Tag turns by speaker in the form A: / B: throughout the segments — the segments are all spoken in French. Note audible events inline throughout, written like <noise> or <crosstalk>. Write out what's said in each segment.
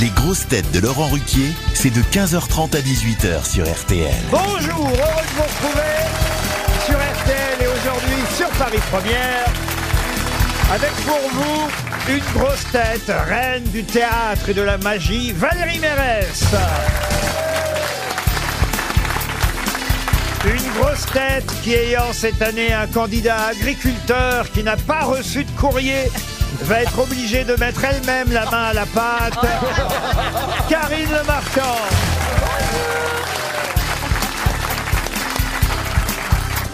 A: Les grosses têtes de Laurent Ruquier, c'est de 15h30 à 18h sur RTL.
B: Bonjour, heureux de vous retrouver sur RTL et aujourd'hui sur Paris Première. Avec pour vous une grosse tête, reine du théâtre et de la magie, Valérie Mérès. Une grosse tête qui ayant cette année un candidat agriculteur qui n'a pas reçu de courrier va être obligée de mettre elle-même la main à la pâte. Karine Le Marchand.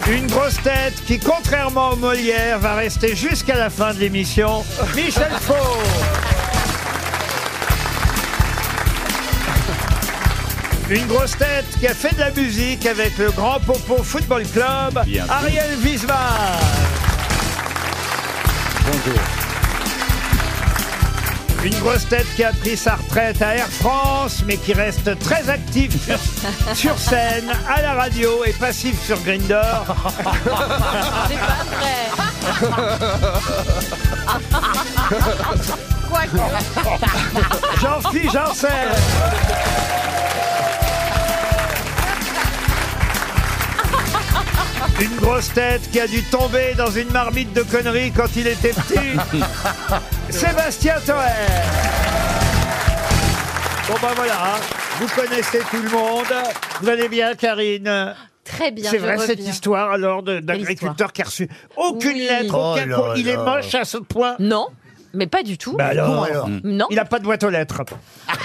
B: Une grosse tête qui, contrairement au Molière, va rester jusqu'à la fin de l'émission, Michel Faux. Une grosse tête qui a fait de la musique avec le Grand Popo Football Club,
C: Bien.
B: Ariel Wiesmann.
C: Bonjour.
B: Une grosse tête qui a pris sa retraite à Air France, mais qui reste très active sur, sur scène, à la radio et passive sur Grindr.
D: C'est pas vrai.
E: <laughs>
D: Quoi
B: J'en suis, j'en sais. Une grosse tête qui a dû tomber dans une marmite de conneries quand il était petit.
F: <laughs>
B: Sébastien Toer. Bon ben voilà, hein. vous connaissez tout le monde. Vous allez bien, Karine
D: Très bien.
B: C'est
D: je
B: vrai cette
D: reviens.
B: histoire alors de- d'agriculteur qui a reçu aucune
D: Oui.
B: lettre,
F: Oh
B: aucun
F: là
B: cour- Il est
F: là.
B: moche à ce point.
D: Non, mais pas du tout.
B: Bah alors,
F: Bon, alors.
D: Non.
B: il n'a pas de boîte aux lettres.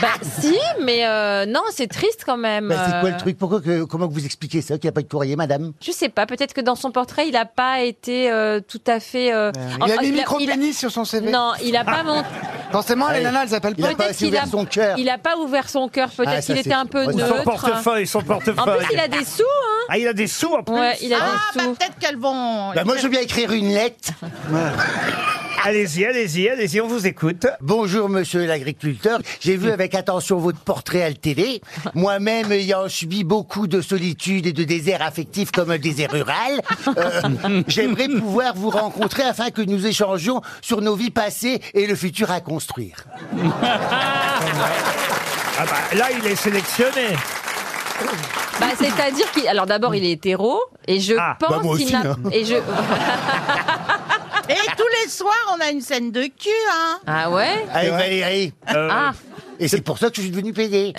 D: Bah si, mais euh, non, c'est triste quand même.
F: Bah, c'est quoi
D: Euh,
F: le truc Pourquoi que- Comment que vous expliquez ça Qu'il n'y a pas de courrier, madame
D: Je sais pas, peut-être que dans son portrait, il a pas été euh, tout à fait... euh,
G: Il
D: enfin,
G: a mis
D: il a-
G: micro
D: il a-
G: pénis sur son CV.
D: Non, il a pas montré...
G: Forcément,
B: Ah
G: les
F: Allez.
G: nanas, elles appellent
F: Ah Il a
G: pas.
F: pas
D: Peut-être
F: assez
D: qu'il
F: ouvert
D: a-
F: son cœur.
D: Il a pas ouvert son cœur, peut-être
F: Ah, ça,
D: qu'il était
F: c'est-
D: un peu
F: Son
B: Son
D: neutre.
B: portefeuille, son
D: En
B: portefeuille.
D: plus, il a des sous, hein
B: Ah, il a des sous en plus.
D: Ouais, il a
E: Ah,
D: des
E: bah
D: sous.
E: peut-être qu'elles vont.
F: Bah, moi, je veux bien écrire une lettre.
B: Allez-y, allez-y, allez-y, on vous écoute.
F: Bonjour, monsieur l'agriculteur. J'ai vu avec attention votre portrait à la
B: <laughs>
F: télé. Moi-même, ayant subi beaucoup de solitude et de désert affectif comme un désert rural,
B: <laughs>
F: euh, j'aimerais pouvoir vous rencontrer afin que nous échangions sur nos vies passées et le futur à construire.
B: Ah bah, là, il est sélectionné.
D: Bah, c'est-à-dire qu'il. Alors d'abord, il est hétéro, et je
B: Ah,
D: pense
F: bah, moi
D: qu'il
F: aussi,
D: n'a.
F: hein.
D: Et je.
E: Et tous les soirs, on a une scène de cul, hein.
D: Ah ouais
F: Allez, Valérie.
B: Euh,
D: Ah
F: Et c'est pour ça que je suis devenu PD.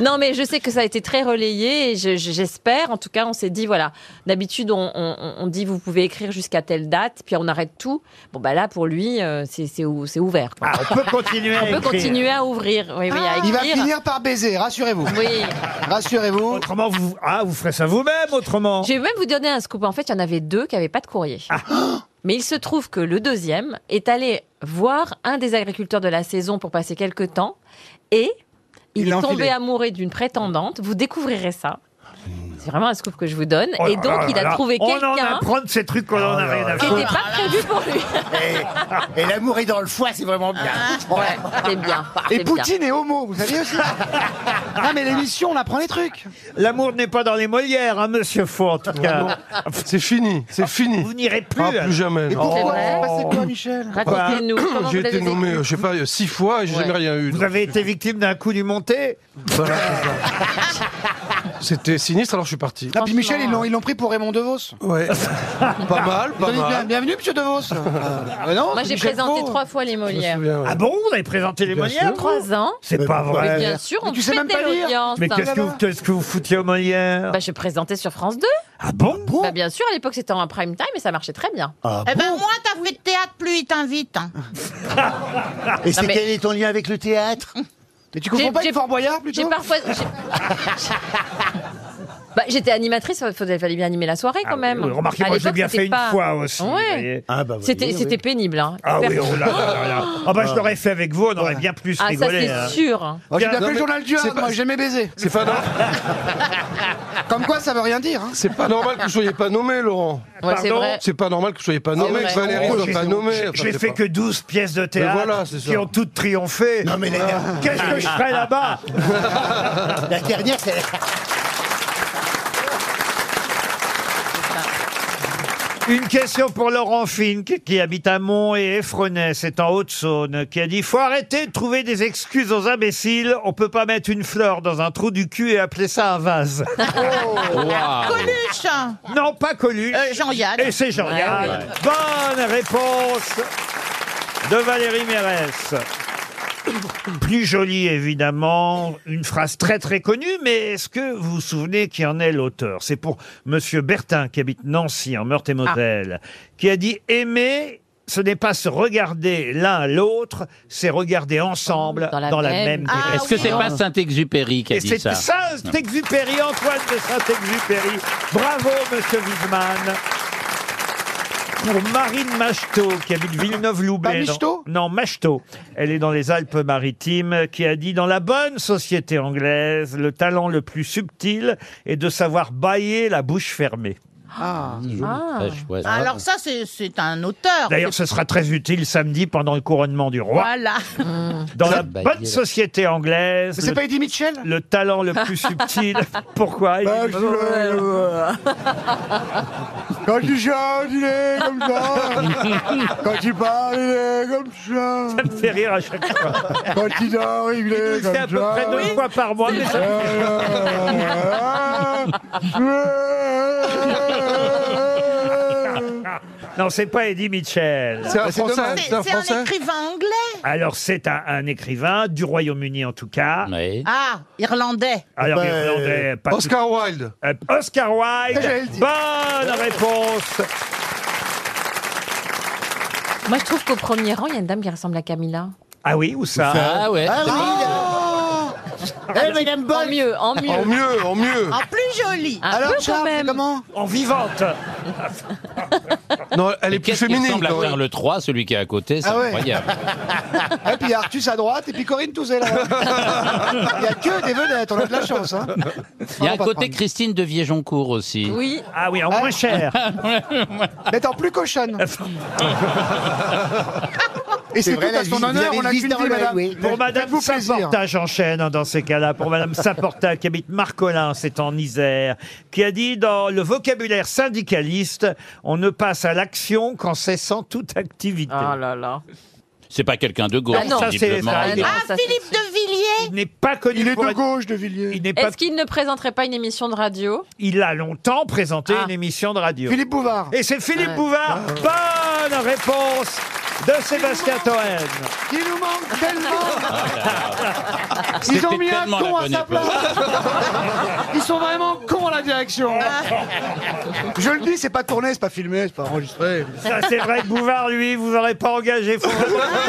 D: Non, mais je sais que ça a été très relayé, et je- je- j'espère. En tout cas, on s'est dit, voilà. D'habitude, on, on- on dit, vous pouvez écrire jusqu'à telle date, puis on arrête tout. Bon, bah là, pour lui, euh, c'est c'est ou- c'est ouvert, quoi.
B: ah, on peut continuer à
D: On peut
B: écrire.
D: continuer à ouvrir. Oui, oui, à
G: Ah. Il va
D: écrire.
G: finir par baiser, rassurez-vous.
D: Oui.
G: Rassurez-vous.
B: Autrement, vous, ah, vous ferez ça vous-même, autrement.
D: Je vais même vous donner un scoop. En fait, il y en avait deux qui n'avaient pas de courrier.
B: Ah.
D: <gasps> Mais il se trouve que le deuxième est allé voir un des agriculteurs de la saison pour passer quelques temps et il,
G: Il
D: est
G: l'a
D: tombé
G: enfilé.
D: amoureux d'une prétendante. Vous découvrirez ça. C'est vraiment un scoop Ah, que je vous donne.
B: Oh
D: et
B: là
D: donc,
B: là
D: il a
B: là.
D: trouvé
B: On en
D: quelqu'un
B: apprend de ces trucs qu'on en a
F: là
B: rien à
F: là.
D: qui
B: foutre.
D: n'était pas prévu pour lui.
F: Et, et l'amour est dans le foie, c'est vraiment bien.
D: Ah, Ouais, c'est bien.
G: Et
D: c'est bien.
G: Poutine est homo, vous saviez aussi
B: Ah,
G: Non, Ah, mais l'émission, on apprend les trucs.
B: L'amour n'est pas dans les Molières, hein, monsieur Faux, en tout cas. Ah,
H: C'est fini, c'est fini.
B: Vous n'irez plus.
H: Ah,
B: alors.
H: plus jamais.
G: Et
H: non.
D: C'est
G: pourquoi
D: vrai
G: C'est passé quoi, Michel
D: Racontez-nous. comment
H: J'ai
D: vous l'avez
H: été nommé,
D: vécu.
H: euh, je sais pas, euh, six fois et j'ai
D: Ouais.
H: jamais rien eu.
B: vous
H: Donc,
B: avez été victime d'un coup du monté.
H: voilà, c'est ça. C'était sinistre, alors je suis parti.
G: Non, Ah, puis Michel,
D: Franchement,
G: ils l'ont, ils l'ont pris pour Raymond DeVos.
H: Ouais. <laughs> pas mal,
G: Ils ont
H: pas
G: dit, bien-
H: mal.
G: bienvenue,
H: <laughs>
G: monsieur DeVos. Euh, euh, non,
D: Moi,
G: c'est
D: j'ai
G: Michel
D: présenté
G: Faux.
D: trois fois les
H: Je me
D: Molières.
H: souviens, ouais.
B: Ah bon, vous avez présenté les
H: Bien
B: Molières
H: sûr.
D: Trois ans.
B: C'est pas
D: Mais
B: vrai.
D: bien sûr,
G: Mais
D: on
G: tu sais même
D: fêtait
G: pas lire.
D: l'audience.
B: Mais qu'est-ce que, vous- qu'est-ce que vous foutiez aux Molières
D: Bah, je présentais sur France 2.
B: Ah bon, Ah
D: Bah, bien sûr, à l'époque c'était en prime time et ça marchait très bien.
E: eh ben, moi, t'as fait de théâtre, plus ils
B: <laughs>
E: t'invitent. hein.
F: Et c'est
D: Ah, mais-
F: quel est ton lien avec le théâtre
G: Mais tu
D: J'ai-
G: comprends pas
D: j'ai-
G: avec Fort Boyard
D: J'ai
G: plutôt
D: parfois. j'ai- <laughs>
B: <laughs>
D: Bah, j'étais animatrice, il fallait bien animer la soirée quand
B: Ah
D: même.
B: oui, remarquez,
D: À
B: moi, j'ai
D: l'époque,
B: bien
D: c'était
B: fait une
D: pas-
B: fois aussi.
D: Ouais.
B: vous voyez.
F: Ah bah
D: C'était c'était pénible. Hein.
B: Ah oui, oh là là
D: <laughs>
B: là là. Ah bah je l'aurais fait avec vous, on aurait bien plus
D: Ah, ça
B: rigolé.
D: c'est
B: hein.
D: sûr. hein.
G: Oh, J'ai
B: Non,
G: tapé
B: mais
G: le journal
H: c'est
G: du Hard,
H: pas-
G: moi, j'ai jamais baisé.
H: C'est pas, no-
G: Comme quoi, ça veut rien dire. hein.
H: c'est pas normal que vous soyez pas nommé, Laurent.
D: Ouais, c'est
B: Pardon
D: vrai.
H: C'est pas normal que vous soyez pas nommé,
D: vrai.
H: que Valérie
G: Oh,
H: soit
G: j'ai-
H: pas nommée.
B: Je
H: Enfin,
B: n'ai
H: c'est
B: fait
H: pas-
B: que 12 pièces de théâtre
H: voilà, c'est ça.
B: qui ont toutes triomphé. Ah.
F: Non mais la,
B: Qu'est-ce que je
D: Ah,
B: ferais là-bas
F: la dernière, c'est...
B: Une question pour Laurent Fink, qui habite à Mont et Effrenet, c'est en Haute-Saône, qui a dit Faut arrêter de trouver des excuses aux imbéciles, on peut pas mettre une fleur dans un trou du cul et appeler ça un vase. Ah.
E: Coluche
B: non, pas Coluche.
E: Euh, Jean-Yann.
B: Et c'est Jean-Yann.
D: Ouais,
B: Bonne réponse de Valérie Mérès. Plus jolie, évidemment, une phrase très très connue, mais est-ce que vous vous souvenez qui en est l'auteur C'est pour Monsieur Bertin, qui habite Nancy, en Meurthe-et-Moselle, qui a dit « Aimer, ce n'est pas se regarder l'un à l'autre, c'est regarder ensemble dans la, même,
E: Ah,
B: direction.
C: Est-ce que c'est
E: oui,
C: pas Saint-Exupéry qui a
B: Et
C: dit
B: c'est
C: ça
B: Saint-Exupéry, Antoine de Saint-Exupéry. Bravo, monsieur Wiesmann. Pour Marine Macheteau, qui habite
G: Pas
B: Villeneuve-Loubet.
G: Michetot
B: non, non, Macheteau. Elle est dans les Alpes-Maritimes, qui a dit Dans la bonne société anglaise, le talent le plus subtil est de savoir bailler la bouche fermée.
C: Ah, je vois ça.
E: Alors ça, c'est c'est un auteur.
B: D'ailleurs, ce sera très utile samedi pendant le couronnement du roi.
E: Voilà.
B: Dans la
C: Bailler
B: bonne
C: la-
B: société anglaise,
G: C'est
B: le,
G: pas Eddie Mitchell
B: le talent le
G: <laughs>
B: plus subtil. Pourquoi
G: Bah, Quand tu chantes, il est comme ça. Quand tu parles, il est comme ça.
B: Ça me fait rire à chaque fois.
I: <laughs>
G: Quand tu dors, il est
B: C'est à peu près deux fois par mois, mais ça- <laughs> Non, c'est pas Eddie Mitchell.
H: C'est un français,
E: C'est
H: c'est un
E: c'est un
H: français.
E: écrivain anglais.
B: Alors, c'est un, un écrivain du Royaume-Uni, en tout cas.
C: Oui.
E: Ah, irlandais.
B: Alors,
F: Ben,
B: irlandais, pas tout-
H: Oscar Wilde.
B: Euh, Oscar Wilde.
G: J'allais le dire.
B: Bonne réponse.
D: Moi, je trouve qu'au premier rang, il y a une dame qui ressemble à Camilla.
B: Ah oui, où ça
C: Ah ouais.
F: Ah oui, là. Eh, madame
D: En
F: Bonne
D: mieux, en mieux. Ah,
H: En mieux, en mieux.
E: En Ah, plus joli.
D: Un
G: Alors,
D: peu quand
G: Charles,
D: même.
G: comment
B: En vivante.
G: <laughs>
H: Non, elle est plus
C: Qu'est-ce qu'il
H: féminine.
C: semble à
H: quand
C: faire
H: même.
C: le 3, celui qui est à côté, c'est
G: Ah ouais. <laughs>
C: incroyable.
G: Et puis il y a Artus à droite et puis Corinne Touzé là.
H: <laughs>
G: Il n'y a que des vedettes, on a de la chance. Hein.
C: Il y a
G: On
C: un
G: va
C: côté
G: prendre.
C: Christine de Viejoncourt aussi.
D: Oui.
B: Ah oui, en moins cher.
G: <laughs> Mais en plus
B: <laughs>
G: cochonne. Et c'est tout
F: vrai, la
G: à son
F: vie- vous
G: honneur,
F: avez
G: on
F: le
G: l'a
F: vice
G: qu'une
F: dans
G: vie,
F: l'œil,
G: madame.
F: oui.
B: Pour Madame
G: Faites-vous plaisir.
B: Saporta, j'enchaîne hein, dans ces cas-là. Pour Madame Saporta, qui habite Marcolin, c'est en Isère, qui a dit dans le vocabulaire syndicaliste, on ne passe à l'action qu'en cessant toute activité.
D: Ah là là.
C: C'est pas quelqu'un de gauche,
D: Ah non. Ça,
B: c'est-
C: visiblement.
B: ça,
C: Il
D: non,
C: est-
E: Ah,
D: ça, c'est-
E: Philippe de Villiers.
B: Il n'est pas connu
G: Il est
B: pour
G: de
B: être-
G: gauche de Villiers.
B: Il n'est pas
D: Est-ce qu'il ne présenterait pas une émission de radio
B: Il a longtemps présenté
D: Ah.
B: une émission de radio.
G: Philippe Bouvard. Ah.
B: Et c'est Philippe
D: Ouais.
B: Bouvard. Bonne réponse de Sébastien Toen.
G: Il nous
C: <laughs>
G: manque tellement. Ils ont
C: C'était
G: mis un
C: tellement
G: con
C: la
G: à
C: bonne
G: sa place. Ils sont vraiment cons à la direction. Je
B: <laughs>
G: le dis, c'est pas tourné, c'est pas filmé, c'est pas enregistré.
B: Ça, c'est vrai que Bouvard, lui, vous n'aurez pas engagé. Faut vraiment-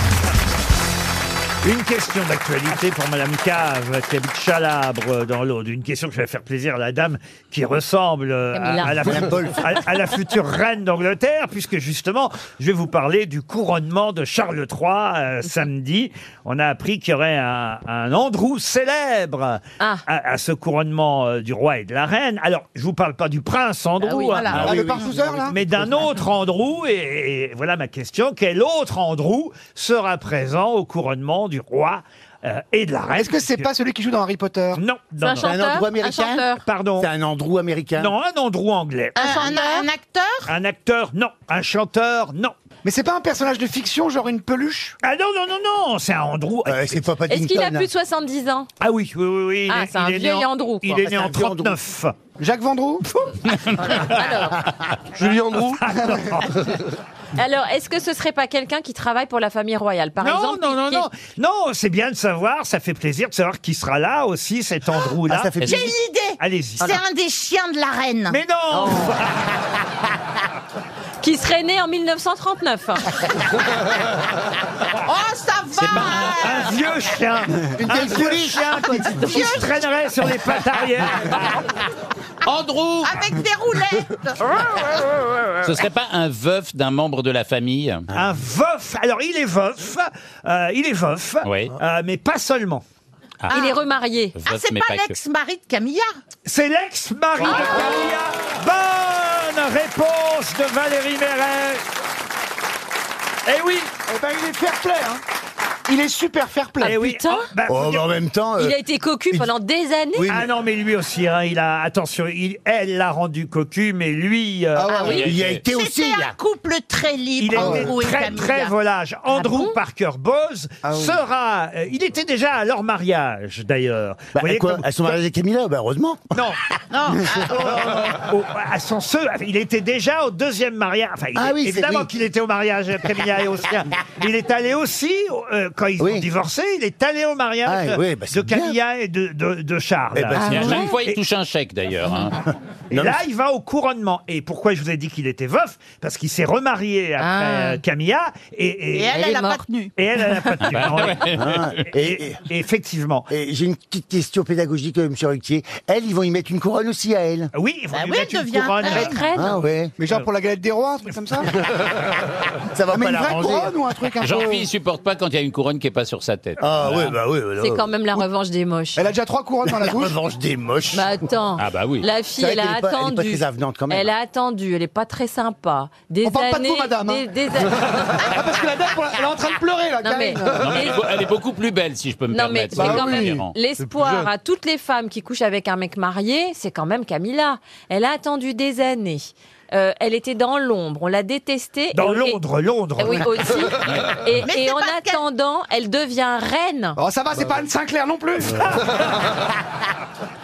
B: <laughs> Une question d'actualité pour Madame Cave, qui habite Chalabre, dans l'Aude. Une question que je vais faire plaisir à la dame qui ressemble euh, à,
D: Camilla.
B: à la, à- à la future reine d'Angleterre, puisque justement, je vais vous parler du couronnement de Charles III euh, samedi. On a appris qu'il y aurait un, un Andrew célèbre
D: Ah.
B: à, à ce couronnement euh, du roi et de la reine. Alors, je vous parle pas du prince Andrew,
D: Ah oui,
B: hein.
D: voilà.
G: Ah, le partouzeur, là
B: Mais d'un autre Andrew, et, et voilà ma question, quel autre Andrew sera présent au couronnement du roi euh, et de la reine
G: Est-ce que c'est pas celui qui joue dans Harry Potter
B: Non,
D: C'est un
B: non, non.
F: un
D: chanteur
F: endroit américain
D: chanteur.
B: Pardon.
F: C'est un Andrew américain.
B: Non, un Andrew anglais.
E: Un, un- un acteur.
B: Un acteur, non. Un chanteur, non.
G: Mais c'est pas un personnage de fiction, genre une peluche
B: Ah non, non, non, non, c'est un Andrew.
F: Euh, c'est pas
D: Est-ce qu'il a
F: Paddington.
D: plus de 70 ans
B: Ah oui, oui, oui. oui, il
D: Ah,
B: est-
D: c'est un
B: il est né
D: vieil
B: en-
D: Andrew, quoi.
B: Il est né
F: c'est un
B: en
F: vieux Andrew.
B: 39.
G: Jacques
B: <laughs>
G: Vendroux Ah
H: Julien
G: <laughs>
H: Andrew.
B: <laughs>
D: Alors, est-ce que ce serait pas quelqu'un qui travaille pour la famille royale, par
B: non,
D: exemple
B: non, non,
D: qui-
B: non. Non, c'est bien de savoir, ça fait plaisir de savoir qui sera là aussi, cet Andrew-là.
F: Ah, ça fait
C: Est-ce-
E: J'ai une idée.
B: Allez-y.
E: C'est un des chiens de la reine.
B: Mais <laughs> non
D: Oh. qui serait né en
E: <laughs>
D: 1939
E: Oh, ça va. hein.
B: Un vieux chien Un vieux chien qui, qui se traînerait sur les pattes
G: <laughs>
B: arrière
C: <laughs> Andrew
E: Avec des
G: Ah,
E: roulettes.
C: Ce serait pas un veuf d'un membre de la famille
B: Un veuf Alors, il est veuf, euh, il est veuf,
C: Oui.
B: euh, mais pas seulement.
D: Il est remarié.
E: Ah,
C: Veuf,
E: c'est
C: mais
E: pas
C: que.
E: l'ex-mari de Camilla.
B: C'est l'ex-mari de Camilla Bonne réponse de Valérie Mérès Eh oui
G: Eh ben, il est fair play, hein Il est super fair-play.
B: Eh oui.
D: putain.
B: Oh, bah,
F: Oh, mais en même temps. euh,
D: Il a été cocu pendant des années.
F: oui,
B: Ah
F: mais-
B: non, mais lui aussi, hein, il a. Attention, il, elle l'a rendu cocu, mais lui. euh,
G: Ah ouais.
F: il y a été aussi.
E: C'était un
F: là.
E: couple très libre,
B: Il a été
E: Andrew et Ah
B: très
E: Camilla.
B: très volage. Andrew Parker Bowes
F: Ah
G: oui.
B: sera. euh, il était déjà à leur mariage d'ailleurs. Vous
F: Bah,
B: voyez
F: quoi,
B: comme-
F: à son mariage avec Camilla, bah, heureusement.
B: Non, ah, oh.
E: Non,
G: <laughs>
B: au- à son se- il était déjà au deuxième mariage. Enfin, il
F: Ah
B: est-
F: oui, c'est-
B: évidemment
F: oui.
B: qu'il était au mariage après Mia et au
F: <laughs>
B: sien. Il est allé aussi euh, quand ils ont
F: Oui.
B: divorcé. Il est allé au mariage
F: Ah, oui, bah,
B: de
F: c'est bien.
B: Camilla et de, de- de Charles.
F: Eh ben,
D: Ah
C: Et à
F: c'est-
C: chaque fois, il touche un chèque d'ailleurs. hein.
B: Et là, il va au couronnement. Et pourquoi je vous ai dit qu'il était veuf Parce qu'il s'est remarié après
D: Ah.
B: euh, Camilla. Et, et-
E: et elle,
D: Elle
E: elle
D: est
E: a pas
D: morte.
E: tenu.
B: et elle, elle
F: <laughs>
B: a pas
D: <laughs>
B: Ah. de
D: Ah,
C: Bah, ouais.
F: Hein.
B: Et,
F: Et- et-
B: et effectivement.
F: et j'ai une petite question pédagogique, euh, monsieur Ruquier. Elle, ils vont y mettre une couronne aussi à elle.
B: Oui, il faut
E: Bah
B: lui
E: oui,
B: mettre
E: elle
B: une
E: devient
B: couronne.
E: reine.
D: Reine.
F: Ah ouais.
G: Mais genre pour la galette des rois, un truc comme ça
F: Ça va
G: Ah, mais
F: pas
G: une
F: la
G: vraie couronne
F: ranger.
G: ou un truc un peu...
C: Jean-Philippe, il supporte pas quand il y a une couronne qui est pas sur sa tête.
F: Ah ouais, bah oui.
C: Oh.
D: C'est quand même la revanche des moches.
G: Elle a déjà trois couronnes dans la
F: La
G: bouche.
F: revanche des moches.
D: Bah attends.
C: Ah bah oui.
D: La fille,
F: C'est vrai
D: elle a
F: qu'elle est pas- elle est pas
D: attendu.
F: très avenante, quand même.
D: Elle a attendu. Elle est pas très sympa. Des
G: hein. On parle
D: années.
G: pas de vous, madame, hein.
D: des- des années-
G: <laughs> Ah, parce que la dame, pour la- elle est en train de pleurer, là,
D: Non mais.
G: Karine.
C: Non, mais elle, est beau- elle est beaucoup plus belle, si je peux me
D: euh, Non mais,
C: permettre. Bah
D: mais
C: c'est
D: quand
C: différent.
D: même, l'espoir à toutes les femmes qui couchent avec un mec marié, c'est quand même Camilla. Elle a attendu des années. Euh, elle était dans l'ombre, on l'a détestée.
B: Dans
D: Et-
B: Londres, Londres.
D: et- Oui, aussi.
E: Mais
D: Et, et
E: c'est
D: en
E: parce qu'elle-
D: attendant, elle devient reine.
G: Oh, ça va, c'est pas Anne Sinclair non plus
B: Ah,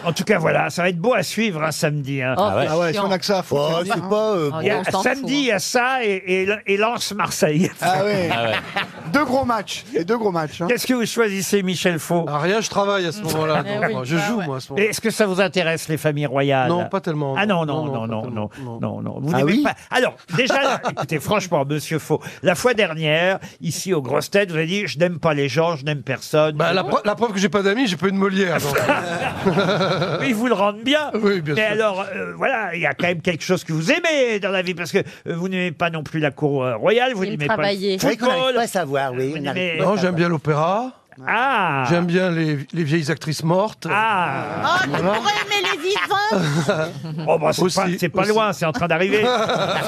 B: En tout cas, voilà, ça va être beau à suivre un samedi. hein.
D: Oh,
G: Ah ouais, si
D: chiant.
G: on a que ça, faut
F: Oh,
G: faire
F: c'est
G: bien.
F: pas. euh,
D: Ah,
B: Il y a-
D: on s'en
B: samedi, il
D: fout,
B: y a ça et, et, et Lens Marseille.
G: hein. Ah
B: <laughs>
G: ouais.
C: Ah ouais.
G: Deux gros matchs. Et deux gros matchs. hein.
B: Qu'est-ce que vous choisissez, Michel Faux
H: Ah, rien, je travaille à ce moment-là.
D: Eh
H: donc,
D: oui.
H: moi, je joue, moi, à ce moment-là.
B: Est-ce que ça vous intéresse, les familles royales
H: Non, pas tellement.
B: Ah non, non,
H: pas
B: non, non, non,
H: tellement,
B: non, non, Vous
F: Ah
B: n'aimez
F: oui
B: pas. Alors, déjà, là, écoutez, franchement, monsieur Faux, la fois dernière, ici, aux grosses têtes, vous avez dit Je n'aime pas les gens, je n'aime personne.
H: Bah, la, preu- la preuve que j'ai pas d'amis, j'ai pas eu de Molière.
B: <laughs>
H: donc.
B: Mais ils vous le rendent bien.
H: Oui, bien
B: Mais
H: sûr.
B: alors, euh, voilà, il y a quand même quelque chose que vous aimez dans la vie, parce que euh, vous n'aimez pas non plus la cour euh, royale, vous
D: J'aime
B: n'aimez pas le
D: travailler.
F: C'est vrai qu'on n'arrive
B: football.
F: pas à savoir, oui. on n'arrive
B: Mais-
F: pas à
H: non, j'aime bien l'opéra.
B: Ah
H: J'aime bien les, les vieilles actrices mortes. Euh,
B: Ah
E: Oh, tu pourrais aimer les vivants
B: <laughs> Oh, bah, c'est
H: Aussi,
B: pas, c'est pas
H: aussi. Ah,
B: loin, c'est en train d'arriver. <laughs>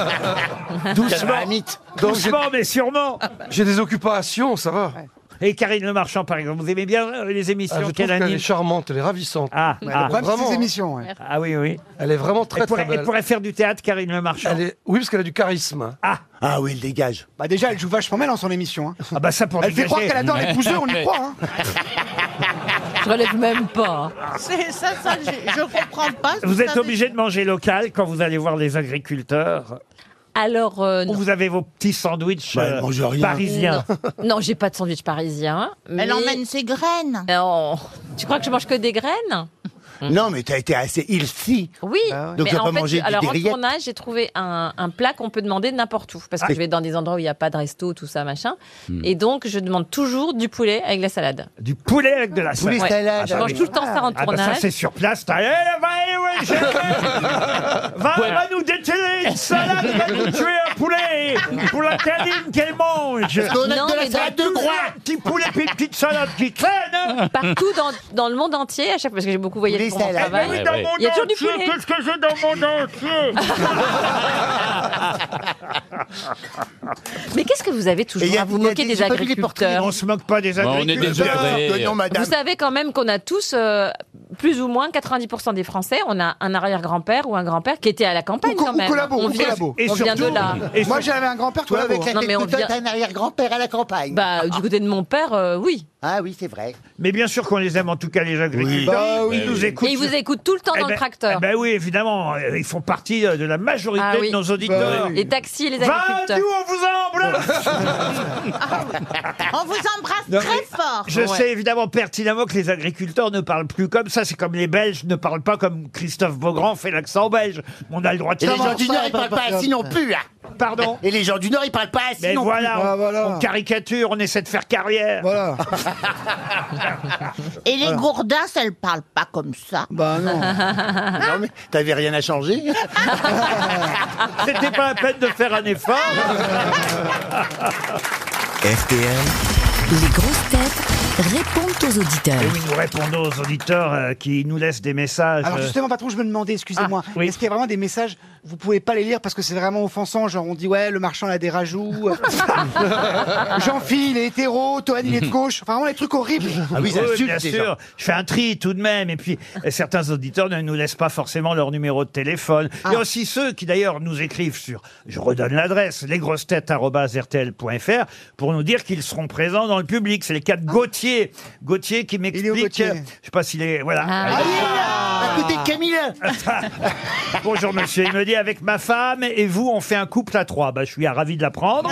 B: doucement,
F: savoir. Ah, Mythe.
H: Donc, j'ai-
B: doucement, mais sûrement.
H: J'ai des occupations, ça va.
B: Et Karine Le Marchand, par exemple, vous aimez bien euh, les émissions
H: Ah, je trouve
B: qu'elle
H: qu'elle
B: anime
H: est charmante, elle est ravissante.
B: ah, ah,
G: Bref,
H: Vraiment,
G: c'est ces
H: hein.
G: émissions, ouais.
B: ah oui, oui.
H: Elle est vraiment
B: Elle
H: très
B: pourrait,
H: très
B: elle
H: belle.
B: pourrait faire du théâtre, Karine Le Marchand.
H: Elle est... Oui, parce qu'elle a du
B: <laughs>
H: charisme.
B: Ah,
F: Ah oui, il dégage.
G: Bah déjà, elle joue vachement mal dans son émission. hein.
B: ah bah ça pour
G: Elle fait
B: dégager.
G: croire qu'elle adore les pousseux, on y
B: <laughs>
G: croit. hein.
D: hein. Je relève même pas.
E: C'est ça, ça, je, je comprends pas.
B: Vous êtes
E: savez-
B: obligé de manger local quand vous allez voir les agriculteurs.
D: Alors euh,
B: Ou
D: non,
B: vous avez vos petits sandwichs
F: Bah, elle
B: euh,
F: mange rien.
B: parisiens.
D: non, <laughs> non, j'ai pas de sandwich parisien.
E: Elle
D: mais-
E: emmène ses graines.
D: Non. Tu crois que je mange que des graines
F: <laughs> Non, mais t'as été assez healthy.
D: Oui,
B: Bah
G: Ah ouais.
F: Donc,
D: mais
F: t'as
D: en
F: pas
D: fait,
F: mangé
D: j'ai-
F: du
D: alors en
F: grillette
D: tournage, j'ai trouvé un, un plat qu'on peut demander n'importe où parce que
B: Ah. Hmm.
D: je vais dans des endroits où il n'y a pas de resto, tout ça, machin. Et donc, je demande toujours du poulet avec la salade.
B: Du poulet avec de la
F: Poulet
B: salade. bah
D: Ouais.
F: salade.
D: je mange tout le temps ça en
B: Ah bah
D: tournage.
B: ça c'est sur place. t'as- Eh, va, eh, ouais, j'ai- va, va nous dételer une salade, va nous tuer un poulet pour la canine qu'elle
D: Ah,
B: mange.
F: On a
D: Non,
F: de la
D: mais dans
F: salade de
B: Toujours
F: croix.
B: un petit poulet
C: <laughs>
B: puis une petite salade qui traîne. hein.
D: <laughs> Partout dans, dans le monde entier, à chaque fois, parce que j'ai beaucoup voyagé
F: Poulet
D: pour mon
F: salade.
B: Eh ben
D: travail.
B: oui,
C: ouais,
B: dans
C: ouais.
B: mon
D: Il y a toujours du
B: entier,
D: poulet.
B: Qu'est-ce que j'ai dans mon entier
D: <laughs> Mais qu'est-ce que vous avez
F: Et il y
D: toujours
F: a-
D: à vous
F: il y a
D: moquer
F: des-
D: des
F: j'ai pas vu les portraits,
D: agriculteurs
B: On se moque pas des
C: Bon, on est
B: agriculteurs.
C: désolé.
F: Non, madame.
D: Vous savez quand même qu'on a tous, euh, plus ou moins 90% des Français, on a un arrière-grand-père ou un grand-père qui était à la campagne
G: Ou co-
D: quand
G: ou
D: même.
G: collabo,
D: on
G: ou
D: vient,
G: collabo.
B: Et
D: on vient de
B: surtout-
D: là.
B: Et
G: Moi,
B: surtout-
G: j'avais un grand-père,
F: Toi,
G: toi,
F: avec la
D: Non,
F: tête
D: mais on
F: toute haute,
D: vient-
F: t'as un arrière-grand-père à la campagne.
B: Ah.
D: Bah, du côté de mon père, euh, oui.
F: Ah oui, c'est vrai.
B: Mais bien sûr qu'on les aime en tout cas les agriculteurs.
G: Bah oui.
B: Ils nous écoutent.
D: Et ils vous écoutent tout le temps
B: Eh
D: dans
B: ben-
D: le tracteur.
B: eh ben oui, évidemment, euh, ils font partie euh, de la majorité
D: Ah oui.
B: de nos auditeurs.
G: Bah oui.
D: les taxis, les
B: Va, nous,
D: agriculteurs.
B: on
D: <laughs>
B: vous embrasse
E: On vous embrasse
B: Non,
E: très
B: mais-
E: fort.
B: Je
D: Ouais.
B: sais évidemment pertinemment que les agriculteurs ne parlent plus comme ça. C'est comme les Belges ne parlent pas comme Christophe Beaugrand fait l'accent belge. On a le droit de
F: Et les
B: savoir.
F: gens du
G: ça,
F: Nord,
G: elle
F: ils parlent
G: parle
F: pas
G: pas
F: ainsi non plus. hein.
B: Pardon
F: Et les gens du Nord, ils parlent pas ainsi
B: Mais
F: non plus.
B: voilà, on,
G: Ah, voilà.
B: on caricature, on essaie de faire carrière.
G: Voilà.
E: Et
B: Ah.
E: les gourdasses, elles parlent pas comme ça.
G: Bah
E: <laughs>
G: non.
F: Non, mais t'avais rien à changer.
B: C'était pas la peine de faire un effort.
A: RTL,
J: Les grosses têtes répondent aux auditeurs.
B: Et oui, nous répondons aux auditeurs euh, qui nous laissent des messages.
G: Alors
B: euh,
G: justement, patron, je me demandais, excusez-moi,
B: Ah, oui.
G: est-ce qu'il y a vraiment des messages vous pouvez pas les lire parce que c'est vraiment offensant. Genre, on dit, ouais, le marchand, il a des rajouts.
B: <laughs>
G: Jean-Phil, il est hétéro. Toine, il est de gauche. Enfin, vraiment, les trucs horribles.
F: Ah
B: bien sûr. Je fais un tri tout de même. Et puis, euh, certains auditeurs ne nous laissent pas forcément leur numéro de téléphone. Il y
F: Ah.
B: a aussi ceux qui, d'ailleurs, nous écrivent sur, je redonne l'adresse, lesgrossetêtes.rtl.fr pour nous dire qu'ils seront présents dans le public. C'est les cas de
F: Ah.
B: Gauthier. Gauthier qui m'explique.
G: Gauthier
B: euh, Je sais pas s'il est, voilà.
F: Ah, À côté de Camille
B: <laughs> Bonjour monsieur, il me dit avec ma femme et vous on fait un couple à trois. Bah, je suis ravi de
F: <laughs>
B: l'apprendre.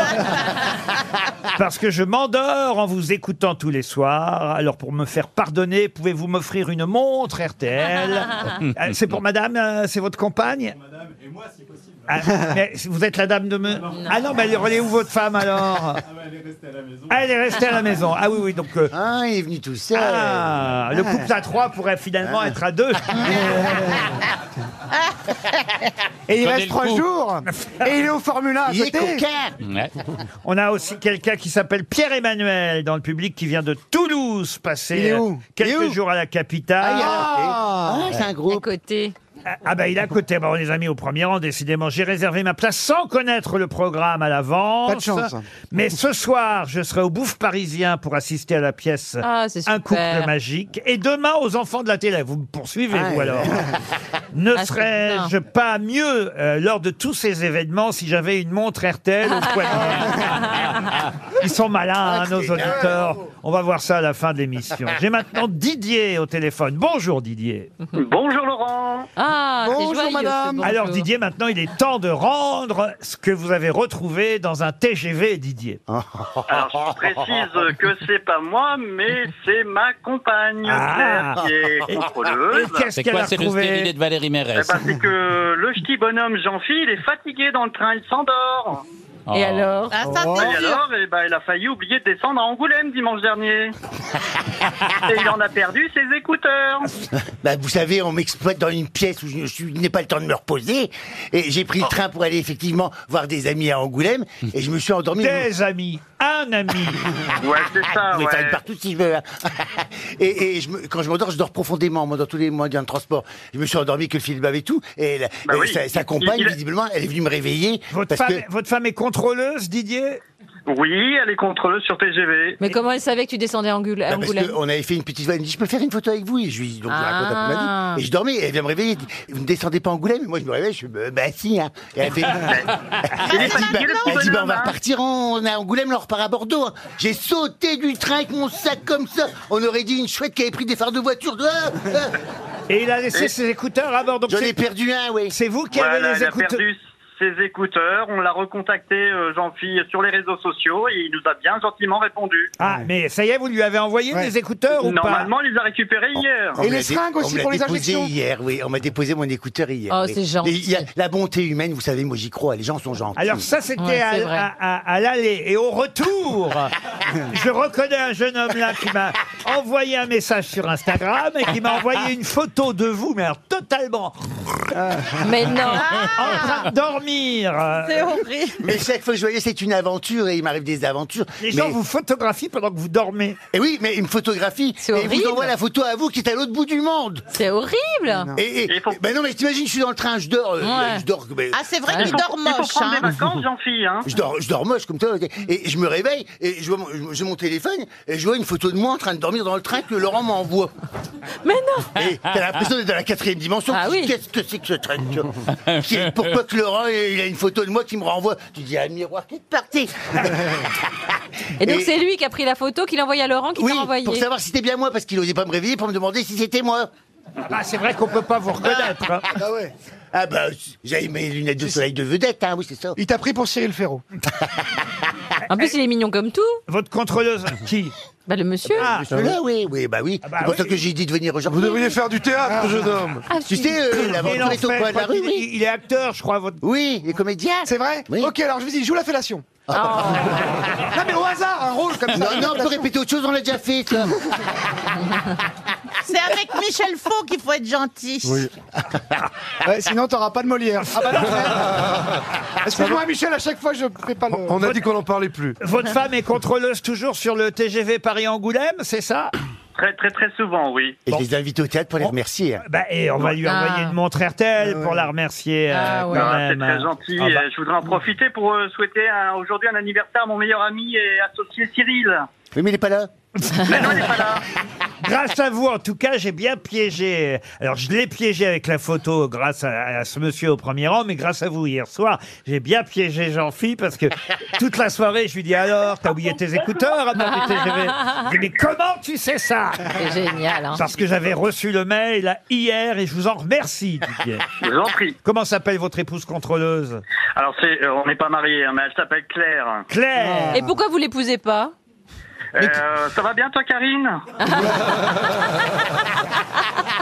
B: Parce que je m'endors en vous écoutant tous les soirs. Alors pour me faire pardonner, pouvez-vous m'offrir une montre RTL
F: <laughs>
B: Euh, C'est pour madame, euh, c'est votre compagne Madame et moi c'est possible. vous êtes la dame de me... Ah non, mais elle est- elle est où votre femme alors Ah, Elle est restée à la maison. Ah oui, oui, donc... euh,
F: Hein, il est venu tout seul. Ah.
B: ah, le couple à trois pourrait finalement être à
F: <laughs>
B: deux.
G: Et il
C: Tenez
G: reste
C: le
G: trois
C: coup. Eh.
G: jours. Et il est au Formula à
F: Il est
G: côté.
F: coquin
C: Ouais.
B: On a aussi quelqu'un qui s'appelle Pierre-Emmanuel dans le public qui vient de Toulouse
G: Il est
B: passer
G: où
B: euh,
G: Il est
B: quelques
G: où
B: jours à la capitale.
G: Ah,
F: Ah, c'est un
D: à
F: gros.
D: côté.
B: Ah, ah bah il est à côté, bah, on les a mis au premier rang décidément. J'ai réservé ma place sans connaître le programme à l'avance.
G: Pas de chance. hein.
B: Mais ce soir, je serai au Bouffe Parisien pour assister à la pièce
D: Ah, c'est super.
B: Un couple magique. Et demain aux enfants de la télé. Vous me poursuivez,
G: Ah,
F: Ah,
G: <laughs>
B: vous alors Ne
D: Ah, c'est
B: serais-je pas mieux euh, lors de tous ces événements si j'avais une montre RTL au
D: <laughs>
B: poignet Ils sont malins, hein, nos auditeurs. On va voir ça à la fin de l'émission. J'ai maintenant Didier au téléphone. Bonjour Didier.
K: Bonjour Laurent.
D: Ah, c'est
G: Bonjour,
D: joyeux, ce
G: madame.
D: bonjour.
B: Alors Didier, maintenant il est temps de rendre ce que vous avez retrouvé dans un TGV, Didier.
F: Ah.
K: Alors je précise que c'est pas moi, mais c'est ma compagne
B: Ah.
K: Claire qui est
B: Et
K: contrôleuse.
B: qu'est-ce
C: C'est
B: qu'elle a
C: quoi C'est le stérilet
B: retrouvé
C: de Valérie
K: Eh
C: Mérès.
K: ben, c'est que le petit bonhomme Jean-Phil est fatigué dans le train, il s'endort.
C: Oh.
D: Et alors
E: Ah, ça,
K: Et
E: c'est sûr.
K: alors, eh ben, il a failli oublier de descendre à Angoulême dimanche
B: <laughs>
K: dernier. Et il en a perdu ses écouteurs.
B: Ah,
F: <laughs> Bah, vous savez, on m'exploite dans une pièce où je, je n'ai pas le temps de me reposer. Et j'ai
B: Oh.
F: pris le train pour aller effectivement voir des amis à Angoulême. Et je me suis endormi.
B: Des amis, un
F: <laughs>
B: ami.
K: Ouais, c'est
F: Ah,
K: ça,
F: je vais faire une
K: ouais.
F: partout si je veux. hein. <laughs> et et je me- quand je m'endors, je dors profondément, moi, dans tous les moyens de transport. Je me suis endormi que le film avait tout. Et, la-
K: Bah
F: et
K: oui.
F: sa, sa compagne,
K: Il- il-
F: visiblement, elle est venue me réveiller.
B: Votre
F: parce
B: femme,
F: que...
B: votre femme est contrôleuse, Didier
K: Oui, elle est contrôleuse sur TGV.
D: Mais comment elle savait que tu descendais à Angoul- à
F: Bah, parce
D: Angoulême
F: qu'on avait fait une petite voix, elle me dit, je peux faire une photo avec vous Et je lui dis, donc je raconte un peu ma
D: Ah.
F: vie. Et je dormais, et elle vient me réveiller, elle dit, vous ne descendez pas à Angoulême Et moi je me réveille, je suis, bah bah, si, hein.
K: <laughs>
F: Et elle fait,
B: <laughs>
K: Il est
F: elle dit, bah,
K: fatigué le petit
F: elle dit, bah, on
K: bonhomme.
F: va
K: hein.
F: repartir, on est à Angoulême, là, on repart à Bordeaux. hein. J'ai sauté du train avec mon sac comme ça, on aurait dit une chouette qui avait pris des phares de voiture. Ah, ah.
B: Et il a laissé ses écouteurs à bord. Donc
F: J'en
B: c'est-
F: ai perdu un, oui.
B: c'est vous qui
K: Voilà,
B: avez les
K: elle a
B: écouteurs.
K: perdu ses écouteurs. On l'a recontacté, euh, Jean-Phil, sur les réseaux sociaux et il nous a bien gentiment répondu.
B: Ah, mais ça y est, vous lui avez envoyé
G: Ouais.
B: les écouteurs ou pas
K: Normalement, il les a récupérés hier.
F: On
G: Et les
F: me l'a dé-
G: seringues
F: on
G: aussi
F: me l'a
G: pour les
F: déposé
G: injections
F: hier, oui. On m'a déposé mon écouteur hier.
D: Oh,
F: oui.
D: c'est gentil.
F: Et il y a La bonté humaine, vous savez, moi j'y crois. Les gens sont gentils.
B: Alors ça, c'était
D: Ouais, c'est
B: à,
D: vrai.
B: à- à- à l'aller et
D: <laughs>
B: au retour. je reconnais un jeune homme là qui m'a envoyé un message sur Instagram et qui m'a envoyé une photo de vous, mais alors totalement euh,
D: Mais
B: <laughs>
D: non. Ah,
B: en train de dormir. Euh,
E: C'est horrible.
F: Ah, Mais chaque fois que je voyais, c'est une aventure et il m'arrive des aventures.
B: Les gens
F: Mais-
B: vous photographient pendant que vous dormez.
F: Et oui, mais il me photographie
D: C'est
F: et il vous
D: horrible.
F: envoie la photo à vous qui êtes à l'autre bout du monde.
D: C'est horrible.
F: Et, et-
K: Il faut-
F: ben non, mais t'imagines, je suis dans le train, je dors, euh,
D: Ouais.
F: je dors, mais-
E: Ah, c'est vrai
D: Il
E: qu'il dort
K: Il faut
E: moche.
K: prendre des
E: Hein.
K: vacances, Jean-Phil. Hein.
F: je dors, je dors moche comme toi. Et je me réveille et je vois, mon- j'ai mon téléphone et je vois une photo de moi en train de dormir dans le train que Laurent m'envoie.
D: <laughs> Mais non.
F: Et t'as l'impression d'être dans la quatrième dimension.
D: Ah oui.
F: Qu'est-ce que c'est que ce train tu vois Qui- Pourquoi que Laurent, il a une photo de moi qui me renvoie Tu dis, ah, le miroir qui est parti.
D: Et donc
F: Et-
D: c'est lui qui a pris la photo, qui l'a envoyée à Laurent, qui
F: Oui,
D: t'a envoyée.
F: pour savoir si c'était bien moi, parce qu'il osait pas me réveiller pour me demander si c'était moi.
B: Ah, c'est vrai qu'on peut pas vous reconnaître. hein.
G: Ah ouais.
F: Ah bah, j'avais mes lunettes de soleil de vedette, hein, oui, c'est ça.
G: Il t'a pris pour Cyril Ferraud.
D: En plus, il est mignon comme tout.
B: Eh, Votre contrôleuse qui
D: Bah, le monsieur.
B: Ah,
F: Là, oui, oui, bah oui.
B: bah
F: c'est pour
B: oui.
F: ça que j'ai dit de venir aujourd'hui.
H: Vous devriez faire du théâtre, jeune homme.
D: Ah,
F: Tu sais, euh,
B: il,
F: l'aventure
B: en
F: est au
B: fait,
F: coin de la rue,
B: il-
F: oui.
B: il est acteur, je crois. Votre...
F: Oui, les comédiens.
G: C'est vrai
F: Oui.
G: Ok, alors je vous dis, joue la fellation.
D: Oh. Ah.
G: non, mais au hasard, un rôle comme ça.
F: Non, non, on peut répéter autre chose, on l'a déjà fait,
B: <laughs>
F: ça.
E: C'est avec Michel Faux qu'il faut être gentil.
G: Ouais, sinon, t'auras pas de Molière. Ah
B: <laughs>
G: bah non, frère. Excuse-moi, Michel, à chaque fois, je fais pas le.
H: On a dit qu'on n'en parlait plus.
B: Votre femme est contrôleuse toujours sur le TGV Paris-Angoulême, c'est ça
K: Très, très, très souvent, oui.
F: Et je les invite au théâtre pour les remercier. hein.
B: Bah, et on va lui
D: Ah.
B: envoyer une montre RTL pour la remercier. euh,
D: Ah
B: quand
D: ouais.
K: Ah, c'est
B: même.
K: très gentil.
B: Ah bah,
K: Euh, Je voudrais en profiter pour euh, souhaiter un- aujourd'hui un anniversaire à mon meilleur ami et associé Cyril.
F: Oui, mais il n'est pas là.
K: <laughs> Mais non, il n'est pas là.
B: grâce à vous, en tout cas, j'ai bien piégé. Alors, je l'ai piégé avec la photo grâce à, à ce monsieur au premier rang, mais grâce à vous hier soir, j'ai bien piégé Jean-Phi parce que toute la soirée, je lui dis alors, t'as oublié tes écouteurs Ah, bah, avant du TGV. Il dit, mais comment tu sais ça
D: C'est génial. Hein.
B: Parce que j'avais reçu le mail hier et je vous en remercie, Didier.
K: Je vous en prie.
B: Comment s'appelle votre épouse contrôleuse
K: Alors, c'est, euh, on n'est pas mariés, hein, mais elle s'appelle Claire.
B: Claire
D: Et pourquoi vous l'épousez pas
K: Euh, ça va bien, toi, Karine <laughs>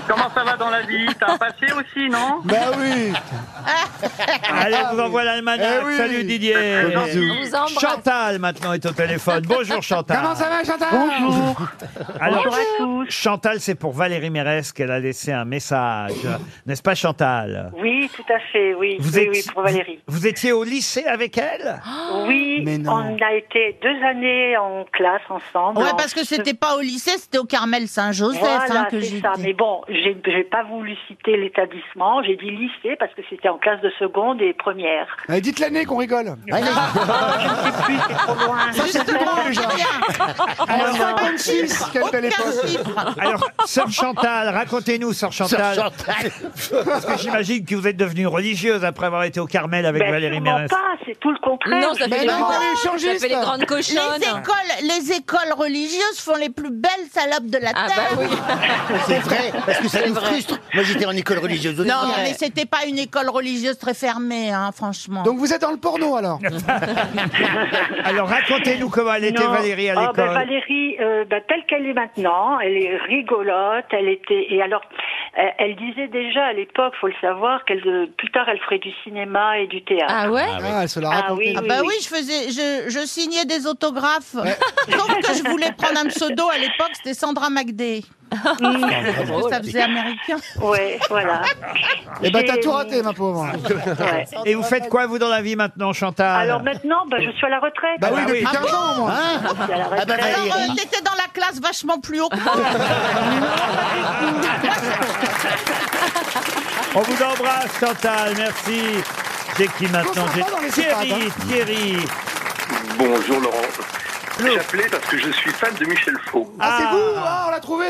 K: Comment ça va dans la vie T'as un passé aussi, non
G: Bah oui
F: Ah.
B: Allez, on vous envoie l'almanach.
G: Eh oui.
B: Salut Didier.
D: On vous embrasse.
B: Chantal maintenant est au téléphone. Bonjour Chantal.
G: Comment ça va, Chantal
B: Alors, Chantal, c'est pour Valérie Mérès qu'elle a laissé un message. N'est-ce pas Chantal
L: Oui, tout à fait, oui.
B: Vous
L: oui,
B: êtes-
L: oui, pour Valérie.
B: Vous étiez au lycée avec elle
L: <gasps> oui,
G: Mais non.
L: on a été deux années en classe ensemble.
E: Ouais,
L: En-
E: parce que c'était pas au lycée, c'était au Carmel Saint-Joseph
L: Voilà,
E: hein, que
L: c'est
E: j'ai
L: ça. Mais bon, j'ai j'ai pas voulu citer l'établissement. J'ai dit lycée parce que c'était en classe de seconde et première.
G: Allez, Dites l'année qu'on rigole.
F: Allez.
L: Je sais plus, c'est trop loin.
E: Justement, déjà.
G: Alors, 56, quelle belle époque.
B: Alors, sœur Chantal, racontez-nous, sœur Chantal,
F: Chantal.
B: parce que j'imagine que vous êtes devenue religieuse après avoir été au Carmel avec
L: Ben,
B: Valérie
L: sûrement
B: Mérès.
L: pas, c'est tout le contraire.
D: Non, ça
E: bah
G: Mais
D: fait, les,
G: non,
D: grandes-
G: elle est
D: ça
G: échangiste.
D: fait les grandes
E: Les
D: cochonnes.
E: écoles, les écoles religieuses font les plus belles salopes de la
D: Ah bah
E: terre.
D: oui.
F: C'est vrai, parce que ça
D: C'est
F: nous
D: vrai.
F: frustre. Moi, j'étais en école religieuse. aussi.
E: Non, mais c'était pas une école religieuse très fermée, hein, franchement.
G: Donc vous êtes dans le porno alors
B: <laughs> Alors, racontez-nous comment elle était
L: Non.
B: Valérie à
L: Ah, ben,
B: l'école.
L: Valérie, euh, ben, telle qu'elle est maintenant, elle est rigolote, elle était et alors elle, elle disait déjà à l'époque, faut le savoir, qu'elle euh, plus tard elle ferait du cinéma et du théâtre.
D: Ah ouais
G: Ah, elle se la
L: Ah
G: raconte.
L: oui.
E: Ah bah oui, je faisais, je, je signais des autographes. Sauf que je voulais prendre un pseudo à l'époque, c'était Sandra McDay. Parce que ça faisait américain.
L: Ouais, voilà.
G: Eh ben
L: J'ai-
G: t'as tout raté ma pauvre.
L: Ouais.
B: Et vous faites quoi, vous, dans la vie maintenant, Chantal
L: Alors maintenant, ben, je suis à la retraite.
G: Bah oui,
L: Alors,
G: depuis 15 ans au moins.
F: Hein
L: je suis à la
F: Ah bah
L: retraite.
E: Alors,
F: Valérie.
E: euh, t'étais dans la classe vachement plus haut que moi.
B: On vous embrasse, Chantal, merci. J'ai qui maintenant
G: Qu'on s'en
B: J'ai
G: va dans les hein.
B: Thierry,
G: EHPAD,
B: Thierry.
K: Bonjour, Laurent. J'appelais parce que je suis fan de Michel
H: <laughs>
K: Faux.
G: Ah, c'est
B: Ah.
G: vous Ah, on l'a trouvé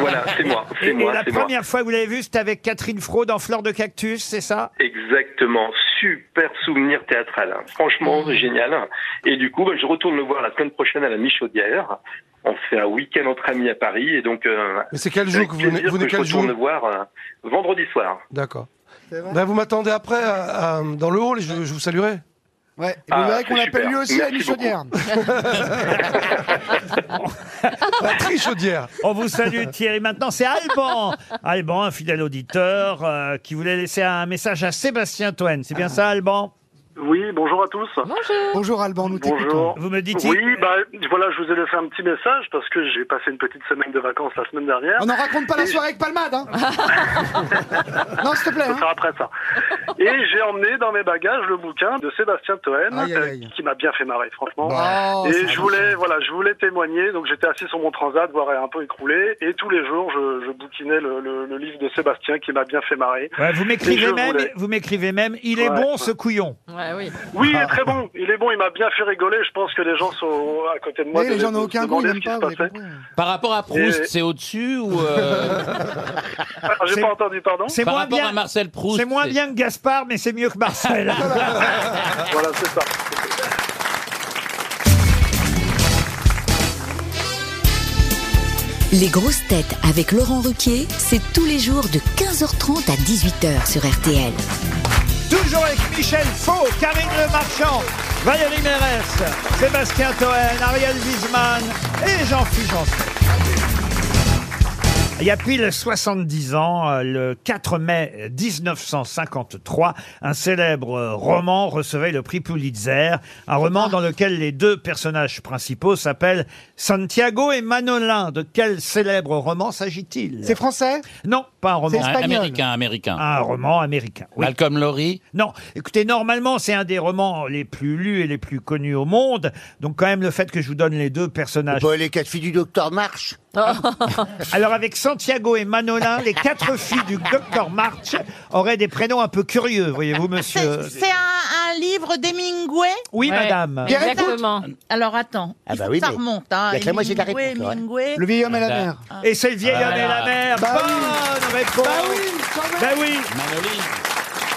K: Voilà, c'est moi,
B: Et, et la première fois que vous l'avez vu, c'était avec Catherine Fraud dans Fleur de Cactus, c'est ça
K: Exactement, super souvenir théâtral. hein. Franchement,
H: Mm.
K: c'est génial. Et du coup, bah, je retourne le voir la semaine prochaine à la Michaudière. On fait un week-end entre amis à Paris et donc euh,
H: Mais c'est quel jour
K: avec
H: que vous
K: plaisir
H: venez, vous venez
K: que je
H: quel jour
K: retourne le voir euh, vendredi soir.
H: D'accord. Ben, vous m'attendez après à- à- dans le hall et je, je vous saluerai.
G: Ouais,
K: Ah,
G: vous verrez qu'on
K: c'est
G: l'appelle
K: super.
G: lui aussi à
K: Merci
C: <laughs>
G: Michaudière.
H: Patrick Chaudière.
B: On vous salue Thierry. Maintenant, c'est Alban. Alban, un fidèle auditeur euh, qui voulait laisser un message à Sébastien Toen. C'est bien ça, Alban
K: Oui, bonjour à tous.
G: Bonjour Alban, nous <laughs> t'écoutons.
B: Vous me dites
K: Oui, bah voilà, je vous ai laissé un petit message parce que j'ai passé une petite semaine de vacances la semaine dernière.
G: On n'en
K: <laughs>
G: raconte pas la soirée avec Palmade, hein
D: Ah.
G: Non, s'il te plaît,
K: Ce
G: hein
K: sera après ça. Et j'ai emmené dans mes bagages le bouquin de Sébastien Toen,
G: Aïe, aïe, aïe.
K: euh, qui m'a bien fait marrer, franchement.
G: Oh,
K: et
G: ça
K: je
G: va.
K: voulais, voilà, je voulais témoigner. Donc j'étais assis sur mon transat, voire un peu écroulé, et tous les jours, je, je bouquinais le, le- le livre de Sébastien qui m'a bien fait marrer.
B: Ouais, vous
K: Et
B: m'écrivez
K: je
B: même,
K: voulais.
B: vous m'écrivez même, il est
K: Ouais.
B: bon ce couillon.
D: Ouais, oui.
K: Oui,
G: Ah.
K: il est très bon. Il est bon. Il m'a bien fait rigoler. Je pense que les gens sont à côté de moi.
G: Mais les
K: de-
G: gens
K: de-
G: n'ont
K: de
G: aucun goût,
K: demander
G: ils n'aiment
K: ce qui
G: pas,
K: se
G: vous avez
K: passait.
G: compris.
C: <laughs> Par rapport à Proust,
K: Et-
C: c'est au-dessus ou euh,
B: <laughs>
K: Ah,
B: C'est-
K: J'ai pas entendu, pardon.
B: C'est
C: par
B: moins
C: rapport à
B: bien.
C: Marcel Proust
B: C'est moins bien que Gaspard, mais c'est mieux
G: <laughs>
B: que Marcel.
K: Voilà, c'est ça.
J: Les grosses têtes avec Laurent Ruquier, c'est tous les jours de 15h30 à 18h sur RTL.
B: Toujours avec Michel Faux, Karine Le Marchand, Valérie Mérès, Sébastien Toen, Ariel Wiesman et Jean-Philippe Janssen. Il y a pile 70 ans, euh, le 4 mai 1953, un célèbre euh, roman recevait le prix Pulitzer, un roman dans lequel les deux personnages principaux s'appellent Santiago et Manolin. De quel célèbre roman s'agit-il
G: C'est français
B: Non, pas un roman.
G: C'est-
C: Un
G: espagnol.
C: Américain, américain.
B: Un roman américain. Oui.
C: Malcolm Lowry
B: Non, écoutez, normalement, c'est un des romans les plus lus et les plus connus au monde. Donc, quand même, le fait que je vous donne les deux personnages.
F: Bon, les quatre filles du docteur Marche.
B: <laughs> Alors avec Santiago et Manolin, les quatre filles du docteur March auraient des prénoms un peu curieux, voyez-vous, monsieur.
E: C'est un, un livre d'Hemingway
B: Oui, Ouais, madame. exactement.
E: Alors attends,
B: Ah
E: il
B: bah
E: faut
B: oui,
E: que ça
B: mais
E: remonte. Hein.
B: il y a que la moitié de la
E: Hemingway,
B: réponse, ouais.
E: Hemingway. Ah bah.
B: Le vieil homme et la
E: Voilà.
B: mère. Et c'est le vieil
E: Voilà.
B: homme et la mère.
E: Bah
B: Bonne réponse.
G: Bah oui, quand même.
B: Bah oui.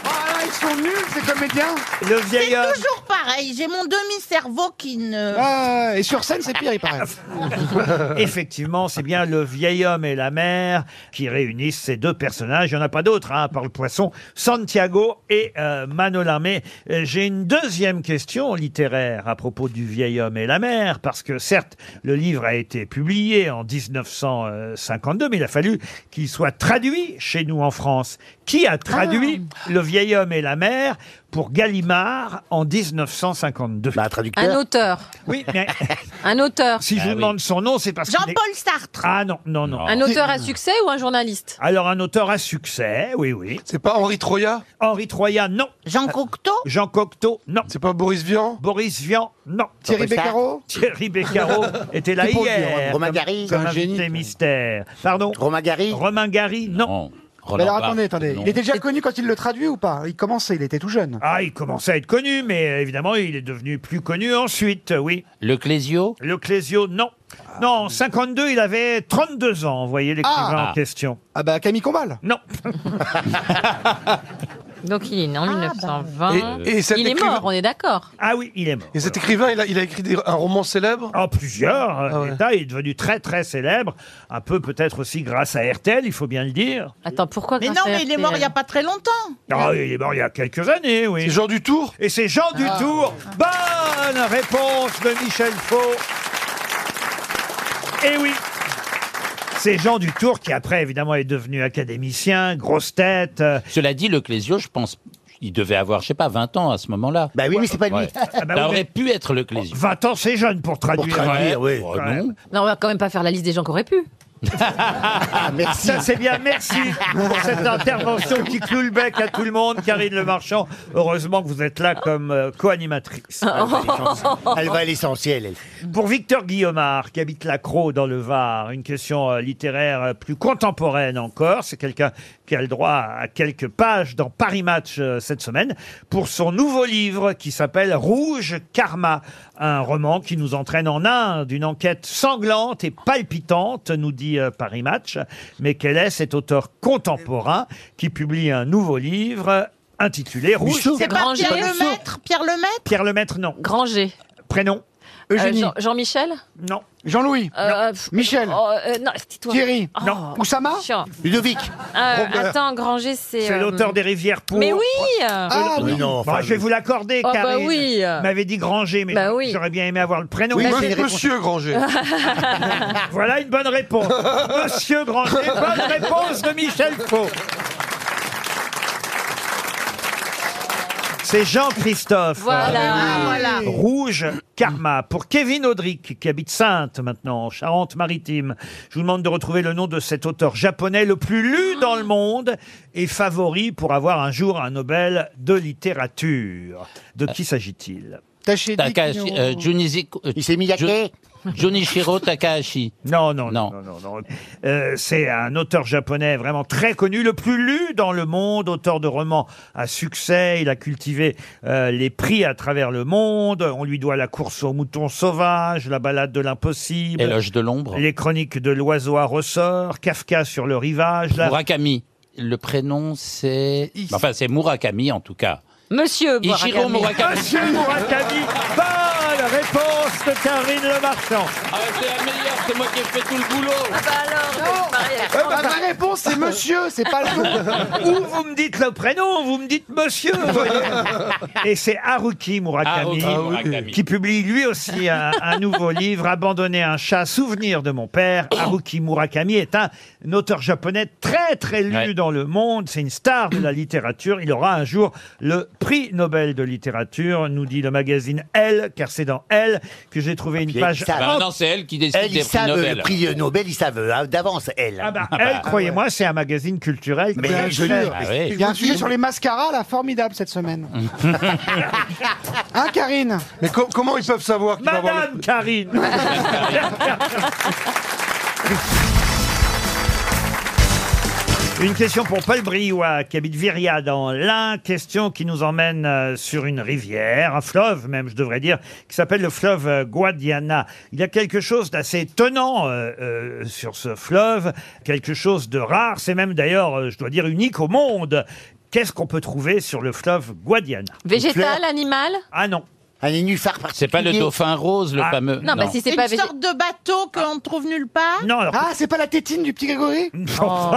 G: Ah là, ils sont nuls, ces comédiens.
B: Le vieil homme.
E: Toujours pareil, j'ai mon demi-cerveau qui ne...
B: Euh,
G: Ah, et sur scène, c'est pire, il paraît.
B: <laughs> Effectivement, c'est bien le vieil homme et la mère qui réunissent ces deux personnages. Il n'y en a pas d'autres, hein, par le poisson, Santiago et euh, Manolin. Mais euh, j'ai une deuxième question littéraire à propos du vieil homme et la mère, parce que certes, le livre a été publié en 1952, mais il a fallu qu'il soit traduit chez nous en France. Qui a traduit
D: Ah.
B: Le vieil homme et la mère pour Gallimard en 1952
D: Un auteur.
B: Oui, mais...
D: Un auteur.
B: Si je vous demande son nom, c'est parce que.
D: Jean-Paul
E: Sartre.
B: Ah non, non, non.
D: Un auteur à succès ou un journaliste
B: Alors, un auteur à succès, oui, oui. C'est pas Henri Troya Henri Troya, non. Euh,
E: Jean Cocteau
B: Jean Cocteau, non. C'est pas Boris Vian Boris Vian, non.
G: Thierry Beccaro
B: Thierry <laughs> Beccaro était là
G: C'est pour
B: hier.
G: dire, Romain
B: comme-
G: Gary.
B: comme
G: C'est un génie,
B: invité mystère. Pardon Romain Gary Romain Gary, non.
G: Mais alors attendez, attendez. Il était déjà connu quand il le traduit ou pas Il commençait, il était tout jeune.
B: Ah, il commençait à être connu, mais euh, évidemment, il est devenu plus connu ensuite, euh, oui. Le Clésio Le Clésio, non. Non, en 52, il avait 32 ans, vous voyez l'écrivain
G: Ah.
B: en question.
G: Ah bah Camille Combal
B: Non.
D: Donc il est né en 1920.
H: Et- et
D: Ah,
H: cet
D: bah. il est
H: écrivain-
D: mort, on est d'accord.
B: Ah oui, il est mort.
H: Et cet écrivain, il a, il a écrit des- un roman célèbre Ah
B: En plusieurs euh, états, il est devenu très très célèbre, un peu peut-être aussi grâce à RTL, il faut bien le dire.
D: Attends, pourquoi
E: Mais
D: grâce
E: non,
D: à
E: mais il est
D: RTL?
E: mort il n'y a pas très longtemps. Hein
B: Ah, il est mort il y a quelques années, oui. C'est
H: Jean Dutour
B: Et c'est Jean
E: Ah.
B: Dutour. Bonne réponse de Michel Faux. Eh oui. C'est Jean Dutour qui après évidemment est devenu académicien, grosse tête. euh,
C: Cela dit, le Clésio, je pense, il devait avoir, je sais pas, 20 ans à ce moment-là.
F: Bah oui, mais c'est pas lui.
C: Ça
B: bah oui,
C: aurait pu être le Clésio.
B: 20 ans, c'est jeune pour traduire.
C: traduire,
B: Ouais.
C: oui.
B: Quand même. <laughs>
D: Non, on va quand même pas faire la liste des gens qui auraient pu.
B: Ah, Ça, c'est bien. Merci <laughs> pour cette intervention qui cloue le bec à tout le monde. Karine Le Marchand, heureusement que vous êtes là comme euh, co-animatrice.
F: Elle va à l'essentiel, elle.
B: Pour Victor Guillomard, qui habite la Croix dans le Var, une question euh, littéraire euh, plus contemporaine encore. C'est quelqu'un qui a le droit à quelques pages dans Paris Match euh, cette semaine pour son nouveau livre qui s'appelle Rouge Karma, un roman qui nous entraîne en Inde, une enquête sanglante et palpitante, nous dit euh, Paris Match. Mais quel est cet auteur contemporain qui publie un nouveau livre euh, intitulé Rouge
E: C'est pas Pierre Lemaître Pierre Lemaître
B: Pierre Lemaître, non.
D: Granger.
B: Prénom
G: Eugénie.
D: Euh, Jean- Jean-Michel
B: Non.
G: Jean-Louis.
D: Euh, pff,
G: Michel.
D: oh, euh, non, tais-toi.
G: Thierry.
D: Oh,
G: Non. Oussama.
D: chiant.
F: Ludovic.
D: Euh,
G: Robert.
D: attends, Granger, c'est.
B: C'est
D: euh,
B: l'auteur des Rivières pour.
D: Mais oui
B: Ah,
F: oui. non, enfin,
B: je vais vous l'accorder,
D: Oh, bah
B: Karine.
D: oui.
B: Vous m'avez dit Granger, mais
D: Bah oui.
B: j'aurais bien aimé avoir le prénom.
H: Oui, Bah, monsieur- c'est- monsieur Granger.
B: <laughs> voilà une bonne réponse. Monsieur Granger, bonne réponse de Michel Faux. C'est Jean-Christophe.
E: Voilà. Ah, voilà.
B: Rouge Karma. Pour Kevin Audric, qui habite Sainte maintenant, en Charente-Maritime. Je vous demande de retrouver le nom de cet auteur japonais le plus lu dans le monde et favori pour avoir un jour un Nobel de littérature. De qui s'agit-il
C: Takahashi, euh, Junichi- euh, Ju- Junichiro Takahashi.
B: Non, non, non. non, non. Euh, c'est un auteur japonais vraiment très connu, le plus lu dans le monde, auteur de romans à succès. Il a cultivé euh, les prix à travers le monde. On lui doit la course aux moutons sauvages, la balade de l'impossible.
C: Éloge de l'ombre.
B: Les chroniques de l'oiseau à ressort, Kafka sur le rivage. la-
C: Murakami. Le prénom, c'est... Enfin, c'est Murakami, en tout cas.
D: Monsieur
C: Ichiro Murakami.
B: Monsieur Murakami. Bonne réponse de Karine Le Marchand.
C: c'est la meilleure, c'est moi qui ai fait tout le boulot.
D: Ah bah alors,
G: Euh, bah, ma réponse, c'est monsieur, c'est pas le nom.
B: Ou vous me dites le prénom, vous me dites monsieur. vous voyez. Et c'est Haruki Murakami,
C: Haruki Murakami.
B: qui publie lui aussi un, un nouveau livre, Abandonner un chat, souvenir de mon père. Haruki Murakami est un, un auteur japonais très très lu dans le monde. C'est une star de la littérature. Il aura un jour le prix Nobel de littérature, nous dit le magazine Elle, car c'est dans Elle que j'ai trouvé une
F: Puis,
B: page.
F: ils savent.
C: Bah non, c'est elle qui décide
F: Elle,
C: des
F: ils
C: prix
F: savent, euh,
C: Nobel.
F: le prix Nobel, ils savent euh, d'avance, elle.
B: Ah
F: <laughs>
B: bah, Elle, croyez-moi, c'est un magazine culturel.
F: Mais
B: très,
F: bien sûr,
B: très-
F: mais
G: Il y a un sujet sur les mascaras, là, formidable cette
B: <laughs>
G: semaine. hein,
H: <laughs>
G: Karine
B: <laughs>
G: bah,
D: <laughs>
H: Mais co- comment ils peuvent savoir qu'il va avoir
B: Madame Karine Une question pour Paul Briouat, qui habite Viria dans l'Ain. Question qui nous emmène euh, sur une rivière, un fleuve même, je devrais dire, qui s'appelle le fleuve euh, Guadiana. Il y a quelque chose d'assez étonnant euh, euh, sur ce fleuve, quelque chose de rare, c'est même d'ailleurs, euh, je dois dire, unique au monde. Qu'est-ce qu'on peut trouver sur le fleuve Guadiana
D: Végétal, animal
B: Ah non.
F: Un nénuphar particulier.
C: C'est pas le dauphin rose,
B: Ah.
C: le fameux.
D: Non, bah, si c'est pas
E: Une
D: végé-
E: sorte de bateau qu'on ne trouve nulle part
B: Non, alors-
G: Ah, c'est pas la tétine du petit Grégory
D: Oh.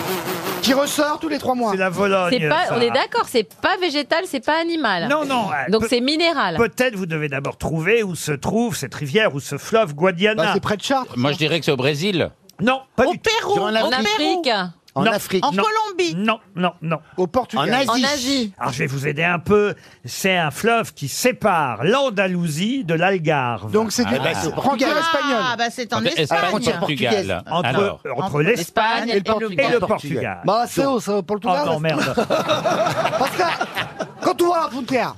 B: <laughs>
G: Qui ressort tous les trois mois.
B: C'est la Vologne.
D: C'est pas,
B: ça.
D: on est d'accord, c'est pas végétal, c'est pas animal.
B: Non, non. euh,
D: Donc
B: peut-
D: c'est minéral.
B: Peut-être vous devez d'abord trouver où se trouve cette rivière, où ce fleuve Guadiana.
G: Bah, c'est près de Chartres.
C: Moi, je dirais que c'est au Brésil.
B: Non, pas du tout.
E: Pérou,
F: Sur la-
E: au
D: En
E: Pérou,
D: Afrique,
F: En
B: Non.
F: Afrique.
E: en
B: Non.
E: Colombie.
B: Non, non, non.
G: Au
F: En
G: Portugal.
F: Asie.
D: en Asie.
B: Alors je vais vous aider un peu. C'est un fleuve qui sépare l'Andalousie de l'Algarve.
G: Donc c'est du
F: Ah, bah, c'est
G: frontière
E: Ah,
G: espagnole.
E: bah c'est en
C: Entre-
E: Espagne.
F: frontière portugaise.
C: Portugal.
B: entre
C: Alors,
B: entre
E: Entre
B: l'Espagne
E: l'Espagne et le
B: et
E: Portugal.
B: le
F: Portugal.
B: Portugal.
G: Bah, c'est
B: Donc-
G: au, c'est au
B: Oh
G: Portugal.
B: non, merde.
G: Parce que <laughs> quand tu vois la frontière,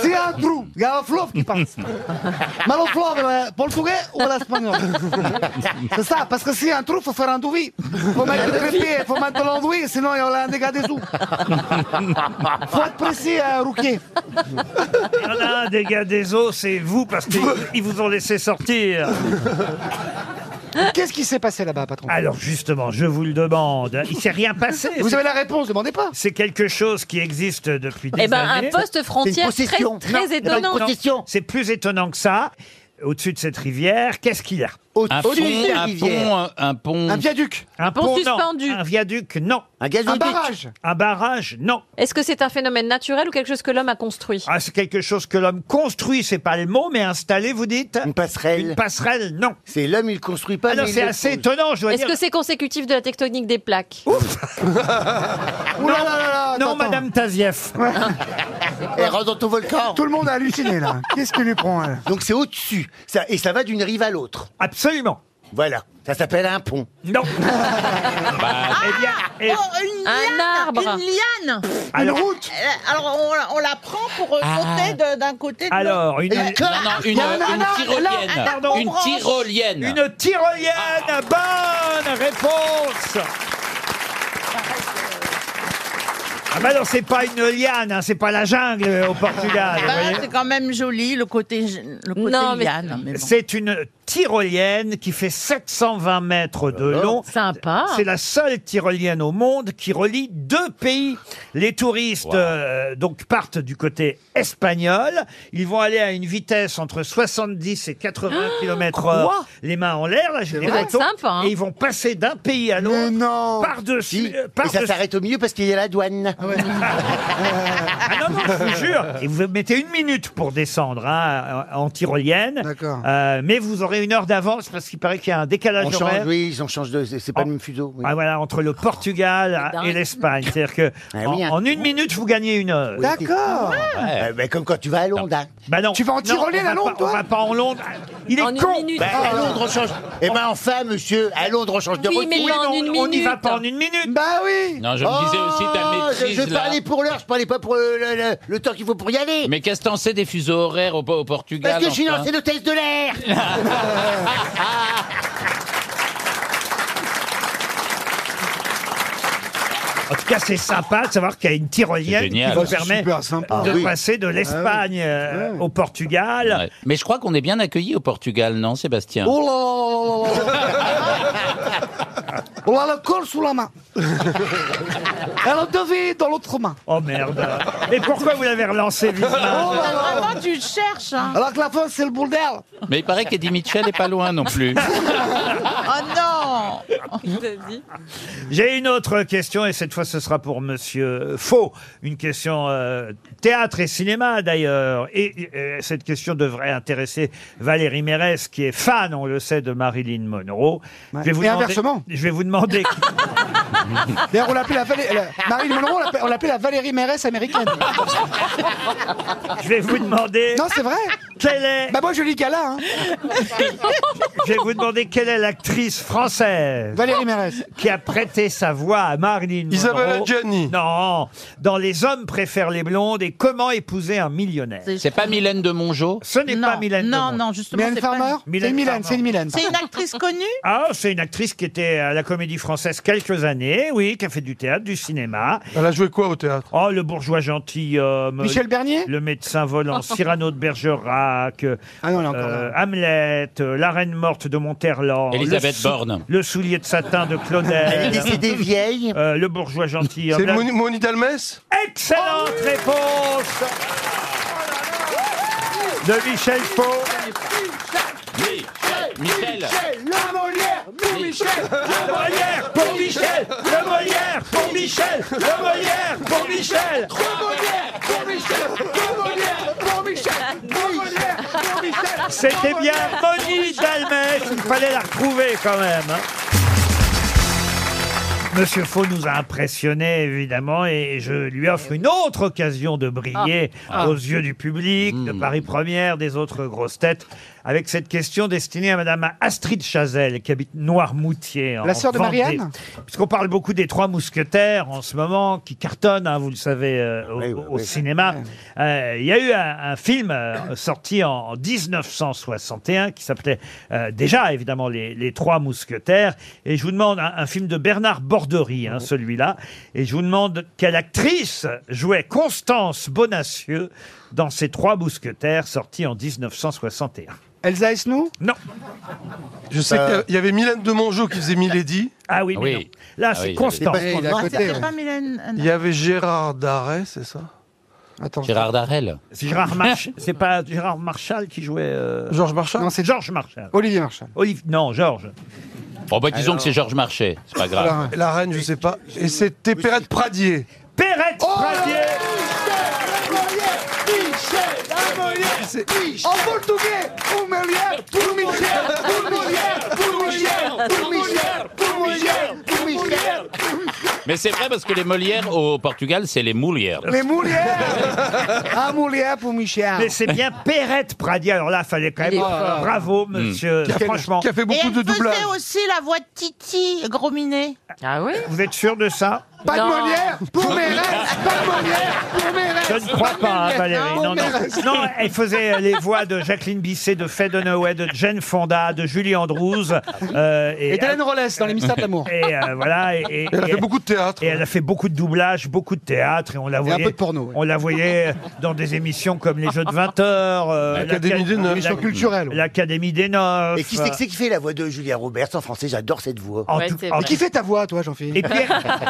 G: c'est un trou. Il y a un fleuve qui passe. Mais le fleuve, euh, portugais ou l'espagnol C'est ça, parce que s'il y a un trou, il faut faire un douille. Il faut
I: <laughs>
G: mettre le trépied, il faut mettre l'andouille, sinon il y aura un dégât des eaux. faut être précis, euh, Rouquier.
B: <laughs> Il y en a un des gars des eaux, c'est vous,
G: <laughs>
B: parce qu'ils ils vous ont laissé sortir.
G: Qu'est-ce qui s'est passé là-bas, patron
B: Alors justement, je vous le demande, il s'est rien passé.
G: Vous avez la réponse, demandez pas.
B: C'est quelque chose qui existe depuis des
D: Eh ben
B: années.
D: un poste
F: C'est une
D: frontière très,
F: possession.
D: très
F: Non, c'est
D: étonnant.
F: pas une possession.
B: C'est plus étonnant que ça. Au-dessus de cette rivière, qu'est-ce qu'il y a
C: Un
F: Au-dessus
C: pont,
F: de la
C: un
F: rivière.
C: pont, un- un pont.
G: Un viaduc,
B: Un
D: Pont
B: non.
D: suspendu.
B: Un viaduc, non.
F: Un gazoduc.
G: un barrage.
B: Un barrage, non.
D: Est-ce que c'est un phénomène naturel ou quelque chose que l'homme a construit
B: Ah, c'est quelque chose que l'homme construit, c'est pas le mot, mais installé, vous dites
F: Une passerelle.
B: Une passerelle, non.
F: C'est l'homme, il le construit pas.
B: Alors
F: mais il
B: Ah, c'est
F: le
B: assez
F: pose.
B: étonnant, je dois
D: Est-ce
B: dire.
D: que c'est consécutif de la tectonique des plaques
G: Ouh là là là là, attends,
B: Non,
G: attends.
B: Madame Tazieff.
F: Eh, rentre dans ton volcan.
G: Tout le monde a halluciné là. Qu'est-ce qui lui prend elle
F: Donc c'est au-dessus. Ça- Et ça va d'une rive à l'autre.
B: Absolument.
F: Voilà. Ça s'appelle un pont.
B: Non.
C: Bah,
B: eh
G: Ah,
B: bien, eh,
E: Oh, une
D: Un
E: liane,
D: arbre.
E: Une liane
B: alors,
G: Route
E: Euh, Alors, on, on la prend pour euh, sauter de- d'un côté de l'autre. Ah,
B: alors, une,
F: Et
C: non, non, une,
G: un-
C: une
G: un-
C: tyrolienne.
E: là,
B: pardon.
C: une tyrolienne. Ah.
B: une tyrolienne. Bonne réponse. Ah bah non, c'est pas une liane, hein, c'est pas la jungle euh, au Portugal. vous
E: Bah,
B: voyez.
E: c'est quand même joli, le côté, le côté
D: Non, mais-
E: liane. mais bon.
B: C'est une tyrolienne qui fait 720 mètres de long.
D: Sympa.
B: C'est la seule tyrolienne au monde qui relie deux pays. Les touristes euh, donc partent du côté espagnol. Ils vont aller à une vitesse entre 70 et 80 km heure, les mains en l'air. Là, j'ai des
D: Ah, Ça doit être
B: photos.
D: sympa, hein.
B: Et ils vont passer d'un pays à
G: Mais
B: l'autre
G: non
B: par-dessus.
F: Oh. Si.
B: euh,
F: Et ça
B: par-dessus-
F: s'arrête au milieu parce qu'il y a la douane. <laughs>
B: Ah non, non, je vous jure. Et vous mettez une minute pour descendre hein, en tyrolienne.
G: D'accord.
B: Euh, mais vous aurez une heure d'avance parce qu'il paraît qu'il y a un décalage
F: On
B: horaire.
F: change, oui, on change de. C'est pas
B: Oh.
F: le même fuseau. oui.
B: Ah, voilà, entre le Portugal
D: dingue.
B: et l'Espagne. C'est-à-dire que
F: <laughs> Ah
B: en,
F: oui, hein.
B: en une minute, vous gagnez une heure.
G: D'accord
C: Ouais.
F: Euh, ben, comme quand tu vas à Londres. hein.
B: Bah non.
G: Tu vas en
B: Non,
G: tyrolienne à
B: on va
G: Londres,
B: pas-
G: toi Ah.
B: On va pas en Londres. Il est
D: En
B: con Bah,
D: une minute.
F: Ben, à Londres, on change. Eh ben, enfin, monsieur, à Londres, on change de
D: Oui,
F: route.
D: mais
B: Oui,
D: en
B: mais
D: une
B: on- on n'y va
D: minute.
B: pas en une minute.
G: Bah oui
C: Non, je me disais aussi ta
F: Oh, je-
C: maîtrise.
F: je,
C: là.
F: parlais pour l'heure, je parlais pas pour le, le- le- le temps qu'il faut pour y aller.
C: Mais qu'est-ce que t'en sais des fuseaux horaires au, au Portugal
F: Parce que je suis
B: hein.
C: enfin
F: lancé le test de
B: <laughs>
F: l'air.
B: En tout cas, c'est sympa de savoir qu'il y a une tyrolienne
C: C'est
B: qui
C: génial.
B: vous
C: Ouais,
G: c'est
B: permet
G: super sympa.
B: de
G: Ah oui. Ah
B: passer de l'Espagne euh, au Portugal.
C: Ouais. Mais je crois qu'on est bien accueilli au Portugal, non, Sébastien
G: Oh là là là là là là là On a le col sous la
B: <laughs>
G: main. Hein Elle devait dans l'autre main.
B: Oh merde. Et pourquoi vous l'avez relancé vite
G: Oh là là.
E: Vraiment, tu cherches. hein.
G: Alors que la fin, c'est le boule d'air.
C: Mais il paraît qu'Eddie Mitchell est pas loin non
E: <laughs>
C: plus.
B: <laughs>
E: Oh non
B: J'ai une autre question et cette fois ce sera pour Monsieur Faux. Une question euh, théâtre et cinéma d'ailleurs. Et euh, cette question devrait intéresser Valérie Mérès qui est fan, on le sait, de Marilyn Monroe.
G: Ouais.
B: vais vous
G: Et
B: demander-
G: inversement.
B: Je vais
G: <laughs>
B: vous demander.
G: D'ailleurs, on l'appelait la Valé- la- Marilyn Monroe, on l'appelait- on l'appelait la Valérie Mérès américaine.
B: je vais vous demander.
G: Non, c'est vrai.
B: Quelle est...
G: Bah moi je lis Gala. Hein.
B: Je vais vous demander quelle est l'actrice française
G: Valérie Mérès.
B: qui a prêté sa voix à Marilyn
H: Isabelle
B: Monroe.
H: Adjani.
B: Non, dans Les hommes préfèrent les blondes et comment épouser un millionnaire.
C: C'est pas Mylène de Mongeau
B: Ce n'est pas Mylène
E: non,
B: de
E: non, justement, Mylène c'est pas- Farmer
B: C'est Mylène, c'est Mylène.
E: C'est une actrice connue
G: <laughs>
B: Ah, c'est une actrice qui était à la Comédie Française quelques années, oui, qui a fait du théâtre, du cinéma.
H: Elle a joué quoi au théâtre
B: Oh, le bourgeois gentilhomme.
G: Michel Bernier
B: Le médecin
F: <laughs>
B: volant, Cyrano de Bergerac,
F: Ah
B: euh, Hamlet, euh, La reine morte de Monterland.
C: Elisabeth
B: le sou-
C: Borne.
B: Le soulier de satin de
F: Elle
B: Claudel.
F: est décédée vieille.
B: euh, le bourgeois gentilhomme.
H: C'est
B: La-
H: Moni, Moni Dalmès
B: Excellente
E: Oh.
B: réponse de Michel Faux.
C: Michel
G: La Molière, nous Michel.
B: Le Molière pour Michel Le Molière pour Michel Le Molière pour
G: Molière, pour Michel.
B: Michel
G: Molière, pour Michel. Molière, pour Michel.
B: C'était bien Moni Dalmès Il fallait la retrouver quand même hein. Monsieur Faux nous a impressionnés, évidemment, et je lui offre une autre occasion de briller aux yeux du public, de Paris Première, des autres grosses têtes, avec cette question destinée à Madame Astrid Chazelle, qui habite Noirmoutier. en
G: La sœur de
B: Vendée.
G: Marianne
B: Puisqu'on parle beaucoup des trois mousquetaires en ce moment, qui cartonnent, hein, vous le savez, euh, au,
F: Oui, oui,
B: au
F: oui.
B: cinéma. Euh, Il y a eu un, un film euh, sorti en 1961 qui s'appelait euh, déjà, évidemment, les, Les Trois Mousquetaires. Et je vous demande un, un film de Bernard Borderie, hein, celui-là. Et je vous demande quelle actrice jouait Constance Bonacieux dans Ces Trois Mousquetaires sorti en 1961.
G: Elsa Esnou Bah.
B: Non.
H: Je sais
F: Euh.
H: qu'il y avait Mylène de Mongeau qui faisait Milady.
B: Ah oui, mais
C: Oui.
B: non. Là,
C: Ah
B: c'est
C: oui,
B: Constance.
G: il est à côté.
E: C'était pas Mylène. euh, non.
H: Il y avait Gérard Darès, c'est ça Attends.
C: Gérard Darrel.
B: Gérard March- c'est pas Gérard Marshall qui jouait. euh,
H: Georges Marchand
G: Non,
B: C'est
G: c'est
B: Georges Marshall.
G: Olivier Marchal.
B: Olive, non, Georges.
C: Bon, bah, disons que c'est Georges Marchais. C'est pas grave.
G: Alors,
H: La reine, je sais pas. Et c'était Perrette Pradier.
B: Perrette
G: Oh,
B: Pradier.
H: C'est-
G: En portugais, pour Molière, pour Michel, pour Molière, pour Michel, pour Michel, pour Molière, pour Michel.
C: Mais c'est vrai parce que les Molières au Portugal, c'est les Moulières.
G: Les Molières Ah, Molière pour Michel.
B: Mais c'est bien Perrette Pradier. Alors là, fallait quand même. Bravo, monsieur. Franchement,
H: Qui a fait
E: Et
H: beaucoup
E: elle
H: de doublage.
E: faisait aussi la voix de Titi Gros Minet.
D: Ah oui
B: vous êtes sûr de ça
G: Pas de
D: Non.
G: Molière pour mes restes, pas de Molière pour mes restes.
B: Je ne crois pas, hein, Valérie.
G: Non,
B: Non, non.
G: mais-
B: Non, elle faisait les voix de Jacqueline Bisset, de Faye Dunaway, de Jane Fonda, de Julie Andrews. euh, et,
G: Et Dylan Rollès dans les mystères de l'amour.
B: et, euh, voilà. Et, et-
H: Elle a
B: et-
H: fait beaucoup de théâtre.
B: et elle a fait beaucoup de doublages, beaucoup de théâtre, et on la
G: un
B: voyait.
G: peu de porno, ouais.
B: On la voyait dans des émissions comme les Jeux de 20 heures, euh,
H: L'Académie des Noces.
G: Émission
B: la-
G: culturelle. ouais.
B: l'Académie des Noces.
F: Et qui c'est que c'est qui fait la voix de Julia Roberts en français J'adore cette voix.
B: ah. En
D: Ouais,
B: tout-
D: c'est
B: en
D: vrai.
G: Mais qui fait ta voix, toi, Jean-Philippe
B: Et puis,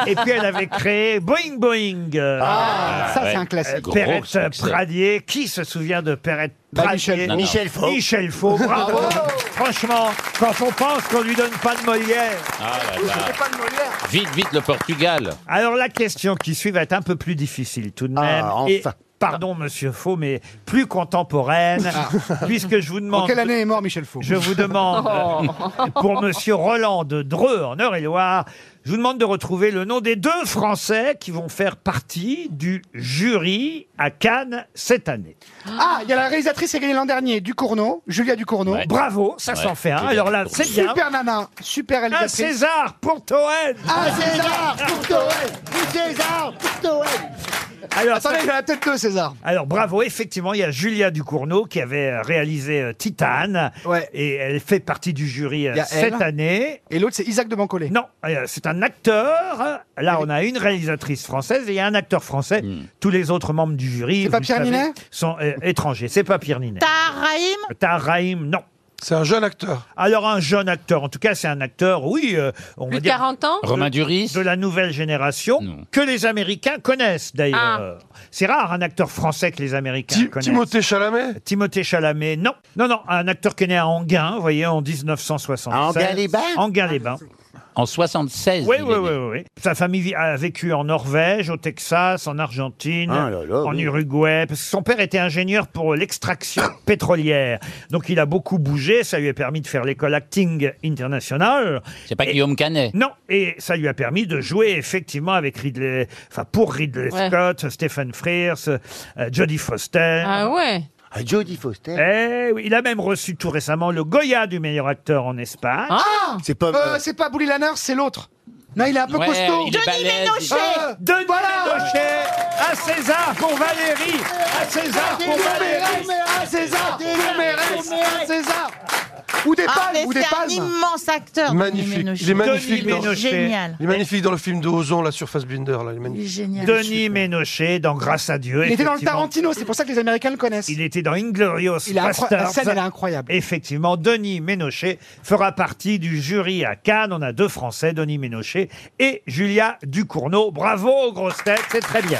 B: et puis elle avait créé Boing Boing. euh,
G: Ah, ça,
C: ouais.
G: c'est un classique.
C: gros
B: Perrette
C: succès.
B: Pradier. Qui se souvient de Perrette
G: Bah,
B: Pradier
G: Michel.
C: Non, non.
F: Michel Faux.
B: Michel Faux, bravo. Franchement, quand on pense qu'on lui donne pas de Molière.
C: Ah là là. Vite, vite, le Portugal.
B: Alors la question qui suit va être un peu plus difficile tout de
F: Ah,
B: même.
F: enfin.
B: Et, pardon Monsieur Faux, mais plus contemporaine, puisque je vous
G: Ah. En
B: demande.
G: quelle année est mort Michel Faux
B: Je vous demande, euh, pour Monsieur Roland de Dreux, en Eure-et-Loire, je vous demande de retrouver le nom des deux Français qui vont faire partie du jury à Cannes cette année.
G: Ah, il y a la réalisatrice qui a gagné l'an dernier, Ducournau, Julia Ducournau.
C: Ouais.
B: Bravo, ça
C: Ouais,
B: s'en fait un.
C: Julia
B: Alors là,
C: Ducournau.
B: c'est bien.
G: Super nana, super
B: Un
G: réalisatrice.
B: César pour Toen.
G: Ah, César
F: Pour Noël Pour César Pour Noël
B: Alors, ça-
G: Attendez, j'en ai peut-être deux, César.
B: alors bravo, effectivement, il y a Julia Ducournau qui avait euh, réalisé euh, Titane.
G: Ouais.
B: Et elle fait partie du jury euh,
G: Il y a
B: cette
G: elle.
B: année.
G: Et l'autre, c'est Isaac de Bancolé.
B: Non, euh, c'est un acteur. Là, on a une réalisatrice française et il y a un acteur français. Tous les autres membres du jury
G: C'est
B: vous
G: pas
B: le
G: Pierre
B: savez,
G: Ninet
B: sont euh, étrangers. C'est pas Pierre Ninet.
E: Ah, Tahar
B: Tarahim, Euh, non.
H: C'est un jeune acteur.
B: Alors un jeune acteur, en tout cas, c'est un acteur, oui, euh, on
D: Plus
B: va
D: de
B: dire
D: 40 ans
C: Romain Duris.
B: de la nouvelle génération
C: Non.
B: que les Américains connaissent
D: Ah.
B: d'ailleurs. C'est rare un acteur français que les Américains
H: Ti-
B: connaissent.
H: Timothée Chalamet.
B: Timothée Chalamet, non. Non, non, un acteur qui est né à Anguin, vous voyez, en 1976.
F: À Enghien-les-Bains
B: Enghien-les-Bains.
C: En 76.
B: Oui,
C: il
B: oui,
C: est
B: oui,
C: né.
B: oui, oui. Sa famille vit- a vécu en Norvège, au Texas, en Argentine,
F: Ah là là,
B: en
F: oui.
B: Uruguay, parce que son père était ingénieur
G: <coughs>
B: pour l'extraction pétrolière. Donc il a beaucoup bougé, ça lui a permis de faire l'école Acting International.
C: C'est pas Guillaume Canet.
B: Non, et ça lui a permis de jouer effectivement avec Ridley, enfin pour Ridley
D: Ouais.
B: Scott, Stephen Frears, euh, Jodie Foster.
D: Ah <laughs> ouais
F: Jodie Foster.
B: Eh oui, il a même reçu tout récemment le Goya du meilleur acteur en Espagne.
G: Ah
B: C'est pas...
G: Euh, c'est pas Bully Lanner, c'est l'autre. Non, il Euh, est un peu
B: Ouais,
G: costaud.
B: il est Denis balèze. Ménochet.
G: Denis
B: Ménochet À César pour Valérie À César pour Valérie
G: À César pour Mérès À César Ou des
E: Ah, mais
G: palmes Ou des
E: c'est un
G: palmes
E: immense acteur. Denis
H: Magnifique.
E: Ménochet.
H: Il est magnifique. Dans...
E: Génial.
H: Il est magnifique dans le film de Ozon, la surface Binder. Là. Il est magnifique.
E: Génial.
B: Denis Ménochet dans Grâce à Dieu.
G: Il était dans le
B: effectivement.
G: Tarantino, c'est pour ça que les Américains le connaissent.
B: Il était dans Inglorious
G: Il est incro-
B: Bastards.
G: la scène, elle est incroyable.
B: Effectivement, Denis Ménochet fera partie du jury à Cannes. On a deux Français, Denis Ménochet et Julia Ducournau. Bravo aux grosses têtes, c'est très bien.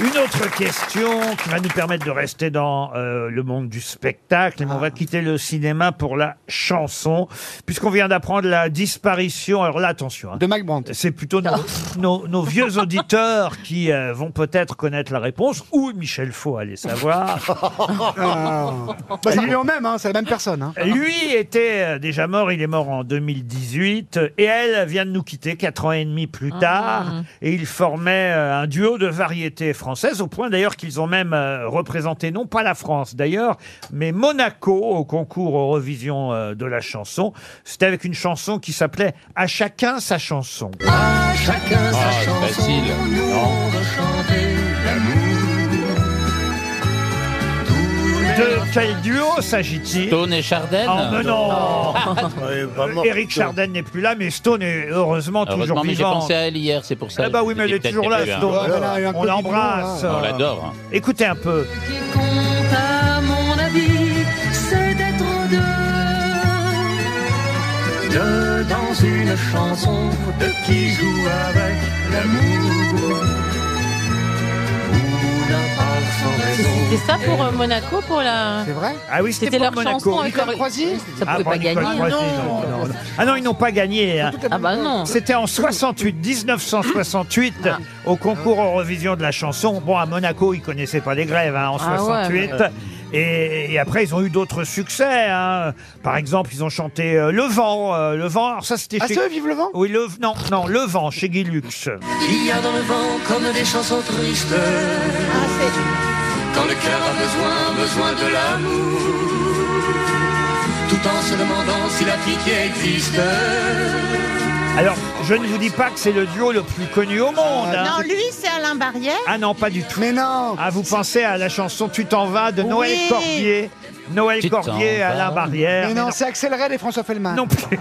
B: Une autre question qui va nous permettre de rester dans euh, le monde du spectacle. Et On va quitter le cinéma pour la chanson, puisqu'on vient d'apprendre la disparition. Alors là, attention. de
G: Mike
B: C'est plutôt nos, nos- nos vieux auditeurs qui euh, vont peut-être connaître la réponse, ou Michel Faux, allez savoir.
G: Ah. Bah, c'est lui en même, hein, c'est la même personne. hein.
B: Lui était euh, déjà mort, il est mort en 2018, euh, et elle vient de nous quitter quatre ans et demi plus tard, et ils formaient euh, un duo de variété française, au point d'ailleurs qu'ils ont même euh, représenté, non pas la France d'ailleurs, mais Monaco au concours Eurovision euh, de la chanson. C'était avec une chanson qui s'appelait « À chacun sa chanson ».
C: Ah.
I: Chacun sa chanson,
C: facile.
I: nous on va chanter l'amour.
B: De quel duo s'agit-il
C: Stone et Chardin
B: Ah,
C: <laughs>
B: mais non
C: mort,
B: Eric
C: Stone.
B: Chardin n'est plus là, mais Stone est heureusement,
C: Heureusement,
B: toujours
C: mais j'ai
B: vivant.
C: pensé à elle hier, c'est pour ça.
B: Ah bah oui, mais elle est
C: peut-être
B: toujours là,
C: qu'il y a eu un-
B: Stone.
C: Voilà,
B: on l'embrasse.
C: On l'adore. hein.
B: Écoutez un peu.
I: Qui compte à mon avis, c'est d'être deux. Deux dans une chanson, deux qui jouent avec l'amour. Ou l'un parle sans raison.
D: C'était ça pour euh, Monaco, pour la.
G: C'est vrai
B: Ah oui,
D: C'était
B: c'était
D: leur
B: pour Monaco.
D: chanson avec leur. Ça
B: Ah,
D: pouvait
B: pour
D: pas
B: Nicole
D: gagner.
B: Croisi, non, non, non. Ah non, ils n'ont pas gagné. hein.
D: Ah bah non. Ah.
B: C'était en 68, 1968, au concours Eurovision de la chanson. Bon, à Monaco, ils connaissaient pas les grèves hein, en
M: Ah ouais.
B: 68. Et, et après, ils ont eu d'autres succès. hein. Par exemple, ils ont chanté euh, Le Vent. euh, le Vent, alors ça, c'était
G: Ah,
B: chez...
G: c'est eux, Vive le Vent
B: Oui, le... non, non, Le Vent, chez Guy Lux.
I: Il y a dans le vent comme des chansons tristes. Quand le cœur a besoin, besoin de l'amour. Tout en se demandant si la pitié existe.
B: Alors, je ne vous dis pas que c'est le duo le plus connu au
G: Euh,
B: monde. hein.
E: Non, lui, c'est Alain Barrière.
B: Ah non, pas du tout. Mais non Ah, vous pensez à la chanson Tu t'en vas de Noël
E: Oui.
B: Cordier. Noël
G: Tu t'en
B: Cordier,
G: vas.
B: Alain Barrière.
G: Mais non, c'est Axel Red et François Fellman. Non
B: plus.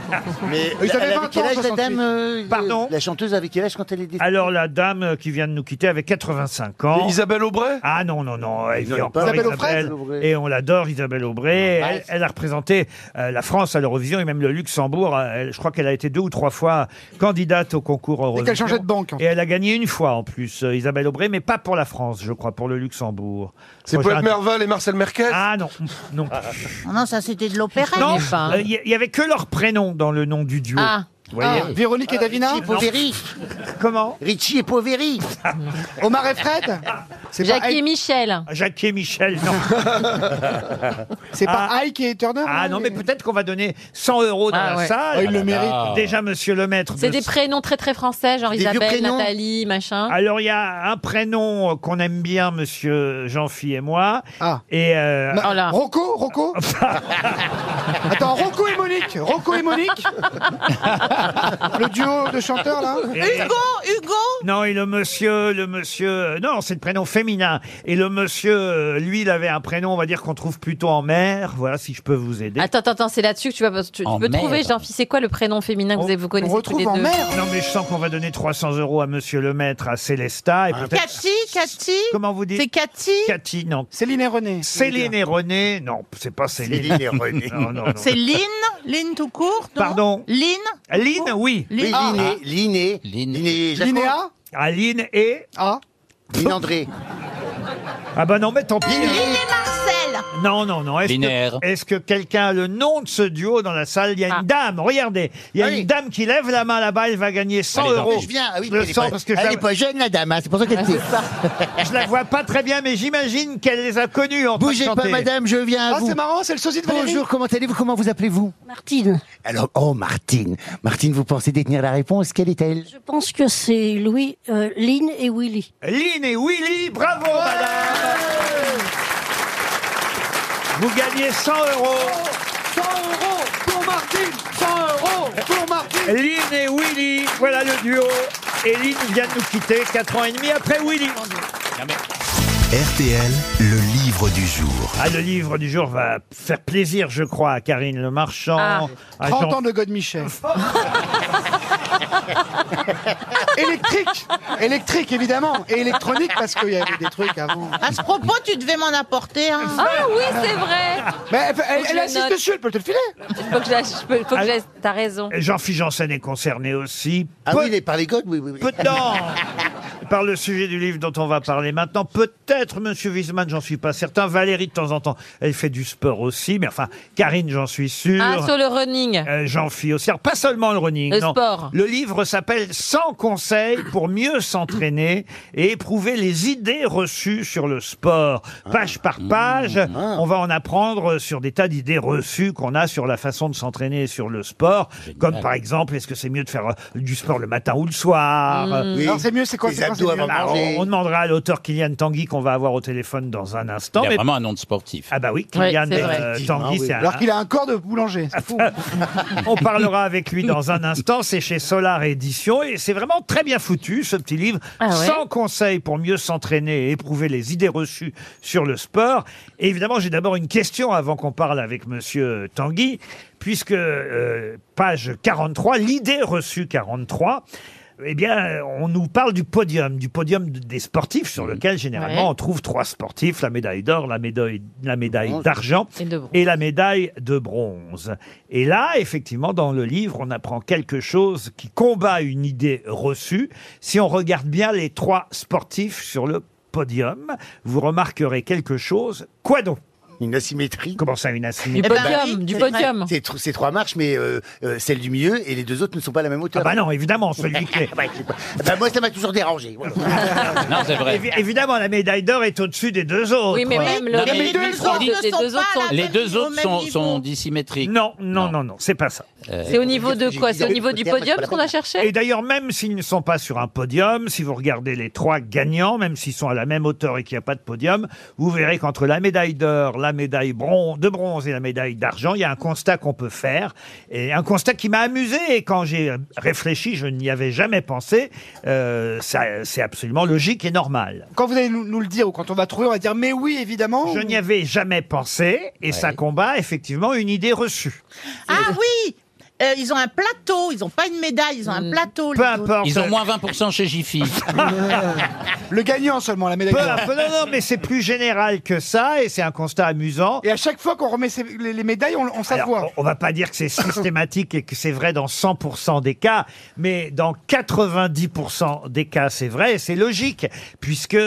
F: Mais
G: Ils avaient
F: elle avait
G: 20
F: quel
G: ans,
F: âge la
G: 68.
F: dame euh,
B: Pardon
F: La chanteuse avait quel âge quand elle est décédée
B: Alors, la dame euh, qui vient de nous quitter avait 85 ans.
F: Et
B: Isabelle Aubray Ah non, non, non. Elle vit
F: Non,
B: encore,
F: pas Isabelle
B: Isabelle.
F: Aubray.
B: Et on l'adore, Isabelle Aubray. Elle, elle a représenté euh, la France à l'Eurovision et même le Luxembourg. Euh, elle- je crois qu'elle a été deux ou trois fois candidate au concours Eurovision.
G: qu'elle changeait de banque, en
B: Et elle a gagné une fois en plus, euh, Isabelle Aubray, mais pas pour la France, je crois, pour le Luxembourg.
H: C'est
B: Roger
H: Poète Merval et Marcel Merkel
B: Ah non, non.
E: Ah non, ça c'était de l'opéra.
B: Non, euh, il n'y avait que leur prénom dans le nom du duo.
E: Ah.
B: Vous voyez Euh,
E: Ah,
G: Véronique et Davina
B: Richie Poveri. Comment
F: Richie et Poveri.
G: Omar et
D: <laughs>
G: Fred C'est pas
D: Jackie et Michel.
B: Ah, Jacques et Michel, non.
G: <laughs> C'est pas hein, Ike et Turner
B: Ah non, mais peut-être qu'on va donner 100 euros dans
D: Ah
B: la
D: ouais.
B: salle.
D: Oh, il le
B: Ah là
D: mérite.
B: là. Déjà, monsieur le maître.
D: C'est
B: de-
D: des hein. prénoms très très français, genre
B: Des vieux
D: Isabelle,
B: prénoms.
D: Nathalie, machin.
B: Alors, il y a un prénom euh, qu'on aime bien, monsieur Jean-Phi et moi.
G: Ah.
B: Et euh,
D: Oh
G: Ma- Rocco
B: <laughs>
G: Rocco Attends, Rocco et Monique Rocco et Monique Le duo de chanteurs, là
B: Et-
E: Hugo, Hugo.
B: Non, et le monsieur, le monsieur, euh, non, c'est le prénom féminin. Et le monsieur, euh, lui, il avait un prénom, on va dire, qu'on trouve plutôt en mer. Voilà, si je peux vous aider.
D: Attends, attends, attends, c'est là-dessus que tu, vas, tu- tu,
B: En
D: peux
B: mer.
D: trouver, jean c'est quoi le prénom féminin
B: Oh,
D: que vous, avez- vous connaissez tous les deux
B: Non, mais je sens qu'on va donner 300 euros à monsieur le maître, à Célesta. Et peut-être
E: Cathy, Cathy.
B: Comment vous dites
E: C'est Cathy.
B: Cathy, non.
G: Céline et René.
B: Céline et René, non, c'est pas Céline.
F: Céline et René.
B: <laughs> Non, non, non.
E: C'est Lynn, Lynn tout court. non
B: Pardon.
E: Lynn.
B: Lynn,
F: Oh.
B: oui.
E: Lynn. Ah.
F: Liné. Liné. Jacques-
G: Linéa
B: Ah, Lynn et.
G: Ah. <laughs>
F: Lynn André.
B: Ah bah non, mais tant pis.
E: Lynn et Marcel.
B: Non, non, non. Est-ce
C: Linéaire.
B: que, est-ce que quelqu'un a le nom de ce duo dans la salle Il y a une
G: Ah.
B: dame, regardez. Il y a une dame qui lève la main là-bas, elle va gagner 100
F: Allez,
B: euros.
F: Je viens. Ah oui,
B: Je
F: mais
B: le
F: elle est
B: sens
F: pas-
B: parce que je
F: elle
B: la-
F: est pas jeune, la dame. hein, C'est pour ça qu'elle dit.
B: je la vois pas très bien, mais j'imagine qu'elle les a connus en train de
F: Bougez pas,
B: chanter.
F: madame, je viens à
G: Ah,
F: vous.
G: c'est marrant, c'est le sosie de Valérie.
F: Bonjour, comment allez-vous Comment vous appelez-vous Martine. Alors, oh, Martine. Martine, vous pensez détenir la réponse Quelle est-elle
N: Je pense que c'est Louis, euh, Lynn et Willy.
B: Lynn et Willy, bravo madame Vous gagnez 100 euros.
G: 100 euros pour Martine 100 euros pour Martine
B: Lynn et Willy, voilà le duo. Et Lynn vient de nous quitter 4 ans et demi après Willy.
A: RTL, le livre du jour.
B: Ah, le livre du jour va faire plaisir, je crois, à Karine Le Marchand.
D: Ah.
B: à
G: 30
B: Jean-
G: ans de God
B: <laughs>
G: Michel. électrique Électrique, évidemment. Et électronique, parce qu'il y avait des trucs avant.
E: À ce propos, tu devais m'en apporter un.
D: Ah oui, c'est vrai.
G: Mais euh, elle,
D: Faut
G: elle-
D: que je
G: elle
D: le
G: insiste
D: note.
G: dessus, elle peut te le filer.
D: Faut que je la- je peux- faut que je la-
B: Ah,
D: T'as raison.
B: Jean-Philippe Janssen est concerné aussi.
F: Ah oui, il est par les codes, oui, oui. oui.
B: Peu de
F: <laughs>
B: temps Par le sujet du livre dont on va parler maintenant, peut-être Monsieur Wiesmann, j'en suis pas certain. Valérie de temps en temps, elle fait du sport aussi, mais enfin Karine, j'en suis sûr.
D: Ah, sur le running.
B: Euh, J'en suis aussi. Alors, pas seulement le running.
D: Le
B: non.
D: sport.
B: Le livre s'appelle 100 conseils pour mieux s'entraîner et éprouver les idées reçues sur le sport. Page par page, on va en apprendre sur des tas d'idées reçues qu'on a sur la façon de s'entraîner et sur le sport. Comme par exemple, est-ce que c'est mieux de faire euh, du sport le matin ou le soir Euh,
G: Oui. Alors, c'est mieux, c'est quoi,
B: Les
G: c'est quoi,
B: abdos
G: c'est mieux
B: avant de manger. on, on demandera à l'auteur Kylian Tanguy qu'on va avoir au téléphone dans un instant.
C: Il y a
B: mais-
C: vraiment un nom de sportif.
B: Ah bah oui, Kylian
G: c'est
B: euh,
G: vrai.
B: Tanguy, c'est un-
G: Ah Alors qu'il a un corps de boulanger, c'est fou.
B: <laughs> on parlera avec lui dans un instant. C'est chez Solar Édition et c'est vraiment très bien foutu ce petit livre.
G: Ah ouais
B: 100 conseils pour mieux s'entraîner et éprouver les idées reçues sur le sport. Et évidemment, j'ai d'abord une question avant qu'on parle avec Monsieur Tanguy, puisque euh, page 43, l'idée reçue 43. Eh bien, euh, on nous parle du podium, du podium de- des sportifs,
G: Mmh.
B: sur lequel généralement
G: Ouais.
B: on trouve trois sportifs, la médaille d'or, la médaille, la médaille d'argent et la médaille de bronze. Et là, effectivement, dans le livre, on apprend quelque chose qui combat une idée reçue. Si on regarde bien les trois sportifs sur le podium, vous remarquerez quelque chose. Quoi donc
F: Une asymétrie.
B: Comment ça, une asymétrie
F: Eh ben oui,
D: du
F: c'est-
D: podium.
F: C'est tr- c'est trois marches, mais euh, euh, celle du milieu et les deux autres ne sont pas à la même hauteur.
B: Ah bah non, évidemment, celui qui
F: <laughs>
B: est...
F: Ouais, je sais pas. Bah moi, ça m'a toujours
B: <laughs>
F: dérangé. voilà.
C: Non, c'est vrai.
B: Évi- Évidemment, la médaille d'or est au-dessus des deux autres.
D: Oui, mais même le-
C: Non, mais
D: les deux
C: les
D: autres
C: autres
D: les
C: sont-
D: deux autres sont-
C: Les deux autres sont,
D: niveau.
C: sont dissymétriques. Euh,
B: Non, non, non, non, c'est pas ça.
D: C'est au niveau de quoi C'est au niveau du podium ce qu'on a cherché
B: Et d'ailleurs, même s'ils ne sont pas sur un podium, si vous regardez les trois gagnants, même s'ils sont à la même hauteur et qu'il n'y a pas de podium, vous verrez qu'entre la médaille d'or, la médaille bron- de bronze et la médaille d'argent, il y a un constat qu'on peut faire. Et un constat qui m'a amusé. Et quand j'ai euh, réfléchi, je n'y avais jamais pensé. Euh, ça, c'est absolument logique et normal.
G: Quand vous allez nous, nous le dire ou quand on va trouver, on va dire mais oui, évidemment.
B: Je n'y avais jamais pensé. Et ça combat effectivement une idée reçue.
E: Ah oui Euh, Ils ont un plateau, ils n'ont pas une médaille, ils ont un plateau.
B: Mm. Peu
E: les autres.
B: importe.
D: euh,
C: Ils ont moins 20%
D: <laughs>
C: chez Jiffy. <laughs>
G: Le gagnant seulement, la médaille
B: Peu
G: d'or.
B: importe. non, non, mais c'est plus général que ça. Ah, Et c'est un constat amusant.
G: Et à chaque fois qu'on remet ses- les, les médailles, on, on
B: Alors,
G: s'assoit.
B: on on va pas dire que c'est systématique et que c'est vrai dans 100% des cas, mais dans 90% des cas, c'est vrai et c'est logique, puisque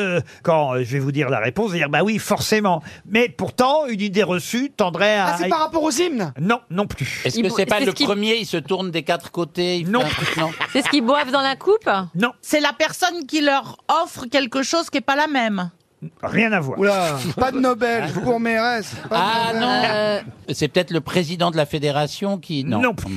B: quand euh, je vais vous dire la réponse, vous allez dire bah oui, forcément. Mais pourtant, une idée reçue tendrait à...
G: Ah, c'est par rapport aux hymnes
B: Non, non plus.
C: Est-ce
D: Ils
C: que
D: bou-
C: c'est pas
D: c'est
C: le
D: ce qui-
C: premier Il se tourne des quatre côtés. il fait
B: Non.
C: un
N: <laughs>
C: truc, non.
D: C'est ce qu'ils boivent dans la coupe
B: Non,
E: C'est la personne qui leur offre quelque chose qui n'est pas la même.
B: rien à
C: <laughs>
B: voir.
G: Oula, pas de Nobel,
B: Hein
G: je vous gourmerais.
C: Ah non.
N: Euh,
C: C'est peut-être le président de la fédération qui. Non.
B: Non plus.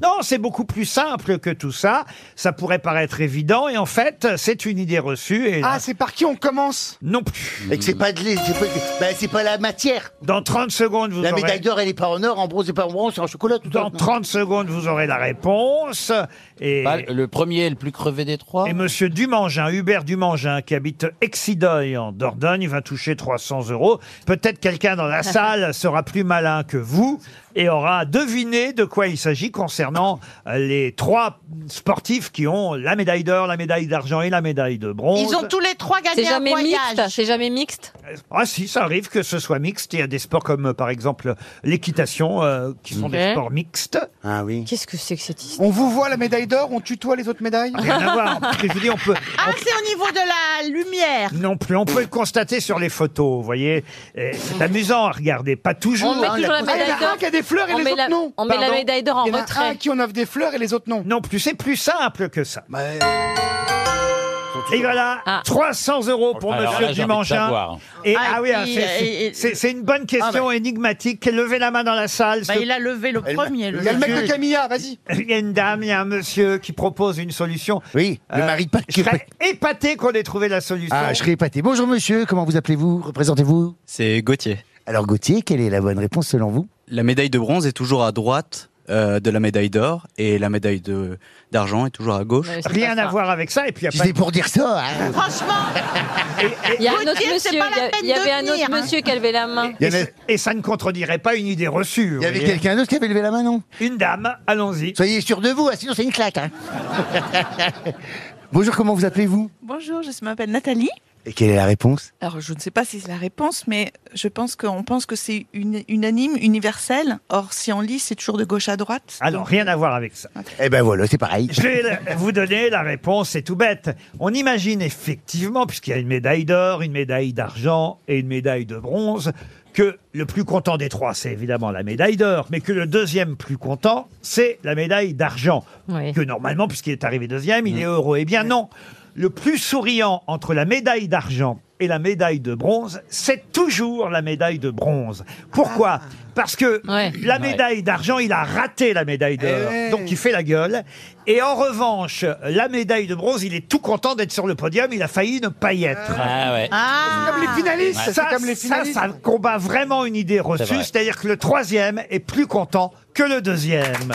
B: Non, c'est beaucoup plus simple que tout ça. Ça pourrait paraître évident et en fait, c'est une idée reçue et
G: Ah, c'est par qui on commence
B: non plus.
F: Et que c'est pas de l'é- c'est pas, de- bah, c'est pas la matière.
B: Dans 30 secondes, vous
F: La
B: aurez...
F: médaille d'or, elle est pas en or, en bronze, et pas en bronze, c'est en chocolat tout
B: Dans 30 secondes, vous aurez la réponse. Et...
C: Pas Bah, le premier et le plus crevé des trois.
B: Et monsieur Dumangin, Hubert Dumangin, qui habite Exideuil en Dordogne, il va toucher 300 euros. Peut-être quelqu'un
E: <laughs>
B: dans la salle sera plus malin que vous et aura deviné de quoi il s'agit concernant euh, les trois sportifs qui ont la médaille d'or, la médaille d'argent et la médaille de bronze.
E: Ils ont tous les trois
D: C'est
E: gagné un
D: jamais mixte
E: voyage.
D: C'est jamais mixte
B: Ah si, ça arrive que ce soit mixte. Il y a des sports comme euh, par exemple l'équitation euh, qui sont des
D: Ok.
B: sports mixtes.
F: Ah oui.
D: Qu'est-ce que c'est que cette histoire
G: On vous voit la médaille d'or, on tutoie les autres médailles
B: Rien à voir.
G: <laughs>
B: Je vous dis, on peut,
E: Ah, c'est au niveau de la lumière.
B: Non plus, on peut le constater sur les photos, vous voyez. Eh, C'est amusant à regarder, pas toujours.
D: On met
B: hein,
D: toujours la
G: Ah, il y en
D: médaille
G: a un qui
D: d'or.
G: a des fleurs et
D: On
G: les
D: met
G: autres
D: la-
G: non.
D: on met la
G: Pardon.
D: médaille d'or en
G: Il y en a
D: retrait.
G: un qui en offre des fleurs et les autres non.
B: Non plus, c'est plus simple que ça.
G: Bah, euh,
B: Et voilà,
D: Ah.
B: 300 euros pour
C: Alors
B: Monsieur
C: là, j'ai envie de
B: Dumangin.
C: savoir.
B: Et,
E: Ah,
B: ah, oui, ah,
E: et-
B: c'est-
D: euh,
B: c'est-
E: et- et-
B: c'est c'est une bonne
D: Ah,
B: question énigmatique. Levez la main dans la salle.
E: Bah,
B: ce-
E: il a levé le premier.
G: Il y a le mec de
F: Monsieur-
G: Camilla, vas-y.
B: <laughs> Il y a une dame, il y a un monsieur qui propose une solution.
F: Oui, le
B: Euh,
F: mari pas
B: Je serais épaté qu'on ait trouvé la solution.
C: Ah,
F: Ah, je serais épaté. Bonjour monsieur, comment vous appelez-vous Représentez-vous
M: C'est Gauthier.
F: Alors Gauthier, quelle est la bonne réponse selon vous
M: La médaille de bronze est toujours à droite euh, de la médaille d'or et la médaille de- d'argent est toujours à gauche.
K: Euh,
B: Rien à voir avec ça. Et puis,
F: C'était pour dire ça. hein.
E: Franchement,
D: Il y a un autre
E: Gauthier, c'est
D: monsieur,
E: pas la
D: il y a-
E: peine
D: il y avait
E: de
D: un
E: venir,
D: autre
E: hein.
D: monsieur qui avait la main.
B: Et, c- et ça ne contredirait pas une idée reçue.
F: Il y avait quelqu'un d'autre qui avait levé la main, non
B: Une dame, allons-y.
F: Soyez sûr de vous, hein, sinon c'est une claque. hein. Bonjour, comment vous appelez-vous
N: <laughs> Bonjour, je m'appelle Nathalie.
F: Et quelle est la réponse
N: Alors, je ne sais pas si c'est la réponse, mais je pense qu'on pense que c'est une- unanime, universel. Or, si on lit, c'est toujours de gauche à droite.
B: Alors, Ah euh, rien à voir avec ça.
F: Eh ben voilà, c'est pareil.
B: Je vais la- vous donner la réponse, c'est tout bête. On imagine effectivement, puisqu'il y a une médaille d'or, une médaille d'argent et une médaille de bronze, que le plus content des trois, c'est évidemment la médaille d'or, mais que le deuxième plus content, c'est la médaille d'argent. Que normalement, puisqu'il est arrivé deuxième, il est heureux. Eh bien non, le plus souriant entre la médaille d'argent et la médaille de bronze, c'est toujours la médaille de bronze. Pourquoi Parce que la
O: Ouais.
B: médaille d'argent, il a raté la médaille d'or.
O: ouais.
B: Donc il fait la gueule. Et en revanche, la médaille de bronze, il est tout content d'être sur le podium. Il a failli ne pas y être.
C: Ah ouais.
G: C'est comme les finalistes, c'est
B: Ça,
G: comme les finalistes.
B: Ça, ça combat vraiment une idée reçue.
C: C'est vrai.
B: C'est-à-dire que le troisième est plus content que le deuxième.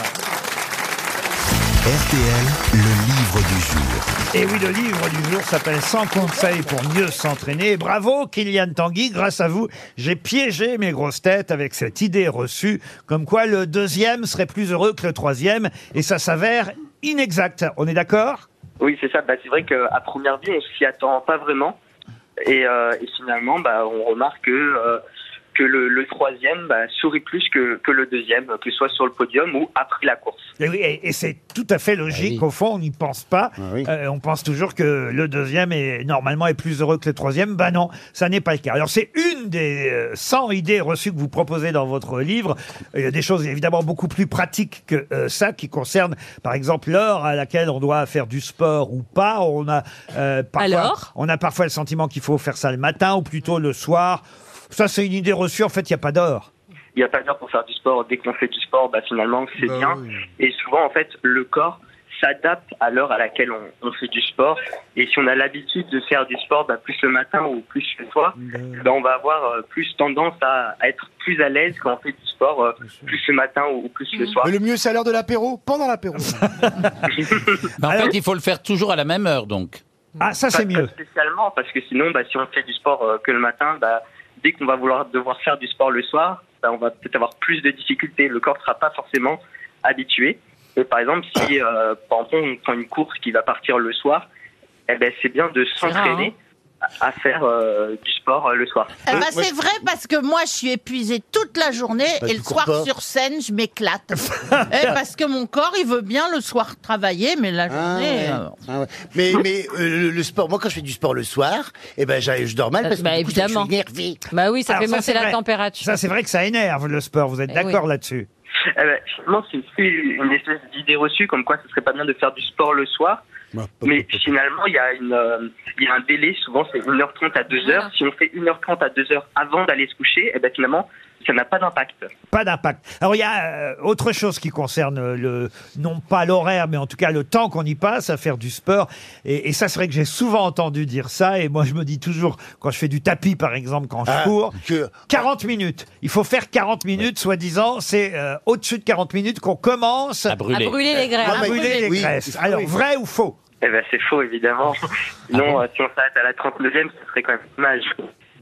A: RTL, le livre du jour.
B: Et oui, le livre du jour s'appelle 100 conseils pour mieux s'entraîner. Et Bravo, Kylian Tanguy. Grâce à vous, j'ai piégé mes grosses têtes avec cette idée reçue comme quoi le deuxième serait plus heureux que le troisième. Et ça s'avère inexact. On est d'accord
P: Oui, c'est ça. Bah, c'est vrai qu'à première vue, on s'y attend pas vraiment. Et, euh, et finalement, bah, on remarque que, euh, que le, le troisième bah, sourit plus que, que le deuxième, que ce soit sur le podium ou après la course.
B: Et, oui, et- et c'est tout à fait logique. Au fond, on n'y pense pas. Euh, on pense toujours que le deuxième est normalement est plus heureux que le troisième. Ben non, ça n'est pas le cas. Alors c'est une des euh, 100 idées reçues que vous proposez dans votre livre. Il y a des choses évidemment beaucoup plus pratiques que euh, ça, qui concernent par exemple l'heure à laquelle on doit faire du sport ou pas. On a euh, parfois,
D: Alors
B: on a parfois le sentiment qu'il faut faire ça le matin ou plutôt le soir. Ça, c'est une idée reçue. En fait, il n'y a pas d'heure.
P: Il n'y a pas d'heure pour faire du sport. Dès qu'on fait du sport, bah, finalement, c'est bien. Et souvent, en fait, le corps s'adapte à l'heure à laquelle on, on fait du sport. Et si on a l'habitude de faire du sport bah, plus le matin ou plus le soir, bah, on va avoir euh, plus tendance à, à être plus à l'aise quand on fait du sport euh, plus le matin ou, ou plus le soir.
C: Mais
G: Le mieux, c'est à l'heure de l'apéro, pendant l'apéro.
C: Mais en fait, il faut le faire toujours à la même heure, donc.
B: Ah, ça,
P: c'est mieux. spécialement, parce que sinon, bah, si on fait du sport euh, que le matin, bah, dès qu'on va vouloir devoir faire du sport le soir, bah, on va peut-être avoir plus de difficultés. Le corps ne sera pas forcément habitué. Et par exemple, si euh, par exemple, on prend une course qui va partir le soir, eh ben, c'est bien de s'entraîner à à faire euh, du sport euh, le soir.
E: Eh ben, c'est vrai parce que moi je suis épuisée toute la journée
P: Bah,
E: et
P: tu
E: le
P: cours
E: soir
P: pas.
E: sur scène je m'éclate. Eh, parce que mon corps il veut bien le soir travailler mais la journée. euh,
F: Ah ouais. Ah ouais.
D: Hein
F: Mais, mais euh, le, le sport, moi quand je fais du sport le soir, eh ben, j'ai- je dors mal parce que
D: Bah,
F: du coup, je-
D: évidemment.
F: je suis énervé.
D: Bah oui, ça
F: Alors,
D: fait
F: ça,
D: monter
F: c'est
D: la
F: vrai.
D: température.
B: Ça, c'est vrai que ça énerve le sport. Vous êtes
D: Eh
B: d'accord
D: oui.
B: là-dessus
P: Eh ben, finalement, c'est aussi une espèce d'idée reçue comme quoi ce serait pas bien de faire du sport le soir. Mais finalement, il y, a une, euh, il y a un délai, souvent c'est 1h30 à 2h. Si on fait 1h30 à 2h avant d'aller se coucher, eh ben, finalement, ça n'a pas d'impact.
B: Pas d'impact. Alors il y a euh, autre chose qui concerne euh, le non pas l'horaire, mais en tout cas le temps qu'on y passe à faire du sport. Et, et ça, c'est vrai que j'ai souvent entendu dire ça. Et moi, je me dis toujours quand je fais du tapis, par exemple, quand je
F: Ah,
B: cours, 40 minutes. Il faut faire 40 minutes, soi-disant. C'est euh, au-dessus de 40 minutes qu'on commence à
P: brûler. À brûler les graisses.
B: À
P: Ah, bah,
B: brûler les
P: oui.
B: graisses.
P: Oui.
B: Alors vrai ou faux
P: Eh ben, c'est faux, évidemment. <laughs> Sinon, euh, si on s'arrête à la 39e, ce serait quand même dommage.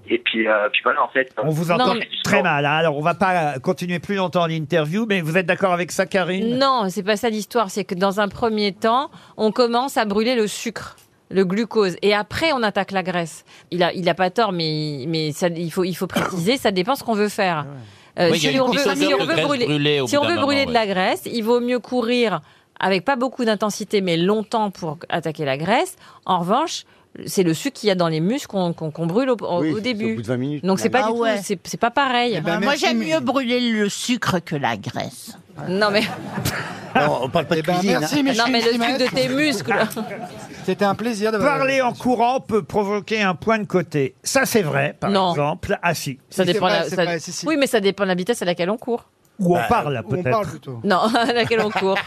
P: Et puis, euh, puis voilà, en fait.
B: On vous entend très mal. hein. Alors on va pas continuer plus longtemps l'interview, mais vous êtes d'accord avec ça, Karine
D: Non, c'est pas ça l'histoire. C'est que dans un premier temps, on commence à brûler le sucre. Le glucose. Et après, on attaque la graisse. Il a, il a pas tort, mais, mais ça, il, faut, il faut préciser, ça dépend ce qu'on veut faire. Euh,
C: Oui, il y a
D: si
C: une
D: on veut,
C: petite odeur
D: si on
C: de
D: veut
C: graisse
D: brûler,
C: brûlée au
D: si
C: bout
D: on
C: d'un
D: veut brûler
C: moment,
D: de la graisse, il vaut mieux courir avec pas beaucoup d'intensité, mais longtemps pour attaquer la graisse. En revanche, c'est le sucre qu'il y a dans les muscles qu'on qu'on- qu'on brûle au, au- au début. Donc c'est pas
E: Ah
D: du tout-
E: ouais.
D: c'est c'est pas pareil.
E: Bah, moi j'aime mieux brûler le sucre que la graisse.
D: Non mais
F: on parle
B: Eh
F: pas de
D: cuisine, Ah,
B: Ah,
D: merci, hein. Micheline Non, mais le Guillemette. sucre de tes muscles.
B: ben, C'était un plaisir de Parler en courant peut provoquer un point de côté. Ça, c'est vrai, par exemple. Ah si.
D: ça dépend. la- ça- Oui, mais ça dépend de la vitesse à laquelle on court.
B: Où
D: Bah,
B: on parle,
D: où on
B: peut-être.
D: parle plutôt. Non, <laughs> à laquelle on court.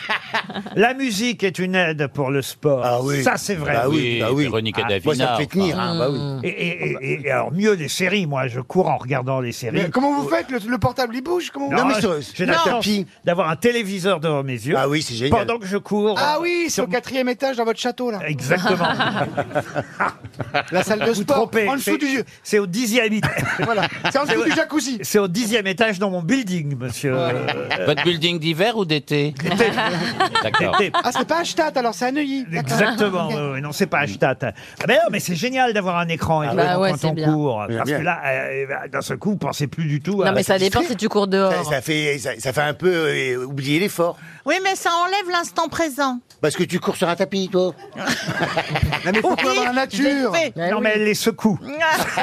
B: La musique est une aide pour le sport.
C: oui.
B: Ça, c'est vrai.
C: Bah oui, Oui, bah oui. Véronique et Davina,
B: moi, ça me fait
C: enfin.
B: tenir, hein, bah oui. Et, et- et- et- et alors, mieux les séries. Moi, je cours en regardant les séries.
G: Mais comment vous faites le, le portable, il bouge comment vous-
B: j'ai la chance d'avoir un téléviseur devant mes yeux. Ah oui, c'est
G: génial.
B: Pendant que je cours.
G: Ah oui, c'est au quatrième étage dans votre château, là. <laughs>
B: Exactement.
G: La salle de
B: Vous
G: sport,
B: trompez,
G: en dessous
B: c'est-
G: du jeu.
B: C'est au dixième étage.
G: <laughs> Voilà, c'est en dessous
B: au-
G: du jacuzzi.
B: C'est au dixième étage dans mon building, monsieur. Euh,
C: Votre building d'hiver ou d'été
B: D'été.
C: D'accord.
B: D'été.
G: Ah, c'est pas un stat, alors c'est un Neuilly. D'accord.
B: Exactement,
G: Ok.
B: oui, oui, non, c'est pas Ashtat. Ah ben non, mais c'est génial d'avoir un écran
D: Ah
B: évidemment,
D: bah ouais,
B: quand
D: c'est
B: on
D: bien.
B: court.
F: Bien,
B: Parce
F: bien.
B: que là, euh, bah, d'un seul coup, vous pensez plus du tout à.
D: Non, mais ça dépend si tu cours
F: Ça,
D: dehors.
F: ça fait, ça, ça fait un peu euh, oublier l'effort.
E: Oui, mais ça enlève l'instant présent.
F: Parce que tu cours sur un tapis, toi.
B: <laughs>
G: Non, mais faut
E: Oui,
G: courir dans la nature.
E: j'ai
D: Bah
E: fait.
B: Non, mais elle les secoue.
F: Bah,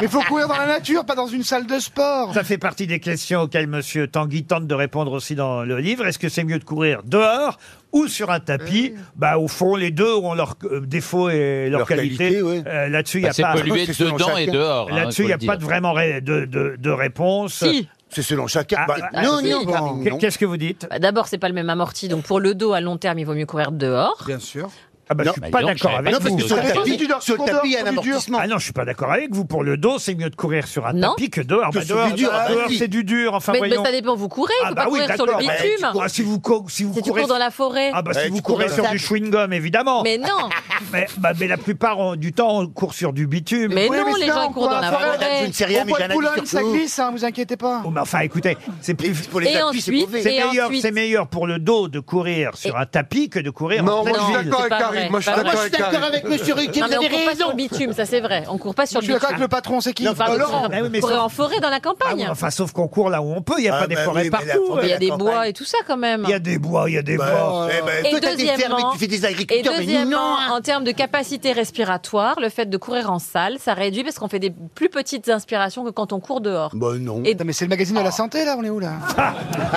G: Mais faut courir dans la nature, pas dans une salle de sport.
B: Ça fait partie des questions auxquelles Monsieur Tanguy tente de répondre aussi dans le livre. Est-ce que c'est mieux de courir dehors ou sur un tapis Bah au fond, les deux ont leurs euh, défauts et leurs
F: Leur
B: qualités.
F: qualité, ouais.
B: Euh, Là-dessus, il
C: Bah,
B: n'y a
C: c'est
B: pas. <laughs>
C: polluer C'est selon dedans chacun. et dehors, hein, faut
B: Là-dessus, il n'y a
C: le
B: pas
C: dire.
B: de vraiment ré- de, de- de réponse.
D: Si.
F: C'est selon chacun.
B: Ah,
F: Bah,
B: ah,
F: non,
B: si.
F: non, Karine, non.
B: Qu'est-ce que vous dites
D: Bah, D'abord, c'est pas le même amorti, donc pour le dos à long terme, il vaut mieux courir dehors.
G: Bien sûr.
B: Ah bah,
F: Non.
B: je suis
F: Bah,
B: pas
F: dis donc,
B: d'accord
F: je savais
B: avec
F: pas
B: vous.
F: que sur le
B: Ah,
F: tapis,
B: si.
G: tu dors
F: sur le
G: sur
F: tapis, il y a
G: dehors,
F: un
G: sur du dur.
F: amortissement.
B: Ah non, je suis pas d'accord avec vous. Pour le dos, c'est mieux de courir sur un
D: Non.
B: tapis que dehors.
F: Que
B: Bah,
F: sur
B: dehors,
F: du dur,
B: bah,
F: ah bah
B: dehors,
F: si.
B: c'est du dur. Enfin,
D: mais, mais
B: voyons.
D: ça dépend, vous courez, il
B: Ah
D: faut
B: bah
D: pas
B: oui,
D: courir sur le
B: d'accord. Bah, tu
D: bitume.
B: cours- si vous, cou- si vous
D: si tu
B: courez
D: cours dans la forêt.
B: Ah bah
F: Eh,
B: si vous
F: tu
B: courez
F: cours
B: sur
F: dans
B: du
F: le
B: chewing-gum, évidemment.
D: Mais non,
B: <laughs> Mais, bah, mais la plupart ont- du temps, on court sur du bitume.
D: mais
G: Oui,
D: non,
G: mais
D: les
G: ça,
D: gens
G: on
D: ils courent
G: court
D: dans la
G: à la forêt,
F: Je
D: forêt.
F: ne sais
G: Au
F: rien, mais
G: bois
F: j'en
G: de
F: ai
G: Boulogne, ça
F: surtout.
G: glisse, hein, vous inquiétez pas.
B: Oh, mais enfin, écoutez, c'est plus...
F: Pour
D: Et
F: les appuis, c'est
D: ensuite-
F: mauvais.
B: C'est
D: et
B: meilleur,
D: ensuite-
B: c'est meilleur pour le dos de courir sur un tapis que de courir en
H: Non, moi
B: pleine
H: je suis
B: ville.
H: d'accord
D: c'est
H: avec
D: pas
H: Karine.
D: vrai,
H: Moi je suis
D: pas
H: d'accord
F: Moi,
H: avec
F: je suis d'accord
H: Karine.
F: avec Monsieur Ruquier,
D: Non,
F: vous
D: mais on
F: avez
D: court pas sur
F: raison.
D: le bitume, ça c'est vrai. On court pas sur le
G: Je suis
D: bitume.
G: d'accord avec le patron, c'est qui
F: Non,
D: Pardon,
F: Oh, Laurent.
B: Ah oui, mais
D: courir
B: ça-
D: en forêt dans la
B: Ah oui,
D: campagne.
B: enfin, sauf qu'on court là où on peut, il n'y a
F: Ah,
B: pas des
F: bah
B: forêts
F: oui, mais la
B: partout.
F: forêt-
D: Il y a
F: la
D: des
F: campagne.
D: bois et tout ça quand même.
B: Il y a des bois, il y a des bois.
F: Eh ben,
D: Et
F: toi, t'as des fermes et
D: deuxièmement-
F: tu fais des
D: Et
F: agriculteurs, mais nous, non.
D: deuxièmement, en termes de capacité respiratoire, le fait de courir en salle, ça réduit parce qu'on fait des plus petites inspirations que quand on court dehors.
F: Bah non.
D: Et-
G: Putain, mais c'est le magazine de la santé, là, on est où, là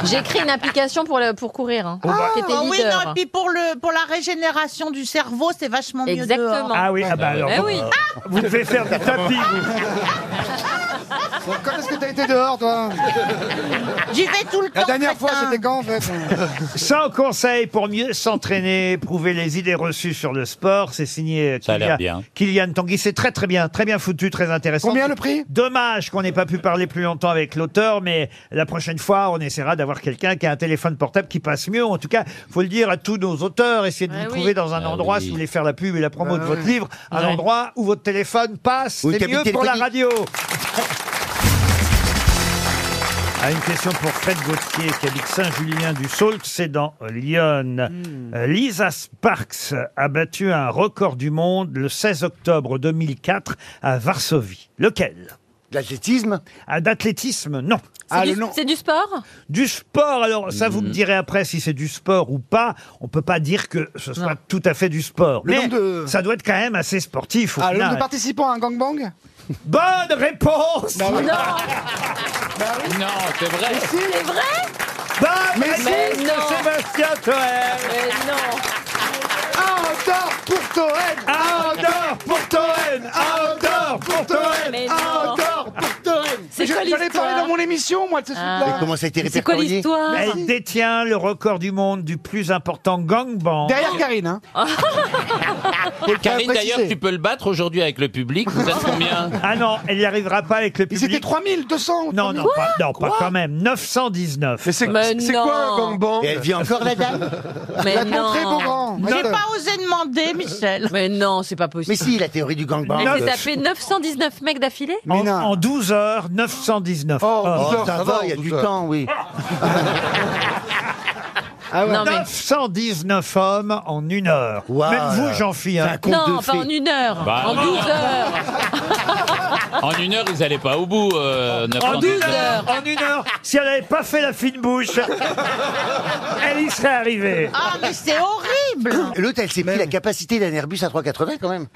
D: J'ai créé une application pour, le- pour courir, hein, qui était
E: Ah oui,
D: leader.
E: non, et puis pour, le, pour la régénération du cerveau, c'est vachement mieux
D: Exactement.
E: dehors.
B: Ah oui, ah bah alors,
D: Eh
B: vous,
D: oui.
B: vous devez faire du tapis. vous.
G: Quand est-ce que t'as été dehors, toi
E: J'y vais tout le temps.
G: La dernière fois,
E: crétin.
G: c'était quand, en fait
B: <laughs> 100 conseils pour mieux s'entraîner, éprouver les idées reçues sur le sport. C'est signé euh,
C: Ça a l'air
B: Kylian,
C: bien.
B: Kylian Tanguy. C'est très très bien, très bien foutu, très intéressant.
G: Combien le prix
B: Dommage qu'on n'ait pas pu parler plus longtemps avec l'auteur, mais la prochaine fois, on essaiera d'avoir quelqu'un qui a un téléphone portable qui passe mieux. En tout cas, faut le dire à tous nos auteurs, essayez de
D: Ah
B: vous
D: oui.
B: trouver dans un
C: Ah
B: endroit,
C: oui.
B: si vous voulez faire la pub et la promo
G: Bah
B: de
G: ouais.
B: votre livre, un
D: Ouais.
B: endroit où votre téléphone passe.
F: Ou une
B: C'est mieux
F: cabine
B: pour la radio.
F: téléphonique.
B: Ah, une question pour Fred Gauthier, qui habite Saint-Julien du Sault, c'est dans Lyon.
D: Hmm.
B: Euh, Lisa Sparks a battu un record du monde le 16 octobre 2004 à Varsovie. Lequel
F: De L'athlétisme
B: Ah, D'athlétisme, non.
G: Ah,
D: C'est du- C'est du sport
B: Du sport, alors ça
C: Hmm.
B: vous me direz après si c'est du sport ou pas. On peut pas dire que ce soit tout à fait du sport.
G: Le
B: mais
G: nombre de-
B: ça doit être quand même assez sportif. Au
G: Ah, le
B: final.
G: nombre de participants à un gangbang
B: Bonne réponse
G: Bah oui. Bah
C: Non, c'est vrai.
D: C'est vrai
B: Bonne
G: Mais
B: réponse
D: si.
B: de
D: Mais non.
B: Sébastien Toen
D: Mais non
G: Un dehors pour Toen
B: Un dehors pour Toen Un dehors pour Toen
D: Mais
G: Un
D: non
G: dehors pour Toen
D: C'est
G: Je-
D: quoi
G: J'en ai parlé dans
D: l'histoire
G: mon émission, moi, de ce
D: Ah.
F: Mais
G: truc-là.
F: comment ça a été
D: C'est quoi
F: répertorié Ah.
D: l'histoire <laughs>
B: Elle détient le record du monde du plus important gangbang.
G: Derrière Karine, hein.
C: Karine,
G: préciser.
C: d'ailleurs, tu peux le battre aujourd'hui avec le public. Vous êtes combien
B: Ah non, elle n'y arrivera pas avec le
G: Ils
B: public.
G: étaient 3200
B: Non, non, pas, non, pas quand même. 919.
H: Mais c'est
D: Mais
H: c'est quoi un
D: non.
F: Et
H: gangbang
F: elle vit encore, la dame
D: Mais
G: T'as montré,
D: non
G: Beaugrand.
E: J'ai
G: Regarde.
E: pas osé demander,
B: <laughs>
E: Michel.
D: Mais non, c'est pas
F: Mais
D: possible.
F: si, la théorie du gangbang.
D: Elle s'est
F: Euh,
D: tapé 919 mecs d'affilée
B: En, <laughs>
G: non.
B: <laughs> en 12 heures, 919.
H: Oh,
B: hommes.
F: Oh,
H: douze heures,
F: ça va, il y a
H: douze
F: du
H: heures.
F: temps,
H: <laughs>
F: oui.
G: Ah ouais.
D: Non, mais-
B: 919 hommes en une heure.
F: Waouh.
B: Même vous, hein. jean phil
F: C'est un conte
D: Non,
F: de
D: enfin
F: fées.
D: en une heure,
C: Bah,
D: en
C: non.
D: 12 heures.
C: En une heure, ils n'allaient pas au bout. euh,
B: En
C: 919.
B: une heure, en une heure, si elle n'avait pas fait la fine bouche, elle y serait arrivée.
F: Ah,
E: Ah, mais c'est horrible
G: <laughs>
B: <laughs>
F: L'autre, elle s'est pris la capacité d'un Airbus A380, quand même.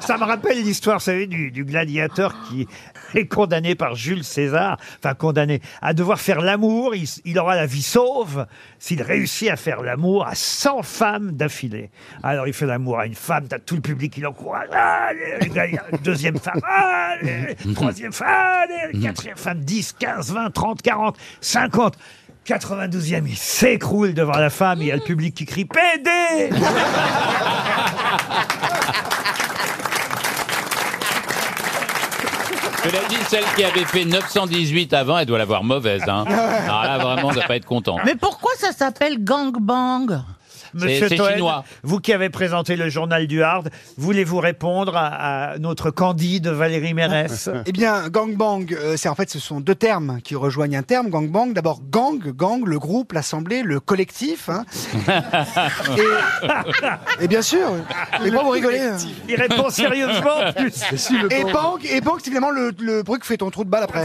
B: Ça me rappelle l'histoire, vous savez, du, du gladiateur qui est condamné par Jules César, enfin condamné à devoir faire l'amour. Il, s- il aura la vie sauve s'il réussit à faire l'amour à 100 femmes d'affilée. Alors il fait l'amour à une femme, t'as tout le public qui l'encourage. Ah, le- le gladiateur. <laughs> deuxième femme, ah, le- troisième femme, ah, le- quatrième femme, 10, 15, 20, 30, 40, 50. 92e, il s'écroule devant la femme, et il y a le public qui crie PD
C: Cela dit, celle qui avait fait 918 avant, elle doit l'avoir mauvaise.
E: Ah
C: Hein.
B: Ah
C: Alors là, vraiment, on ne doit pas être content.
E: Mais pourquoi ça s'appelle gangbang
B: Monsieur
C: c'est
B: Toen,
C: chinois.
B: vous qui avez présenté le journal du Hard, voulez-vous répondre à, à notre candide Valérie Mérès
G: <laughs> Eh bien, gangbang, euh, c'est en fait ce sont deux termes qui rejoignent un terme gangbang. D'abord gang, gang, le groupe, l'assemblée, le collectif. hein.
D: <laughs>
G: Et, et bien sûr, et pas vous rigolez. hein.
B: Il répond sérieusement en plus. Mais si, le
G: Et
B: pauvre.
G: bang, et bang, c'est finalement le, le bruit que fait ton trou de balle
B: <laughs>
G: après.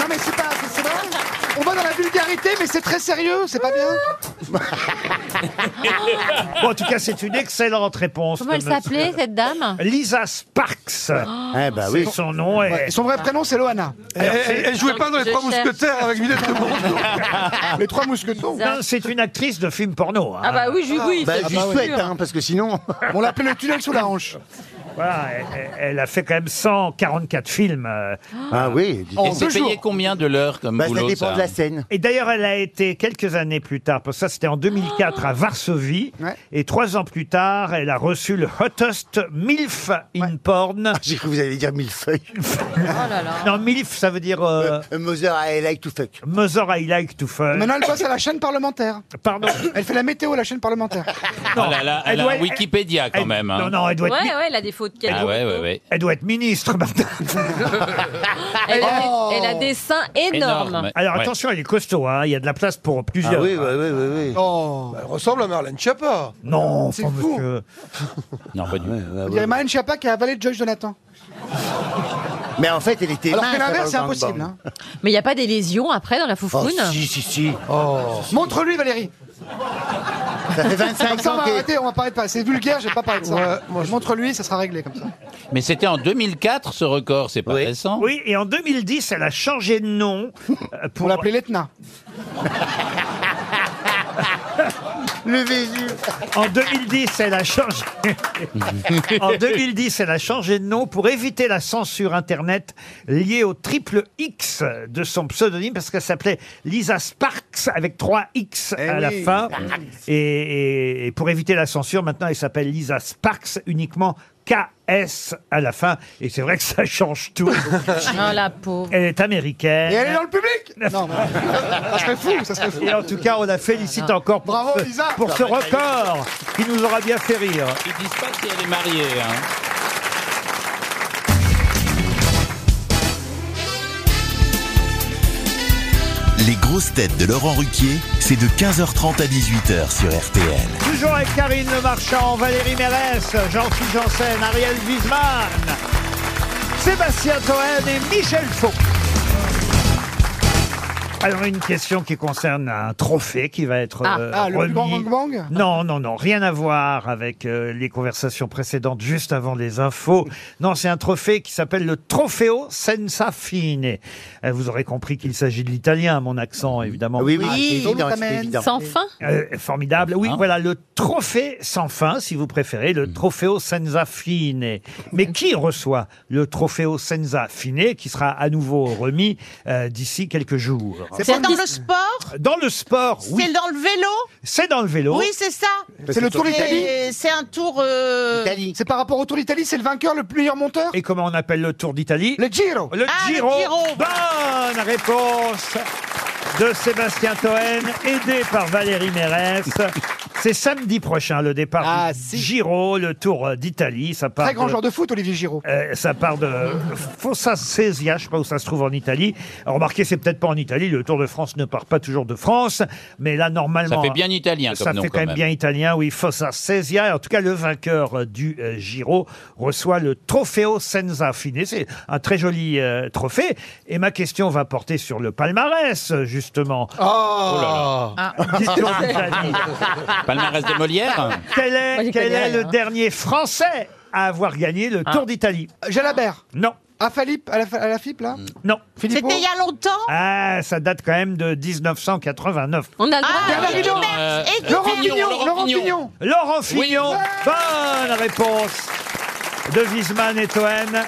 G: non mais c'est pas, c'est- c'est vrai. On va dans la vulgarité, mais c'est très sérieux, c'est pas bien.
B: Bon, en tout cas, c'est une excellente réponse.
D: Comment elle
B: de monsieur.
D: s'appelait, cette dame
B: Lisa Sparks.
G: Eh ben oui.
B: C'est son nom. Et...
G: Ouais, son vrai prénom, c'est Loana.
H: Eh,
B: Alors, c'est-
G: avec Juliette de
B: Les trois mousquetons. Non, c'est une actrice de film porno. hein.
G: Ah bah oui, ju- oui,
F: Bah,
G: c'est
F: je
G: sûr.
F: souhaite, hein, parce que sinon.
G: On l'appelait le tunnel sous la hanche.
B: Voilà, elle- elle, elle a fait quand même 144 films. euh.
F: Ah oui,
C: Et c'est payé combien de l'heure
B: Bah,
C: comme boulot ça
B: Et d'ailleurs, elle a été quelques années plus tard, parce que ça c'était en 2004 à Varsovie, et trois ans plus tard, elle a reçu le Hottest MILF in Porn. Ah, J'ai cru que vous alliez dire <laughs> millefeuille. Non, MILF, ça veut dire...
F: Euh,
B: Mother I like to fuck. Mother I like to fuck.
G: Maintenant, elle passe à la chaîne parlementaire.
B: Pardon
G: Elle fait la météo à la chaîne parlementaire.
C: Oh là là, elle,
B: elle
C: a
B: doit-
C: un Wikipédia quand
B: elle-
C: même. hein.
B: non, non, elle doit
D: Ouais,
B: être mi-
D: ouais, elle a des fautes. de
C: Ah
D: calcul.
C: ouais, ouais, ouais.
B: Elle doit être ministre <laughs> maintenant.
D: Elle, a,
B: Oh.
D: elle a des seins énormes.
B: <laughs> Alors attention, elle est costaud, hein, il y a de la place pour plusieurs.
H: Ah oui,
B: oui, oui, oui.
H: Oh. Bah, Elle ressemble à Marlène Schiappa.
B: Non,
H: c'est
B: pas
H: fou. <laughs>
B: monsieur. <laughs>
C: Non, pas du tout.
G: Il y a Marlène Schiappa qui a avalé Joyce Jonathan.
F: Mais en fait, elle était.
G: Alors
F: mince
G: que l'inverse, c'est
F: avant le
G: impossible. hein.
F: gangbang.
D: Mais il n'y a pas des lésions après dans la
F: Oh,
D: foufoune
F: si, si, si.
G: Montre-lui, Valérie.
F: Ça fait 25
G: Oh. ça, on
F: ans
G: va
F: qu'elle-
G: arrêter, on va parler de pas. C'est vulgaire, j'ai pas parlé de ça. Montre-lui, ça sera réglé comme ça.
C: Mais c'était en 2004 ce record, c'est pas récent.
B: Oui, et en 2010, elle a changé de nom. euh, Pour l'appeler
G: Letna. <laughs>
B: Le Vésuve. En 2010, elle a changé. en 2010, elle a changé de nom pour éviter la censure internet liée au triple X de son pseudonyme parce qu'elle s'appelait Lisa Sparks avec 3 X à
G: Eh
B: la
G: oui.
B: fin.
G: Sparks.
B: Et, et- et pour éviter la censure, maintenant, elle s'appelle Lisa Sparks uniquement KS à la fin. Et c'est vrai que ça change tout.
D: Oh la pauvre.
B: Elle est américaine.
G: Et elle est dans le public <laughs> Non, non. ça serait fou, ça serait fou.
B: Et en tout cas, on la félicite encore pour,
G: Bravo,
B: ce,
G: Lisa.
B: pour ce
G: Ça va,
B: record qui nous aura bien fait rire.
C: Ils disent pas si elle est mariée. Hein.
A: Les grosses têtes de Laurent Ruquier, c'est de 15h30 à 18h sur RTL.
B: Toujours avec Karine Le Marchand, Valérie Mérès, Jean-Philippe Janssen, Ariel Wiesmann, Sébastien Toen et Michel Faux. Alors une question qui concerne un trophée qui va être
G: Ah.
B: euh,
G: Ah, le plus
B: remis.
G: grand gangbang
B: Non, non, non, rien à voir avec euh, les conversations précédentes juste avant les infos. Non, c'est un trophée qui s'appelle le Trofeo Senza Fine. Euh, vous aurez compris qu'il s'agit de l'italien, mon accent évidemment.
F: Oui, oui, Ah, c'est oui, évident, c'est Solutamen. évident. Sans fin
B: Euh, formidable. Oui, voilà le trophée sans fin, si vous préférez, le Trofeo Senza Fine. Mais qui reçoit le Trofeo Senza Fine, qui sera à nouveau remis euh, d'ici quelques jours
E: C'est dans le sport
B: Dans le sport, oui.
E: C'est dans le vélo
B: C'est dans le vélo.
E: Oui, c'est ça.
B: C'est le Tour d'Italie
E: Et C'est un tour. euh,
G: C'est par rapport au Tour d'Italie, c'est le vainqueur, le meilleur monteur
B: Et comment on appelle le Tour d'Italie
G: Le Giro.
B: Le
G: Ah, le
B: Giro.
G: Giro.
B: Bonne
G: <laughs>
B: réponse de Sébastien Toen, aidé par Valérie Mérès. C'est samedi prochain le départ du Giro, le Tour d'Italie. Ça part
G: Ah, Très grand joueur de foot, Olivier Giraud.
B: Euh, ça part de Fossasezia, je sais pas où ça se trouve en Italie. Remarquez, c'est peut-être pas en Italie. Le Tour de France ne part pas toujours de France, mais là normalement.
C: Ça fait bien italien
B: Ça
C: comme nom,
B: fait
C: quand
B: quand même
C: même.
B: bien italien, oui. Fossasezia. Et En tout cas, le vainqueur euh, du euh, Giro reçoit le Trofeo Senza Fine. C'est un très joli euh, trophée. Et ma question va porter sur le palmarès, euh, justement.
G: Ah.
B: Ah.
C: Oh
G: <laughs>
B: là
C: là.
B: là. Dites-donc, Janine.
C: <laughs> Palmarès de
G: Ah.
C: Molière
B: Quel est,
C: Moi, j'y
B: quel
C: connais
B: est
C: rien,
B: le
C: hein.
B: dernier Français à avoir gagné le
G: Ah.
B: Tour d'Italie
G: Jalabert.
B: Non. Mm.
G: À Philippe, à la, à la FIP, là
B: Non.
G: C'était il y
E: a longtemps
B: Ah, ça date quand même de 1989.
D: On a le
E: droit
G: Bernard Hinault.
B: Euh,
G: Laurent Fignon, Laurent Fignon.
B: Laurent Fignon. Bonne réponse de Wiesmann et Toen.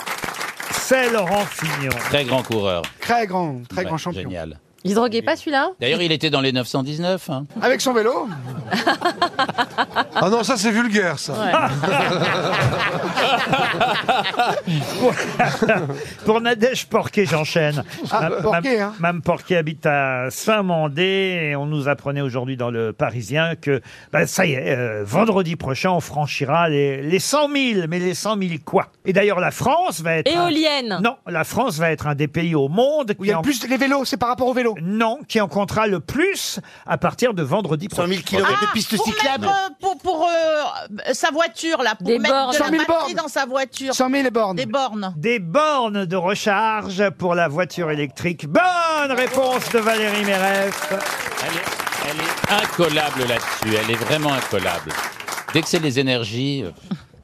B: C'est Laurent Fignon.
C: Très grand coureur.
G: Très grand, très
C: Ouais,
G: grand champion.
C: Génial.
D: Il droguait pas celui-là
C: D'ailleurs, il était dans les 919. hein.
G: Avec son vélo
H: Ah non, ça c'est vulgaire, ça.
B: <laughs> Pour Nadège Porquet, j'enchaîne.
G: Ah,
B: Ma-
G: Porquet,
B: ma-
G: hein.
B: Mme Porquet habite à Saint-Mandé et on nous apprenait aujourd'hui dans le Parisien que bah, ça y est, euh, vendredi prochain, on franchira les, les 100 000. Mais les 100 000 quoi Et d'ailleurs, la France va être. un-
D: Éolienne.
B: Non, la France va être un des pays au monde. Où
G: il y a le plus-
B: les vélos, c'est par rapport aux vélos Non, qui en comptera le plus à partir de vendredi prochain. 100 000
E: Ah, pour mettre, euh, pour, pour, euh, sa voiture, là, pour mettre de la
G: 100 000
E: batterie
G: bornes.
E: dans sa voiture.
G: 100 000 bornes.
E: Des bornes.
B: Des bornes de recharge pour la voiture électrique. Bonne réponse de Valérie Méref.
C: Elle est, elle est incollable là-dessus. Elle est vraiment incollable. Dès que c'est les énergies.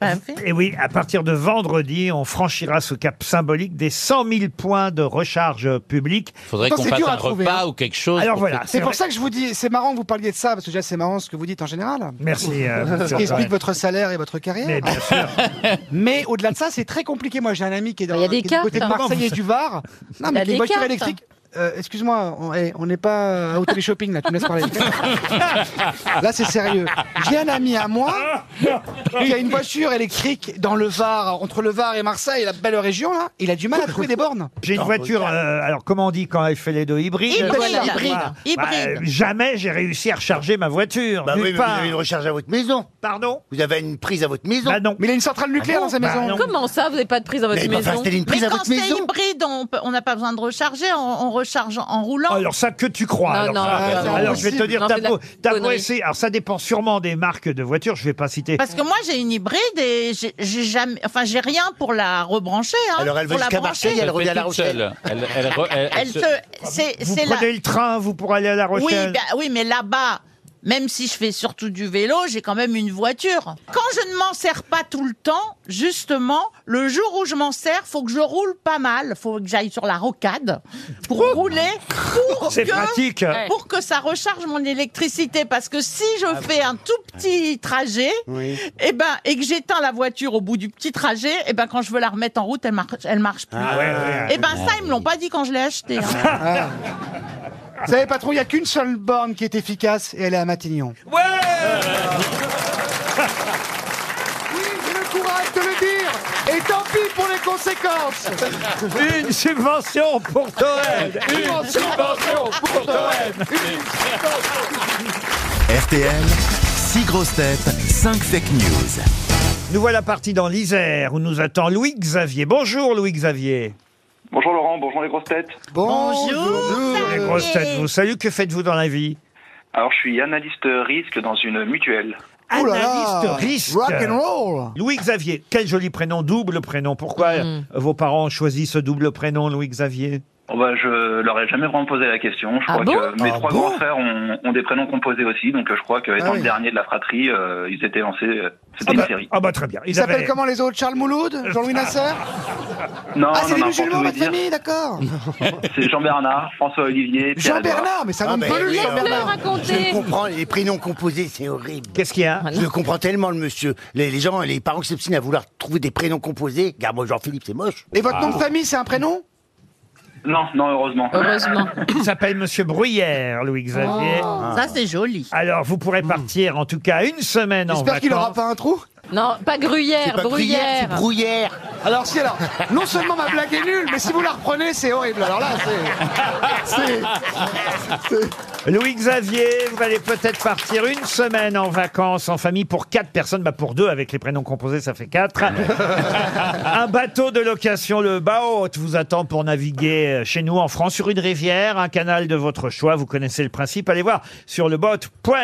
C: euh,
B: Et oui, à partir de vendredi, on franchira ce cap symbolique des 100 000 points de recharge publique.
C: Faudrait qu'on fasse un repas ou quelque chose.
B: Alors
C: pour
B: voilà,
C: que-
G: hein. C'est pour ça que je vous dis, c'est marrant que vous parliez de ça, parce que déjà c'est marrant ce que vous dites en général.
B: Merci,
G: <laughs>
B: euh,
G: ce qui
B: monsieur
G: explique
B: Cohen.
G: votre salaire et votre carrière.
B: Mais bien sûr.
G: <laughs> Mais au-delà de ça, c'est très compliqué. Moi j'ai un ami qui est, dans,
D: Il y a des
G: qui est du côté de
D: cartes.
G: Marseille et du Var. Non,
D: Il y a
G: mais les
D: des
G: voitures
D: cartes.
G: électriques. euh, Excuse-moi, on eh, on n'est pas au télé-shopping là, tu me laisses <laughs>
B: <laughs>
G: parler. Là, c'est sérieux. J'ai un ami à moi qui a une voiture électrique dans le Var, entre le Var et Marseille, la belle région là. Il a du mal à trouver des bornes.
B: J'ai une voiture, euh, alors comment on dit quand elle fait les deux hybrides
G: Hybride,
B: Voilà.
G: hybride,
F: hybride.
B: euh, jamais j'ai réussi à recharger ma voiture.
F: Bah
B: nulle
F: oui, mais vous
B: part.
F: avez une recharge à votre maison.
B: Pardon
F: Vous avez une prise à votre maison.
B: Bah non. Bah
G: Mais il a une centrale
F: nucléaire dans sa maison.
D: Comment ça, vous n'avez pas de prise dans votre
F: Bah, Mais il va
D: maison
F: falloir installer une prise
E: Mais
F: à
E: quand
F: votre
E: c'est
F: maison.
E: hybride, on peut- on n'a pas besoin de recharger, on, on recharge en
F: Oh,
E: roulant.
B: Alors ça que tu crois.
E: Non,
B: alors,
E: non,
B: ça,
E: non, non,
B: alors, je vais te
E: impossible.
B: dire,
E: Non,
B: t'as
E: c'est de
B: beau,
E: la
B: t'as beau
E: connerie.
B: essayer. Alors ça dépend sûrement des marques de voitures. Je vais pas citer.
E: Parce que moi j'ai une hybride et j'ai j'ai jamais, enfin j'ai rien pour la rebrancher. hein, pour la brancher.
C: se fait toute seule. Elle, elle re- elle- elle
E: Elle
C: se-
E: se, c'est,
B: Vous
E: c'est la-
B: prenez le train, vous pour aller à La
E: Oui,
B: Rochelle.
E: bah oui, mais là-bas, même si je fais surtout du vélo, j'ai quand même une voiture. Quand je ne m'en sers pas tout le temps, justement, le jour où je m'en sers, faut que je roule pas mal, faut que j'aille sur la rocade pour rouler, pour
B: Oh C'est
E: que,
B: pratique.
E: pour que ça recharge mon électricité, parce que si
C: Ah
E: je fais un tout petit trajet, et ben et que j'éteins la voiture au bout du petit trajet, et ben quand je veux la remettre en route, elle marche, elle marche plus.
B: Ah ouais, ouais, ouais.
E: et ben ça, ils me l'ont pas dit quand je l'ai acheté. hein. <laughs>
G: Ah. Vous savez, patron, il n'y a qu'une seule borne qui est efficace et elle est à Matignon.
B: Ouais
G: Oui, j'ai le courage de le dire Et tant pis pour les conséquences
B: Une subvention pour Toen. Une subvention pour Toen.
A: RTL, 6 grosses têtes, 5 fake news.
B: Nous voilà partis dans l'Isère où nous attend Louis Xavier. Bonjour Louis Xavier.
K: Bonjour Laurent, bonjour les grosses têtes.
B: Les grosses têtes vous salut. Que faites-vous dans la vie
K: Alors je suis analyste risque dans une mutuelle.
G: Oh là là,
B: Analyste risque.
G: rock and roll.
B: Louis Xavier. Quel joli prénom, double prénom. Pourquoi
E: Hmm.
B: euh, vos parents ont choisi ce double prénom, Louis Xavier
K: Oh bah, je leur ai jamais vraiment posé la question. Je
B: Ah
K: crois
B: bon
K: que mes
B: Ah
K: trois
B: bon
K: grands frères ont, ont des prénoms composés aussi, donc euh, je crois que étant
G: Ah oui.
K: le dernier de la fratrie, euh, ils étaient lancés. euh, C'était
B: Ah bah-
K: une série.
B: Ah bah très bien.
G: Ils
B: Ils
G: s'appellent
B: avaient-
G: comment les autres Charles Mouloud Jean-Louis Nasser
K: Non,
G: Ah, c'est
K: non,
G: les
K: non,
G: musulmans,
K: pour
G: votre
K: tout vous dire,
G: famille, d'accord
K: C'est Jean Bernard, François Olivier, Pierre Edouard.
G: Jean-Bernard, mais ça
F: Ah,
G: ne
F: ben
G: pas
F: oui,
G: lui,
F: alors,
G: Jean-Bernard
F: Je le comprends, les prénoms composés, c'est horrible.
B: Qu'est-ce qu'il y a
F: Je le comprends tellement, le monsieur. Les, les gens, les parents qui s'obstinent à vouloir trouver des prénoms composés. Regarde, moi, Jean-Philippe, c'est moche. Ah.
G: Et votre nom de famille, c'est un prénom
K: Non, non, heureusement.
B: <laughs> Il s'appelle Monsieur Bruyère, Louis Xavier.
E: Oh.
D: Ah.
E: Ça c'est joli.
B: Alors, vous
D: Hmm.
B: pourrez partir en tout cas une semaine en vacances.
G: J'espère qu'il n'aura pas un trou.
D: Non, pas gruyère, bruyère.
F: brouillère.
G: Alors si alors, non seulement ma blague est nulle, mais si vous la reprenez, c'est horrible. Alors là, c'est, c'est, c'est-
B: Louis-Xavier, vous allez peut-être partir une semaine en vacances en famille pour quatre personnes, bah pour deux avec les prénoms composés, ça fait quatre. Un bateau de location, le Baot, vous attend pour naviguer euh, chez nous en France sur une rivière, un canal de votre choix. Vous connaissez le principe. Allez voir sur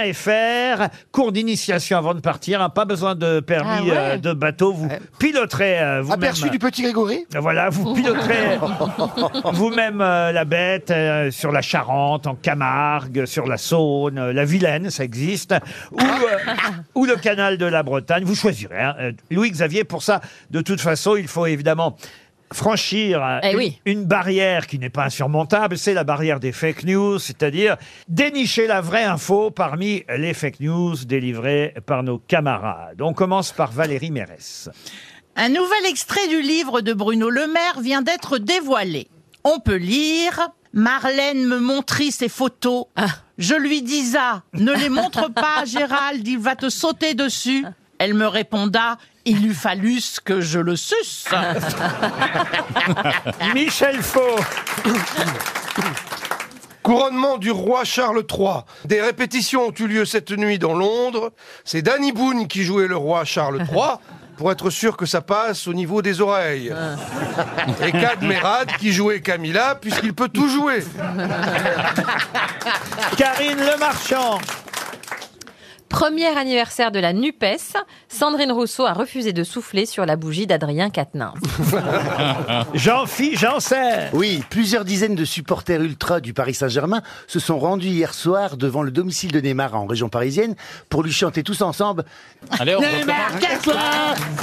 B: lebaot.fr. Cours d'initiation avant de partir. hein, pas besoin de permis
G: Ah ouais.
B: euh, de bateau. Vous piloterez euh, vous-même.
G: Aperçu du petit Grégory
B: Voilà, vous piloterez <laughs> vous-même euh, la bête euh, sur la Charente, en Camargue, sur la Saône, euh, la Vilaine, ça existe, ou, euh, <laughs> ou le canal de la Bretagne. Vous choisirez. hein. Euh, Louis-Xavier, pour ça, de toute façon, il faut évidemment franchir euh,
D: Eh
B: une,
D: oui.
B: une barrière qui n'est pas insurmontable, c'est la barrière des fake news, c'est-à-dire dénicher la vraie info parmi les fake news délivrées par nos camarades. On commence par Valérie Mérès.
E: Un nouvel extrait du livre de Bruno Le Maire vient d'être dévoilé. On peut lire Marlène me montrit ses photos. Je lui dis ah, ne les montre <laughs> pas, Gérald, il va te sauter dessus. Elle me réponda Il eût fallu que je le suce.
B: Michel Faux.
H: <coughs> Couronnement du roi Charles III. Des répétitions ont eu lieu cette nuit dans Londres. C'est Danny Boone qui jouait le roi Charles
B: <laughs>
H: III pour être sûr que ça passe au niveau des oreilles.
G: Ah.
H: Et Cadmerade qui jouait Camilla puisqu'il peut tout jouer.
B: <laughs> Karine Le Marchand.
D: Premier anniversaire de la NUPES, Sandrine Rousseau a refusé de souffler sur la bougie d'Adrien Quatennens.
B: Jean-Philippe Janssen.
F: Oui, plusieurs dizaines de supporters ultra du Paris Saint-Germain se sont rendus hier soir devant le domicile de Neymar en région parisienne pour lui chanter tous ensemble.
I: Allez, on
F: Neymar,
I: recommence.
F: casse-toi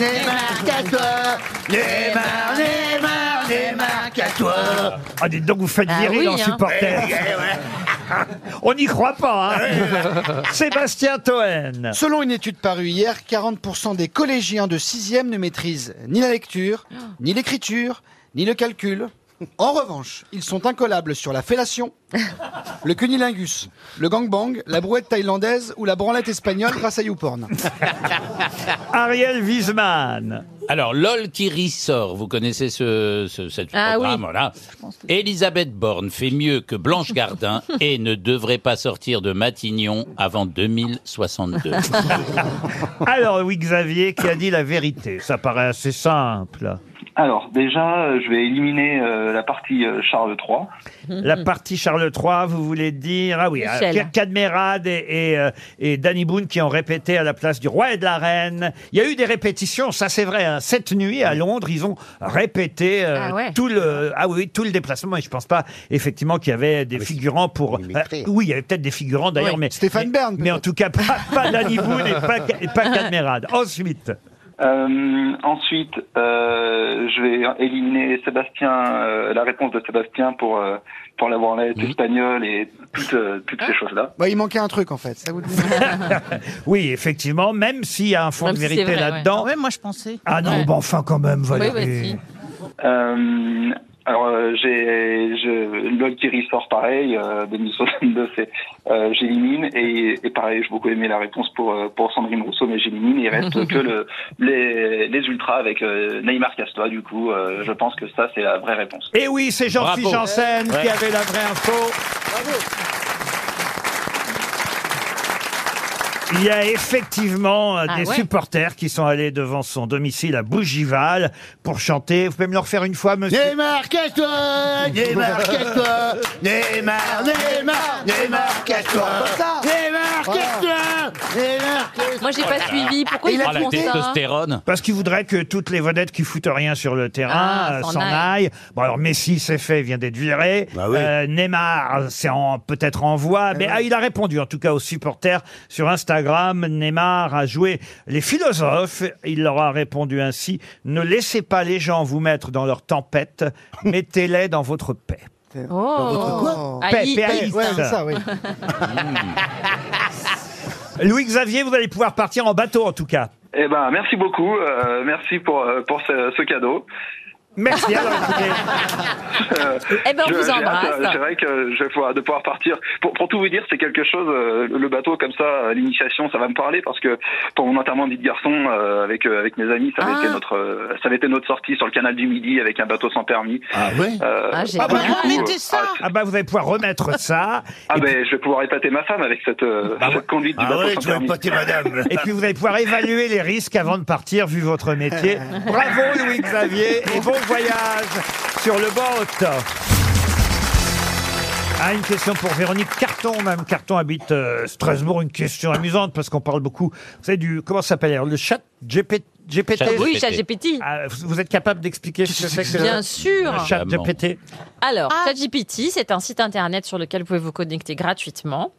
F: Neymar, casse-toi Neymar, Neymar, Neymar, casse-toi
B: Ah, dites donc, vous faites
I: Bah
F: Ah
B: virer
F: oui,
B: en
F: hein.
B: supporter.
F: Eh, eh,
B: On n'y croit pas, hein. Sébastien Toen.
O: Selon une étude parue hier, 40% des collégiens de 6e ne maîtrisent ni la lecture, ni l'écriture, ni le calcul. En revanche, ils sont incollables sur la fellation, le cunilingus, le gangbang, la brouette thaïlandaise ou la branlette espagnole grâce à YouPorn.
B: <laughs> Ariel Wiesman.
C: Alors, LOL qui ressort, vous connaissez ce, ce- cet
D: Ah
C: programme,
D: oui.
C: voilà. Elisabeth Borne fait mieux que Blanche Gardin et ne devrait pas sortir de Matignon avant 2062.
B: Alors, oui, Xavier qui a dit la vérité. Ça paraît assez simple.
Q: Alors, déjà, euh, je vais éliminer euh, la partie euh, Charles III.
B: La partie Charles III, vous voulez dire Ah oui,
Q: Michel.
B: euh, Cadmerade et, et, euh, et Danny Boone qui ont répété à la place du roi et de la reine. Il y a eu des répétitions, ça c'est vrai. hein. Cette nuit à Londres, ils ont répété euh,
R: Ah ouais.
B: tout le ah oui tout le déplacement. Et je pense pas effectivement qu'il y avait des figurants pour. euh, oui, il y avait peut-être des figurants d'ailleurs,
O: Oui.
B: mais Stéphane Bern. Mais en tout cas pas, pas Danny Boone et pas, et pas Cadmerade. Ensuite.
Q: Euh, ensuite, euh, je vais éliminer Sébastien, euh, la réponse de Sébastien pour, euh, pour la branlette
G: Mmh.
Q: espagnole et toutes, euh, toutes
B: Ah.
Q: ces choses-là.
O: Bah, il manquait un truc en fait. Ça vous le dit
B: <laughs> Oui, effectivement, même s'il y a un fond
Q: Même
B: de
Q: si c'est
B: vérité
Q: vrai, ouais.
B: là-dedans.
E: Ah ouais, moi je pensais.
B: Ah non, bon, enfin quand même,
E: Oui,
B: Valérie.
Q: Euh, alors, euh, j'ai je- LOL qui ressort pareil, euh, 2062, c'est euh, j'élimine et, et pareil, j'ai beaucoup aimé la réponse pour, euh, pour Sandrine Rousseau, mais j'élimine. Il reste que le, les, les ultras avec euh, Neymar Castois, du coup, euh, je pense que ça, c'est la vraie réponse.
B: Et Eh oui, c'est Jean-Philippe
Q: Bravo.
B: Janssen qui
Q: Ouais.
B: avait la vraie info. Il y a effectivement euh,
R: Ah
B: des
R: ouais.
B: supporters qui sont allés devant son domicile à Bougival pour chanter. Vous pouvez me le refaire une fois, monsieur
F: Neymar, casse-toi
B: <laughs>
F: Neymar, casse-toi
D: Ah,
F: Neymar, Neymar, Neymar, casse-toi Neymar, casse-toi Neymar, casse-toi
D: Moi,
I: Oh
D: j'ai pas suivi. Pourquoi
C: Il
D: ils font
C: a la
D: ça hein
C: testostérone.
B: Parce qu'il voudrait que toutes les vedettes qui foutent rien sur le terrain
D: Ah,
B: euh,
D: s'en
B: s'en aillent. Bon, alors Messi, c'est fait, il vient d'être viré.
C: Bah
B: Euh, Neymar, c'est en- peut-être en voie. Mais ah, il a répondu, en tout cas, aux supporters sur Instagram. Neymar a joué les philosophes. Il leur a répondu ainsi. Ne laissez pas les gens vous mettre dans leur
C: <laughs>
B: tempête. Mettez-les dans votre paix.
D: Dans
B: votre quoi
D: Oh. Ah,
B: Paix,
D: il-
B: paix,
D: il-
B: ouais, c'est ça, oui.
C: Hmm.
B: Louis-Xavier, vous allez pouvoir partir en bateau, en tout cas.
Q: Eh ben, merci beaucoup. euh, merci pour, euh, pour ce, ce cadeau.
B: Merci alors
D: Eh ben, on
Q: Euh, Je-
D: vous
Q: j'ai hâte,
D: embrasse.
Q: euh, C'est vrai que je vais pouvoir, de pouvoir partir. Pour, pour tout vous dire, c'est quelque chose, euh, le bateau comme ça, euh, l'initiation, ça va me parler parce que pour mon enterrement de vie de garçon euh, avec, euh, avec mes amis, ça avait,
D: Ah.
Q: été notre, euh, ça avait été notre sortie sur le canal du Midi avec un bateau sans permis.
B: Ah oui
Q: euh,
B: bah,
Q: du coup, euh,
B: Ah bah, vous allez pouvoir remettre ça. Bah
Q: Ah ben, je vais pouvoir épater ma femme avec cette, euh, cette conduite
B: Ah
Q: du bateau sans permis.
B: <laughs> Et puis vous allez pouvoir évaluer les risques avant de partir, vu votre métier. Bravo Louis-Xavier
D: <laughs>
B: et bon voyage sur le boat. Ah, une question pour Véronique Carton. Mme Carton habite euh, Strasbourg. Une question amusante parce qu'on parle beaucoup. Vous savez du comment ça s'appelle alors, le chat GPT GPT
D: Oui, ChatGPT.
B: Ah, vous- Vous êtes capable d'expliquer ce que c'est que
D: Bien
B: le-
D: sûr.
B: le chat GPT
D: Alors, ChatGPT, c'est un site internet sur lequel vous pouvez vous connecter gratuitement,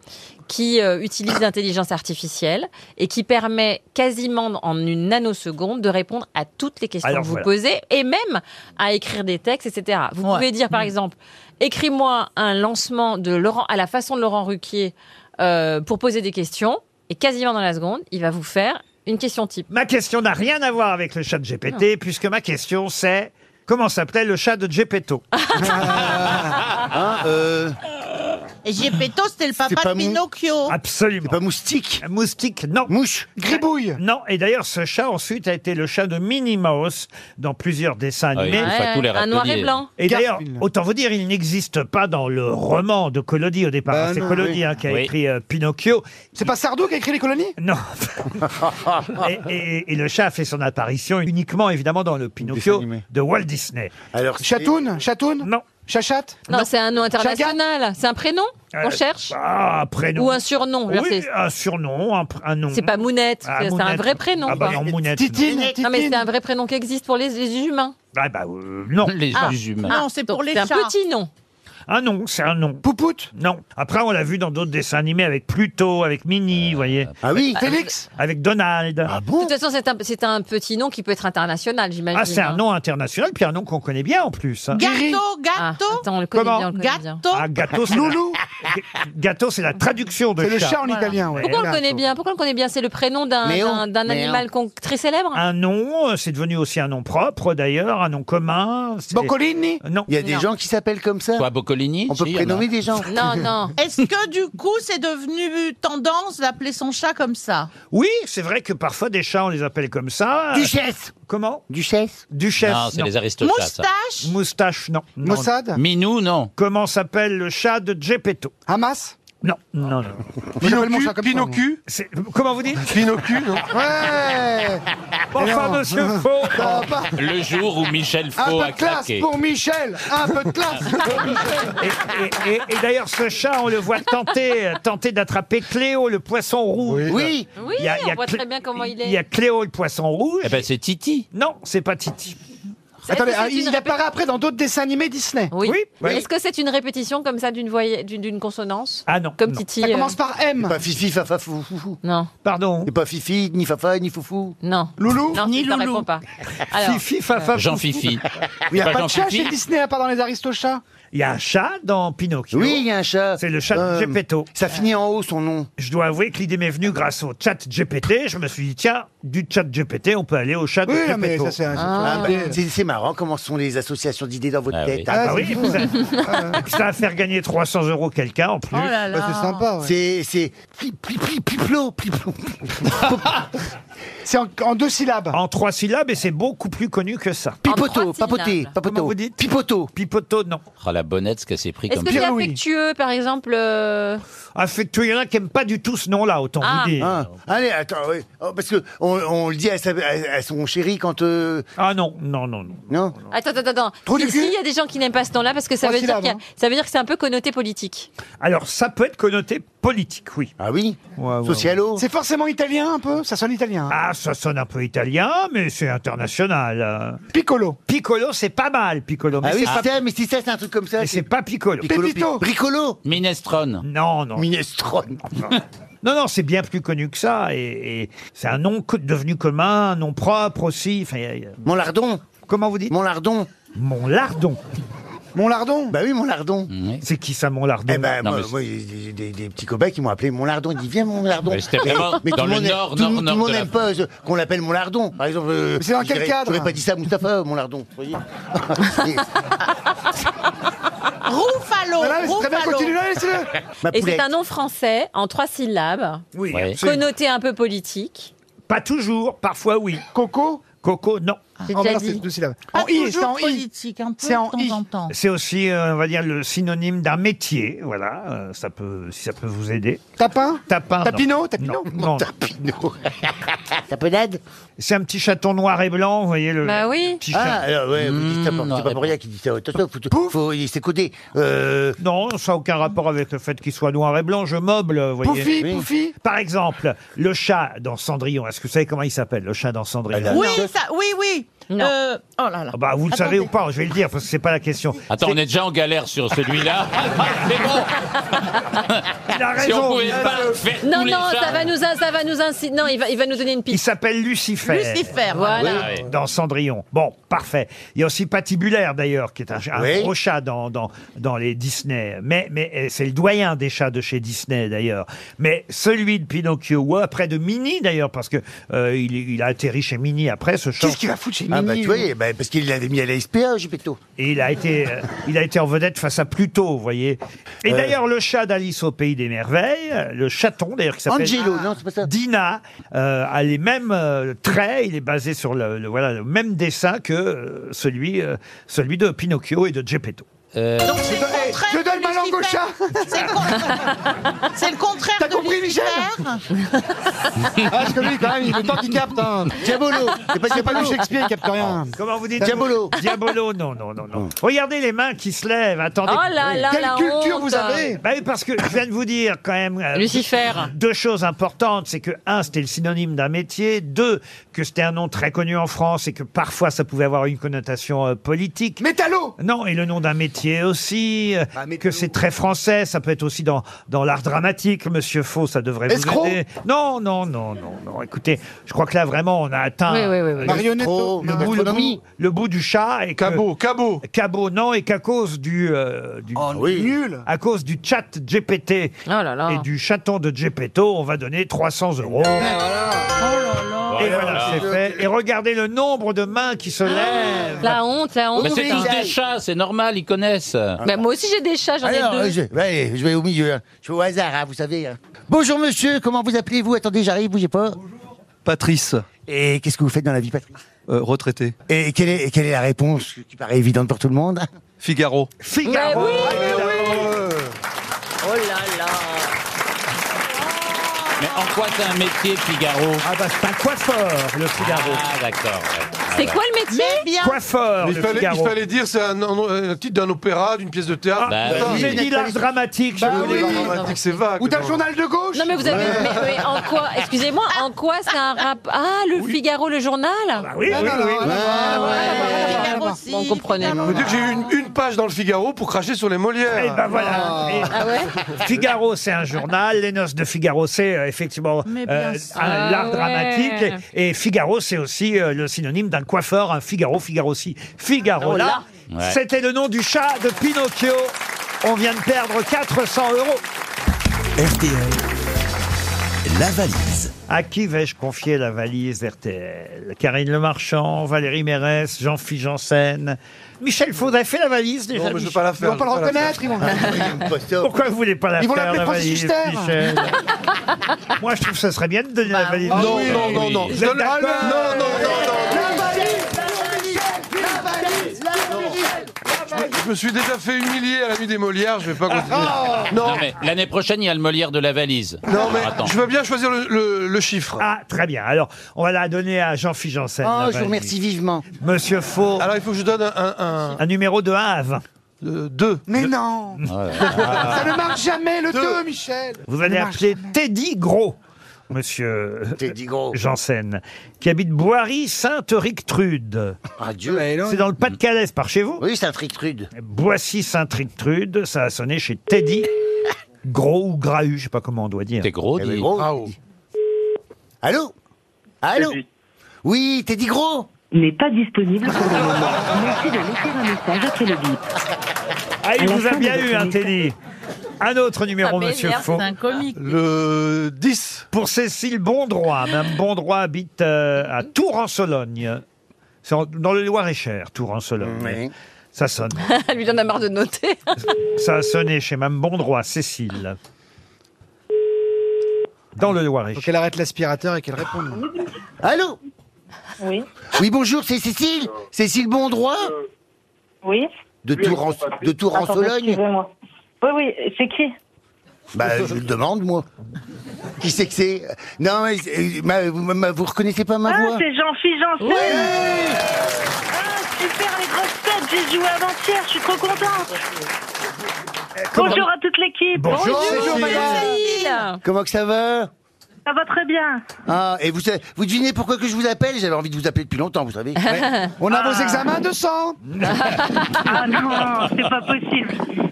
D: qui euh, utilise l'intelligence artificielle et qui permet quasiment en une nanoseconde de répondre à toutes les questions
R: Alors,
D: que vous
R: voilà.
D: posez et même à écrire des textes, etc. Vous pouvez dire, par exemple, écris-moi un lancement de Laurent à la façon de Laurent Ruquier euh, pour poser des questions et quasiment dans la seconde, il va vous faire une question type.
B: Ma question n'a rien à voir avec le chat de
D: Ah.
B: GPT, puisque ma question c'est comment s'appelait le chat de Gepetto
D: Ah.
B: Ah,
E: Ah,
B: euh.
E: Et Gepetto, c'était le papa de Pinocchio.
B: Absolument. pas moustique. Moustique, non. Mouche. Gribouille. Non. Et d'ailleurs, ce chat ensuite a été le chat de Minnie Mouse dans plusieurs dessins
C: Ah, il
B: animés.
C: touche à tous les Un noir et râteliers. blanc.
B: Et d'ailleurs,
C: Garfield.
B: autant vous dire, il n'existe pas dans le roman de Collodi au départ.
O: Bah
B: C'est
O: non,
B: Collodi
O: oui.
B: hein, qui a
O: Oui.
B: écrit euh, Pinocchio.
O: C'est pas Sardou qui a écrit les colonies
B: Non. <laughs> et, et- et le chat a fait son apparition uniquement, évidemment, dans le Pinocchio de Walt Disney. Alors,
O: Chatoun Chatoun
B: Non.
O: Chachat
D: Non, c'est un nom international. C'est un prénom qu'on
B: Euh,
D: cherche
R: bah,
B: ah, un prénom.
D: Ou un surnom. je veux
B: Oui,
D: dire,
B: un surnom, un, pr- un nom.
D: C'est pas Mounette,
B: Ah,
D: c'est c'est un
B: Mounette.
D: vrai prénom.
B: Ah bah
D: quoi.
B: non, Mounette, non. Titine,
D: Non, mais c'est un vrai prénom qui existe pour les, les humains.
B: Ah bah euh, non. Les
D: Ah. Ah, donc C'est un petit nom.
B: Ah non, c'est un nom. Poupoute Non. Après, on l'a vu dans d'autres dessins animés avec Pluto, avec Minnie, vous voyez. Ah
D: oui. Félix
B: Avec Donald. Ah
D: De toute façon, c'est un, c'est un petit nom qui peut être international, j'imagine.
B: Ah, c'est un
D: hein.
B: nom international, puis un nom qu'on connaît bien en plus. hein.
D: Gâteau, gâteau. Ah, attends, on le connaît
B: Comment
D: bien, on le connaît bien.
B: Ah, gâteau, c'est
D: Loulou.
B: La... Gâteau, c'est la traduction de
O: C'est le
B: chat.
O: chat en italien, ouais.
D: Pourquoi on le connaît bien Pourquoi on le connaît bien C'est le prénom d'un
B: Mais
D: d'un-
B: on-
D: d'un
B: mais
D: animal qu'on- très célèbre.
B: Un nom, euh, c'est devenu aussi un nom propre d'ailleurs, un nom commun. c'est- Euh,
D: Boccolini
B: Non.
F: Il y a des
D: Non.
F: gens qui s'appellent comme ça.
C: Toi, Boccolini
F: On peut
C: Si, il y en a.
F: prénommer des gens.
E: Non, non. Est-ce que du coup, c'est devenu tendance d'appeler son chat comme ça
B: Oui, c'est vrai que parfois des chats, on les appelle comme ça.
F: Duchesse.
B: Comment
F: Duchesse.
B: Duchesse.
C: Non, c'est les aristocrates, ça.
B: Moustache, non. non.
C: Maussade Minou, non.
B: Comment s'appelle le chat de Gepetto
O: Hamas
B: Non, non, non.
O: Pinocchio, mon chat comme ça, Pinocchio.
B: C'est- Comment vous dites
H: Pinocchio, non
O: Ouais
B: Enfin,
O: Non.
B: monsieur Faux
I: <laughs>
O: Ça va pas.
C: Le jour où Michel
O: Un
C: Faux
O: peu
C: a
O: de classe
C: claqué.
O: pour Michel Un peu de classe pour Michel
B: <laughs> Et, et- et d'ailleurs, ce chat, on le voit tenter, euh, tenter d'attraper Cléo, le poisson rouge.
F: Oui.
D: Oui,
B: Il y a- il y a
D: on voit
B: Clé-
D: très bien comment il est.
B: Il y a Cléo, le poisson rouge. Eh
C: ben, c'est Titi.
B: Non, c'est pas Titi.
O: Attendez,
E: Eh,
O: ah,
D: Est-ce
B: ah,
D: que c'est
O: il
D: une
O: apparaît après dans d'autres dessins animés Disney.
D: Oui.
B: Oui.
D: Est-ce que c'est une répétition comme ça d'une voya- d'une d'une consonance
B: Ah non.
D: Comme
B: non.
D: Titi.
O: Ça
D: euh,
O: commence par M.
F: C'est pas Fifi, Fafa, Foufou.
D: Non.
B: Pardon.
F: C'est pas Fifi, ni Fafa, ni Foufou.
D: Non.
O: Loulou
D: Non, ni Loulou. pas. Alors,
B: Fafa,
C: Jean
B: Foufou. <laughs>
C: Fifi.
O: Il n'y a
C: Pas
O: pas, de chat
C: Jean-Fifi
O: chez Disney à part dans les Aristochats.
B: Il y a un chat dans Pinocchio.
F: Oui, il y a un chat.
B: C'est le chat
F: Euh,
B: de Gepetto.
F: Ça finit en haut son nom.
B: Je dois avouer que l'idée m'est venue grâce au chat GPT. Je me suis dit, tiens, du chat GPT, on peut aller au chat de
O: Oui,
B: Gepetto.
O: mais ça, c'est un-
F: Ah,
O: Ah.
C: ben,
F: bah, c'est c'est marrant comment sont les associations d'idées dans votre
C: Ah
F: tête.
C: oui.
F: Ah,
B: Ah,
F: bah
B: oui,
F: oui.
B: et puis ça, et puis ça va faire gagner 300 euros quelqu'un en
D: Oh
B: plus.
O: Bah,
F: c'est sympa. C'est c'est pli pli pli pliplo pliplo.
O: <laughs> C'est en, en deux syllabes.
B: En trois syllabes et c'est beaucoup plus connu que ça.
F: Pipoto, papoté,
B: Comment
F: papoto.
B: vous dites
F: Pipoto.
B: Pipoto, non.
C: Ah, la bonnette, ce qu'elle s'est pris
D: est-ce
C: comme
D: que c'est
C: ça.
D: affectueux, par exemple euh,
B: Affectueux, Ah, il y en a qui n'aiment pas du tout ce nom-là, autant
D: Ah.
B: vous dire.
F: Ah, allez, attends, oui. Oh, parce que on, on le dit à, sa- à- à son chéri quand. euh,
B: Ah non, non, non, non.
F: Non
D: Attends, attends, attends.
F: Trou
D: Si-
F: du
D: si,
F: cul
D: il y a des gens qui n'aiment pas ce nom-là, parce que ça
F: Trois
D: veut, dire
F: syllabes,
D: qu'il y a- ça veut dire que c'est un peu connoté
C: <laughs>
D: politique.
B: Alors, ça peut être connoté politique, oui.
F: Ah oui
B: Ouais, ouais,
F: Socialo
O: C'est forcément italien un peu Ça sonne italien. hein.
B: Ah, ça sonne un peu italien, mais c'est international. euh.
O: Piccolo.
B: Piccolo, c'est pas mal, Piccolo. Mais
F: Ah oui,
B: c'est pas-
F: c'est ça, mais si ça, c'est un truc comme ça.
B: mais c'est pas Piccolo.
F: Piccolo, Piccolo. Bricolo
C: Minestrone.
B: Non, non.
F: Minestrone.
B: Non, non, c'est bien plus connu que ça. Et, et c'est un nom co- devenu commun, un nom propre aussi. Enfin, euh, y a- y a-
F: Mon lardon.
B: Comment vous dites
F: Mon lardon.
B: Mon lardon.
G: Mon lardon
F: Bah oui, mon lardon.
B: C'est qui ça, mon lardon
F: Eh ben,
B: Non,
F: moi,
B: mais c'est-
F: moi, j'ai des, des petits cobayes qui m'ont appelé mon lardon. Ils disent, viens, mon lardon.
B: Mais c'était vraiment
F: tout
B: dans le
F: monde aime-
B: nord,
F: tout,
B: nord,
F: tout
B: nord
F: le monde
B: de la-
F: n'aime pas euh, qu'on l'appelle mon lardon. Par exemple, euh,
B: Mais c'est dans
F: je
B: quel
F: dirais-
B: cadre
F: J'aurais pas dit ça à Moustapha, mon lardon.
D: <laughs>
F: vous voyez
E: Roufalo
D: <laughs>
F: Ma
D: Et c'est
F: poulette.
D: un nom français en trois syllabes,
B: Oui, Ouais. absolument.
D: connoté un peu politique.
B: Pas toujours, parfois oui. Coco Coco, Oh, non.
D: J'ai déjà dit.
E: Pas
D: En I, c'est
E: toujours
D: en I.
E: politique, un peu de
D: C'est en
E: temps
D: I.
E: en temps.
B: C'est aussi, euh, on va dire, le synonyme d'un métier. Voilà, euh, ça peut, si ça peut vous aider. Tapin Tapin. non.
O: Tapinot
B: Non, non. Tapinot. Tapenade C'est un petit chaton noir et blanc, vous voyez le.
D: Bah oui.
B: Petit
F: Ah,
B: chat.
F: alors, ouais, vous dites ça, pour- c'est pas pour rien qu'ils disent ça. Attention, faut, faut, il s'est codé. Euh,
B: Non, ça n'a aucun rapport avec le fait qu'il soit noir et blanc. Je meuble, vous voyez.
F: Poufi, Oui. Poufi.
B: Par exemple, le chat dans Cendrillon. Est-ce que vous savez comment il s'appelle, le chat dans Cendrillon
F: Ah,
E: Oui, ça, oui, oui. Euh, oh là là.
B: Ah bah, vous le savez
E: Attendez.
B: ou pas, je vais le dire, parce que c'est pas la question.
C: Attends, on est déjà en galère sur celui-là. C'est bon. Si on pouvait pas faire tous
D: Non,
C: les
D: non,
C: chats.
D: ça va nous, ça va nous inciter. Non, il va, il va nous donner une
B: Il
D: piste.
B: s'appelle Lucifer.
D: Lucifer, voilà.
B: Oui, Dans Cendrillon. Bon, parfait. Il y a aussi Patibulaire, d'ailleurs, qui est un, ch- un
F: Oui.
B: gros chat dans, dans, dans les Disney. Mais, mais euh, c'est le doyen des chats de chez Disney, d'ailleurs. Mais celui de Pinocchio, ou après de Minnie, d'ailleurs, parce que euh, il, il a atterri chez Minnie après, ce chat.
F: Qu'est-ce qu'il va foutre chez Ah, Minnie, bah, tu vois, lui bah, parce qu'il l'avait mis à la SPA, Gepetto.
B: Et il a été, euh, il a été en vedette face à Pluto, vous voyez. Et
F: Ouais.
B: d'ailleurs, le chat d'Alice au Pays des Merveilles, euh, le chaton, d'ailleurs, qui s'appelle...
F: Angelo, non, c'est pas ça.
B: Ah. Dina euh, a les mêmes euh, traits, il est basé sur le, le- voilà, le même dessin que euh, celui, euh, celui de Pinocchio et de Geppetto.
I: Euh.
E: Donc c'est le contraire. Je donne ma langue au chat. C'est le con- <laughs> c'est le contraire. T'as compris, Michel
O: Ah, parce que lui, quand même, il le temps qu'il capte. Hein.
F: Diabolo.
O: C'est pas, c'est pas du Shakespeare, il capte rien.
B: Oh, Comment vous dites
O: Diabolo. Oh.
B: Diabolo, non, non, non, non. Regardez les mains qui se lèvent, attendez.
D: Oh là là,
O: Quelle la culture honte. vous avez
B: Bah oui, Parce que je viens de vous dire quand même... euh,
D: Lucifer.
B: Deux choses importantes, c'est que, un, c'était le synonyme d'un métier, deux, que c'était un nom très connu en France et que parfois ça pouvait avoir une connotation euh, politique.
O: Métallo Ah,
B: Non, et le nom d'un métier aussi, euh, que c'est très français, ça peut être aussi dans, dans l'art dramatique, monsieur Faux, ça devrait
O: Escroc
B: vous aider. Non, non, non, non, non, écoutez, je crois que là vraiment on a atteint
D: Oui, oui, oui, oui.
B: Ah. le-
O: Marionnette,
B: le, bout, le, bout, le bout du chat et cabot,
H: cabot,
B: cabot, non, et qu'à cause du, euh, du
O: nul,
B: à cause du chat GPT
D: Oh
B: et du chaton de Gepetto, on va donner 300 euros. Et Ah, voilà, Ah, c'est fait. Et regardez le nombre de mains qui se
D: Ah,
B: lèvent.
D: La honte, la honte.
C: Mais bah, c'est tous des chats, c'est normal, ils connaissent.
D: Bah, moi aussi j'ai des chats, j'en ai
F: Alors,
D: deux.
F: euh, je, ouais, je vais au milieu. hein. Je vais au hasard, hein, vous savez. hein. Bonjour monsieur, comment vous appelez-vous Attendez, j'arrive, bougez pas.
M: Patrice,
F: Et qu'est-ce que vous faites dans la vie, Patrick
M: euh, retraité.
F: Et quelle est, quelle est la réponse qui paraît évidente pour tout le monde
M: Figaro.
D: Eh
B: Figaro.
D: Oh là là.
C: Mais en quoi c'est un métier, Figaro
B: Ah bah c'est un coiffeur, le Figaro.
C: Ah d'accord. ouais.
D: C'est quoi le métier
B: Coiffeur,
H: Il
B: le
H: fallait,
B: Figaro.
H: il fallait dire c'est un, un- un titre d'un opéra, d'une pièce de théâtre.
C: Bah
H: Putain,
B: J'ai dit l'art dramatique.
H: Bah
B: je
H: oui,
B: voulais.
H: l'art dramatique, c'est vague.
O: Ou t'as le journal de gauche
D: Non mais vous avez. Mais, mais en quoi Excusez-moi, en quoi c'est un rap Ah, le Figaro, le journal
B: Ah oui, oui, oui.
E: Figaro aussi.
D: On comprenait. <laughs>
H: Je veux dire que j'ai eu une, une page dans le Figaro pour cracher sur les Molières.
B: Eh ben voilà. Et-
D: Ah ouais
B: Figaro, c'est un journal. Les noces de Figaro, c'est euh, effectivement
E: Mais bien
B: euh,
E: sûr.
B: un- l'art
D: Ah ouais.
B: dramatique. Et, et Figaro, c'est aussi euh, le synonyme d'un coiffeur, un Figaro, Figaro si. Figaro là.
C: Oh là. Ouais.
B: C'était le nom du chat de Pinocchio. On vient de perdre 400 euros.
A: RTL, la valise.
B: À qui vais-je confier la valise RTL Karine Le Marchand, Valérie Mérès, Jean-Philippe Janssen. Michel Faudrait fait la valise déjà.
H: Non, mais je
B: Michel
H: veux pas la
O: Ils
H: faire. Ah, bah,
O: vont pas le
H: je veux la
O: reconnaître, ils vont.
B: Pourquoi vous voulez pas la
O: Ils vont
B: faire,
O: l'appeler
B: la
O: Francis Bah,
B: valise,
O: Huster. <laughs>
B: Michel Moi, je trouve que ça serait bien de donner la valise.
H: faire. Non, non, non, non.
B: Vous
H: Je
B: êtes
H: donne- Ah,
B: d'accord
H: Non, non, non,
O: La valise, la valise, la valise, la valise.
H: non. Je me suis déjà fait humilier à la nuit des Molières, je vais pas
B: Ah,
H: continuer. Ah,
B: oh.
H: Non,
C: Non, mais l'année prochaine, il y a le Molière de la valise.
H: non, mais
C: Attends.
H: je veux bien choisir le, le- le chiffre.
B: Ah, très bien. Alors, on va la donner à Jean-Philippe Janssen. la
F: Oh, je
B: valise.
F: vous remercie vivement.
B: Monsieur Faux,
H: Alors il faut que je donne un
B: un numéro de 1 à 20.
H: 2.
O: Mais non Ça ne marche jamais, le 2, Michel
B: Vous allez appeler Teddy Gros. Monsieur euh,
F: Teddy Gros.
B: Janssen, qui habite Boiry-Sainte-Rictrude.
F: Ah, Dieu.
B: C'est dans le Pas-de-Calais, c'est par chez vous
F: Oui, c'est un trick rude.
B: Boissy-Sainte-Rictrude, ça a sonné chez Teddy Gros ou Grahu, je sais pas comment on doit dire.
C: T'es gros,
F: Eh ben,
C: dis.
F: gros.
H: Bravo.
F: Allô Allô Oui, Teddy Gros
R: n'est pas disponible pour le moment. Merci de laisser un message après le bip.
B: Ah,
H: À
B: il
H: la
B: vous a
H: fin
B: bien
H: de
B: eu,
H: votre
B: un Teddy. Un autre
L: Ah,
B: numéro,
H: Ça
B: monsieur
H: m'énerve,
B: Faux.
H: c'est un comique.
B: Le 10. Pour Cécile Bondroit. Madame Bondroit habite euh, à Tours-en-Sologne. C'est en- dans le Loir-et-Cher, Tours-en-Sologne. Ça sonne.
D: Lui, il en a marre de
B: <laughs>
D: noter.
B: Ça a sonné chez Mme Bondroit, Cécile. Dans le Loiret.
O: Qu'elle arrête l'aspirateur et qu'elle réponde.
F: Allô
L: Oui.
F: Oui, bonjour, c'est Cécile Cécile Bondroit
L: Oui.
F: De Tours en, de Tours en
L: Attends,
F: Sologne
L: excusez-moi. Oui, oui, c'est qui
F: Bah, je le demande, moi. Qui c'est que c'est Non, mais, euh, ma- ma- ma- vous reconnaissez pas ma
L: Ah,
F: voix
L: c'est Jean-Philippe Janssen
F: Oui
L: Ah, super, les grosses têtes, j'ai joué avant-hier, je suis trop contente Bonjour à toute l'équipe
F: Bonjour, Bonjour, madame. Comment que ça va
L: Ça va très bien
F: Ah, et vous, savez- vous devinez pourquoi que je vous appelle J'avais envie de vous appeler depuis longtemps, vous savez.
L: Ouais.
F: <laughs> On a vos
L: Ah.
F: examens de sang
L: <laughs> Ah non, c'est pas possible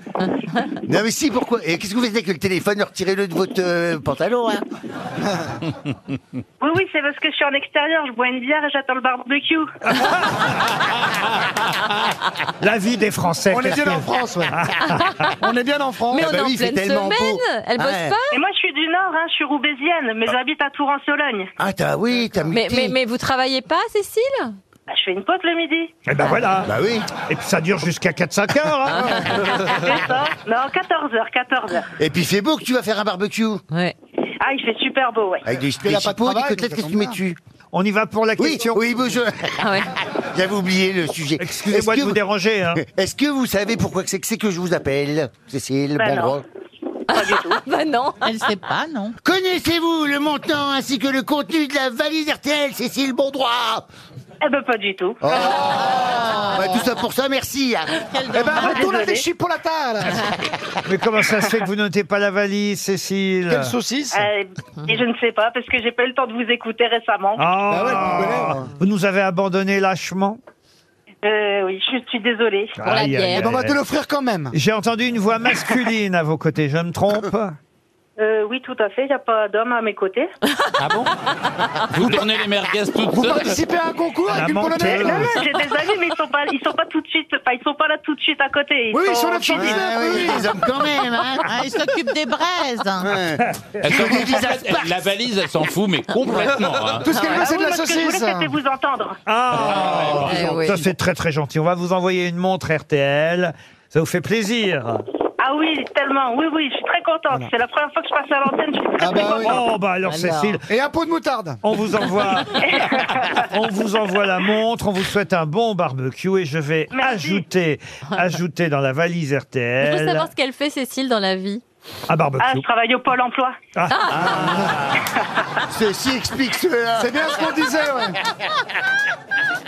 F: Non mais si, pourquoi Et qu'est-ce que vous faites avec le téléphone Retirez-le de votre euh, pantalon,
L: <laughs>
F: hein
L: Oui, oui, c'est parce que je suis en extérieur, je bois une bière et j'attends le barbecue
B: La vie des Français.
O: On est
B: qu'est-ce
O: bien
B: qu'elle-
O: en France,
B: <laughs>
O: ouais. on est bien en France.
L: Mais
B: Ah
L: on
B: bah
L: est en
B: oui, c'est
L: pleine
B: tellement beau. Ouais. Ah.
L: Et moi, je suis du Nord, hein, je suis roubaisienne, mais j'habite à Tours-en-Sologne
F: Ah t'as, oui, t'as
D: Mais,
F: muté.
D: mais, mais vous travaillez pas, Cécile
L: Bah, Je fais une pause le midi
B: Eh ben voilà.
F: Bah oui.
B: Et puis ça dure jusqu'à 4-5 heures. hein. <laughs>
L: C'est ça Non, 14h, 14h
F: <laughs> Et puis il fait beau que tu vas faire un barbecue
D: Ouais.
L: Ah, il fait super beau, ouais
F: Avec des,
L: Elle
F: des
L: a pas de
F: chipots, des
L: travail,
F: côtelettes,
L: donc
F: qu'est-ce
L: ça
F: que tu mets
L: tombe
F: dessus
B: On y va pour la question
F: Oui, bonjour <laughs> J'avais oublié le sujet.
B: Excusez-moi de vous déranger, hein.
F: <laughs> Est-ce que vous savez pourquoi que c'est que, c'est que je vous appelle, Cécile
L: Bah non.
F: Bondroit
L: Pas du tout
D: Bah non
E: Elle sait pas, non
F: Connaissez-vous le montant ainsi que le contenu de la valise RTL, Cécile Bondroit
L: Eh ben, pas du tout Ah,
F: Bah, Tout ça pour ça, merci hein.
O: Eh ben, retourne à
L: Désolée.
O: des chipolatas, là.
B: Mais comment ça se fait que vous notez pas la valise, Cécile
L: Euh, Et je ne sais pas, parce que j'ai pas eu le temps de vous écouter récemment.
B: Ah, vous nous avez abandonné lâchement.
L: Euh, oui, je suis désolée.
B: Aïe, aïe, Euh,
O: Eh ben, on va
B: aïe.
O: te l'offrir quand même.
B: J'ai entendu une voix masculine à vos côtés, je me trompe
L: Euh, oui, tout à fait, il n'y a pas d'homme à mes côtés.
C: Ah bon Vous tournez les merguez toutes
O: Vous
C: seules
O: participez à un concours
C: La
O: avec une polonaise
L: Mais non, non, j'ai des amis, mais ils sont pas, ils sont pas tout de suite, enfin, ils sont pas là tout de suite à côté.
O: Oui, ils sont là
L: en
O: de chez
L: physique.
O: Disney, oui.
F: Les hommes quand même, hein
L: <laughs>
E: Ah, il s'occupe des
B: <laughs>
E: braises.
C: Elle s'en fout complètement. La valise, elle s'en fout, mais complètement. hein.
O: Tout ce qu'elle
L: Ah
O: veut, c'est
L: oui,
O: de la
L: moi, Ce que je
O: saucisse.
L: voulais, c'était vous entendre.
B: Ah,
D: Eh oui.
B: Ça, c'est très très gentil. On va vous envoyer une montre RTL. Ça vous fait plaisir.
L: Ah oui, tellement. Oui, oui, je suis très contente. C'est la première fois que je passe à l'antenne. Je suis très,
O: Ah bah
L: très
O: oui.
L: contente.
B: Oh, bah alors, Cécile,
O: Et un pot de moutarde.
B: on vous envoie. on vous envoie la montre, on vous souhaite un bon barbecue et je vais
L: Merci.
B: ajouter, ajouter dans la valise
D: Je veux
B: RTL
D: savoir ce qu'elle fait, Cécile, dans la vie. Ah.
B: un
L: Ah,
B: barbecue.
L: je travaille au Pôle emploi.
B: Ah.
F: Ceci explique cela
O: C'est bien ce qu'on disait, ouais.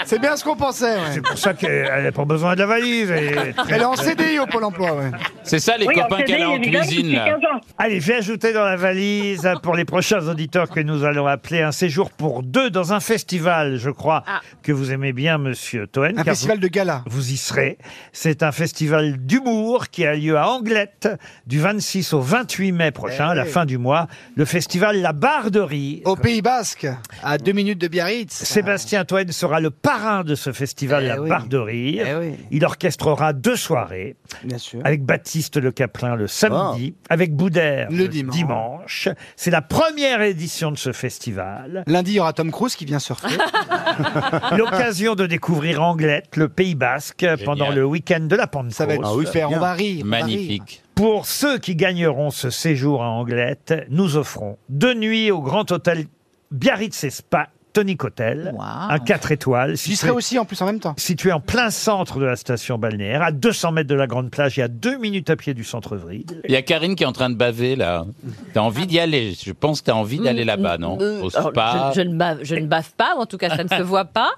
O: C'est bien ce qu'on pensait, ouais.
B: C'est pour ça qu'elle n'a pas besoin de la valise. et-
O: Elle est en CDI au Pôle emploi, ouais.
C: C'est ça, les
L: oui, en
C: copains
L: CDI,
C: qu'elle a en
L: évidemment,
C: cuisine,
L: depuis
C: là.
L: 15 ans.
B: Allez, j'ai ajouté dans la valise euh, pour les prochains auditeurs que nous allons appeler un séjour pour deux dans un festival, je crois, que vous aimez bien, monsieur Toen.
O: Un
B: car
O: festival de gala.
B: vous y serez. C'est un festival d'humour qui a lieu à Anglette du 26 au 28 mai prochain, à la fin du mois. Le festival La Barre de Rire.
O: Eh. Au Pays Basque, à deux minutes de Biarritz.
B: Sébastien Toen sera le parrain de ce festival
O: Eh
B: La
O: oui.
B: Barre de Rire.
O: Eh oui.
B: Il orchestrera deux soirées
O: Bien sûr. Oh.
B: avec Baptiste Le Caplin le samedi, avec Boudère
O: Le
B: le
O: dimanche.
B: dimanche. C'est la première édition de ce festival.
O: Lundi, il y aura Tom Cruise qui vient surfer.
B: <laughs> L'occasion de découvrir Anglette, le Pays Basque, pendant le week-end de la Pentecôte.
O: Ça va être super. On va rire. on va rire.
C: Magnifique.
B: Pour ceux qui gagneront ce séjour à Anglette, nous offrons deux nuits au Grand Hôtel Biarritz et Spa, Tonic Hotel,
E: Wow.
B: un 4 étoiles,
O: J'y serai
B: situé,
O: aussi en plus en même temps.
B: situé en plein centre de la station balnéaire, à 200 mètres de la Grande Plage et à 2 minutes à pied du centre-ville.
C: Il y a Karine qui est en train de baver, là. T'as envie d'y aller. Je pense que t'as envie d'aller là-bas, non
D: Euh,
C: Au
D: alors,
C: spa.
D: je, je ne bave, je ne bave pas, ou en tout cas, ça ne se voit
C: <laughs>
D: pas.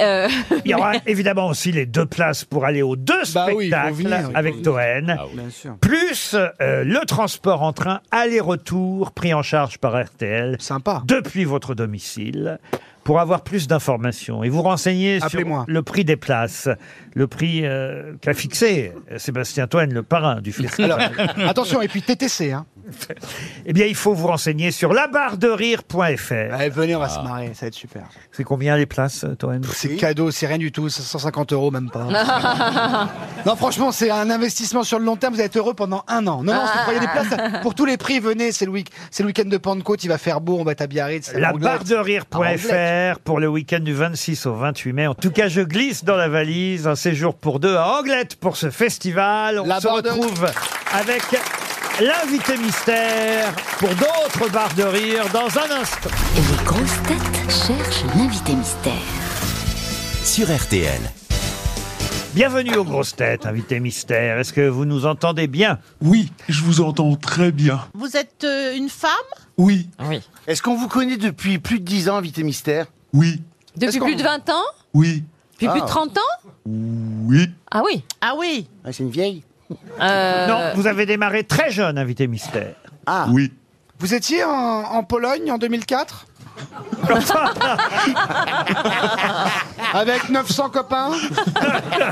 D: Euh,
B: Il y aura évidemment aussi les deux places pour aller aux deux
O: Bah oui, il faut
B: spectacles
O: venir, il
B: avec Toen.
C: Ah oui.
O: Bien sûr.
B: Plus euh, le transport en train aller-retour pris en charge par RTL
O: Sympa.
B: depuis votre domicile. Pour avoir plus d'informations et vous renseigner sur
O: Appelez-moi.
B: le prix des places, le prix euh, qu'a fixé Sébastien Toine, euh, le parrain du festival.
O: Alors, attention, et puis TTC, hein.
B: <laughs> eh bien, il faut vous renseigner sur labarderire.fr. Allez,
G: venez, on va se marrer, ça va être super.
B: Ah. C'est combien les places, Toen
G: C'est cadeau, c'est rien du tout, c'est 150 euros même pas.
D: <laughs>
G: Ah. non, franchement, c'est un investissement sur le long terme, vous allez être heureux pendant un an. Non, non, c'est pour- il y a
D: Ah.
G: des places pour tous les prix, venez, c'est le, week- c'est le week-end de Pentecôte, il va faire beau, on va être à Biarritz. c'est Ah, à Anglette. À Anglette.
B: Labarderire.fr pour le week-end du 26 au 28 mai. En tout cas, je glisse dans la valise un séjour pour deux à Anglette pour ce festival. On
G: La
B: se
G: barre de-
B: retrouve avec l'invité mystère pour d'autres barres de rire dans un instant.
S: Les grosses têtes cherchent l'invité mystère.
T: Sur RTL.
B: Bienvenue aux grosses têtes, invité mystère. Est-ce que vous nous entendez bien
A: Oui, je vous entends très bien.
E: Vous êtes euh, une femme
A: Oui.
F: Est-ce qu'on vous connaît depuis plus de 10 ans, invité mystère
A: Oui.
D: Depuis plus de 20 ans
A: Oui.
D: Depuis plus
F: Ah.
D: de 30 ans
A: Oui.
D: Ah oui
E: Ah oui Euh.
F: C'est une vieille
B: Non, vous avez démarré très jeune, invité mystère.
G: Ah.
A: Oui.
G: Vous étiez en, en Pologne en <laughs> 2004 Avec 900 copains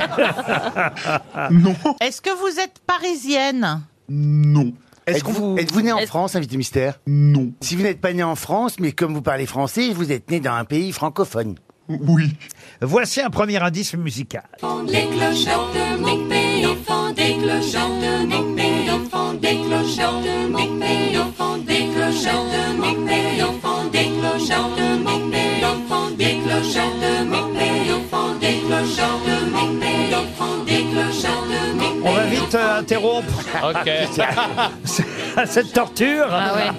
A: <laughs> Non.
E: <laughs> Est-ce que vous êtes parisienne
A: Non.
F: Est-ce qu'on vous... Êtes-vous né en France, invité mystère
A: Non.
F: Si vous n'êtes pas né en France, mais comme vous parlez français, vous êtes né dans un pays francophone.
A: Oui.
B: Voici un premier indice musical.
I: Des clochettes de mon pays enfant, des clochettes de mon pays enfant, des clochettes de mon pays enfant, des clochettes de mon pays enfant, des clochettes de mon pays enfant, des clochettes de mon pays enfant, des clochettes de mon pays enfant, des clochettes de mon pays
B: On va vite euh, interrompre <laughs> cette torture.
E: Ah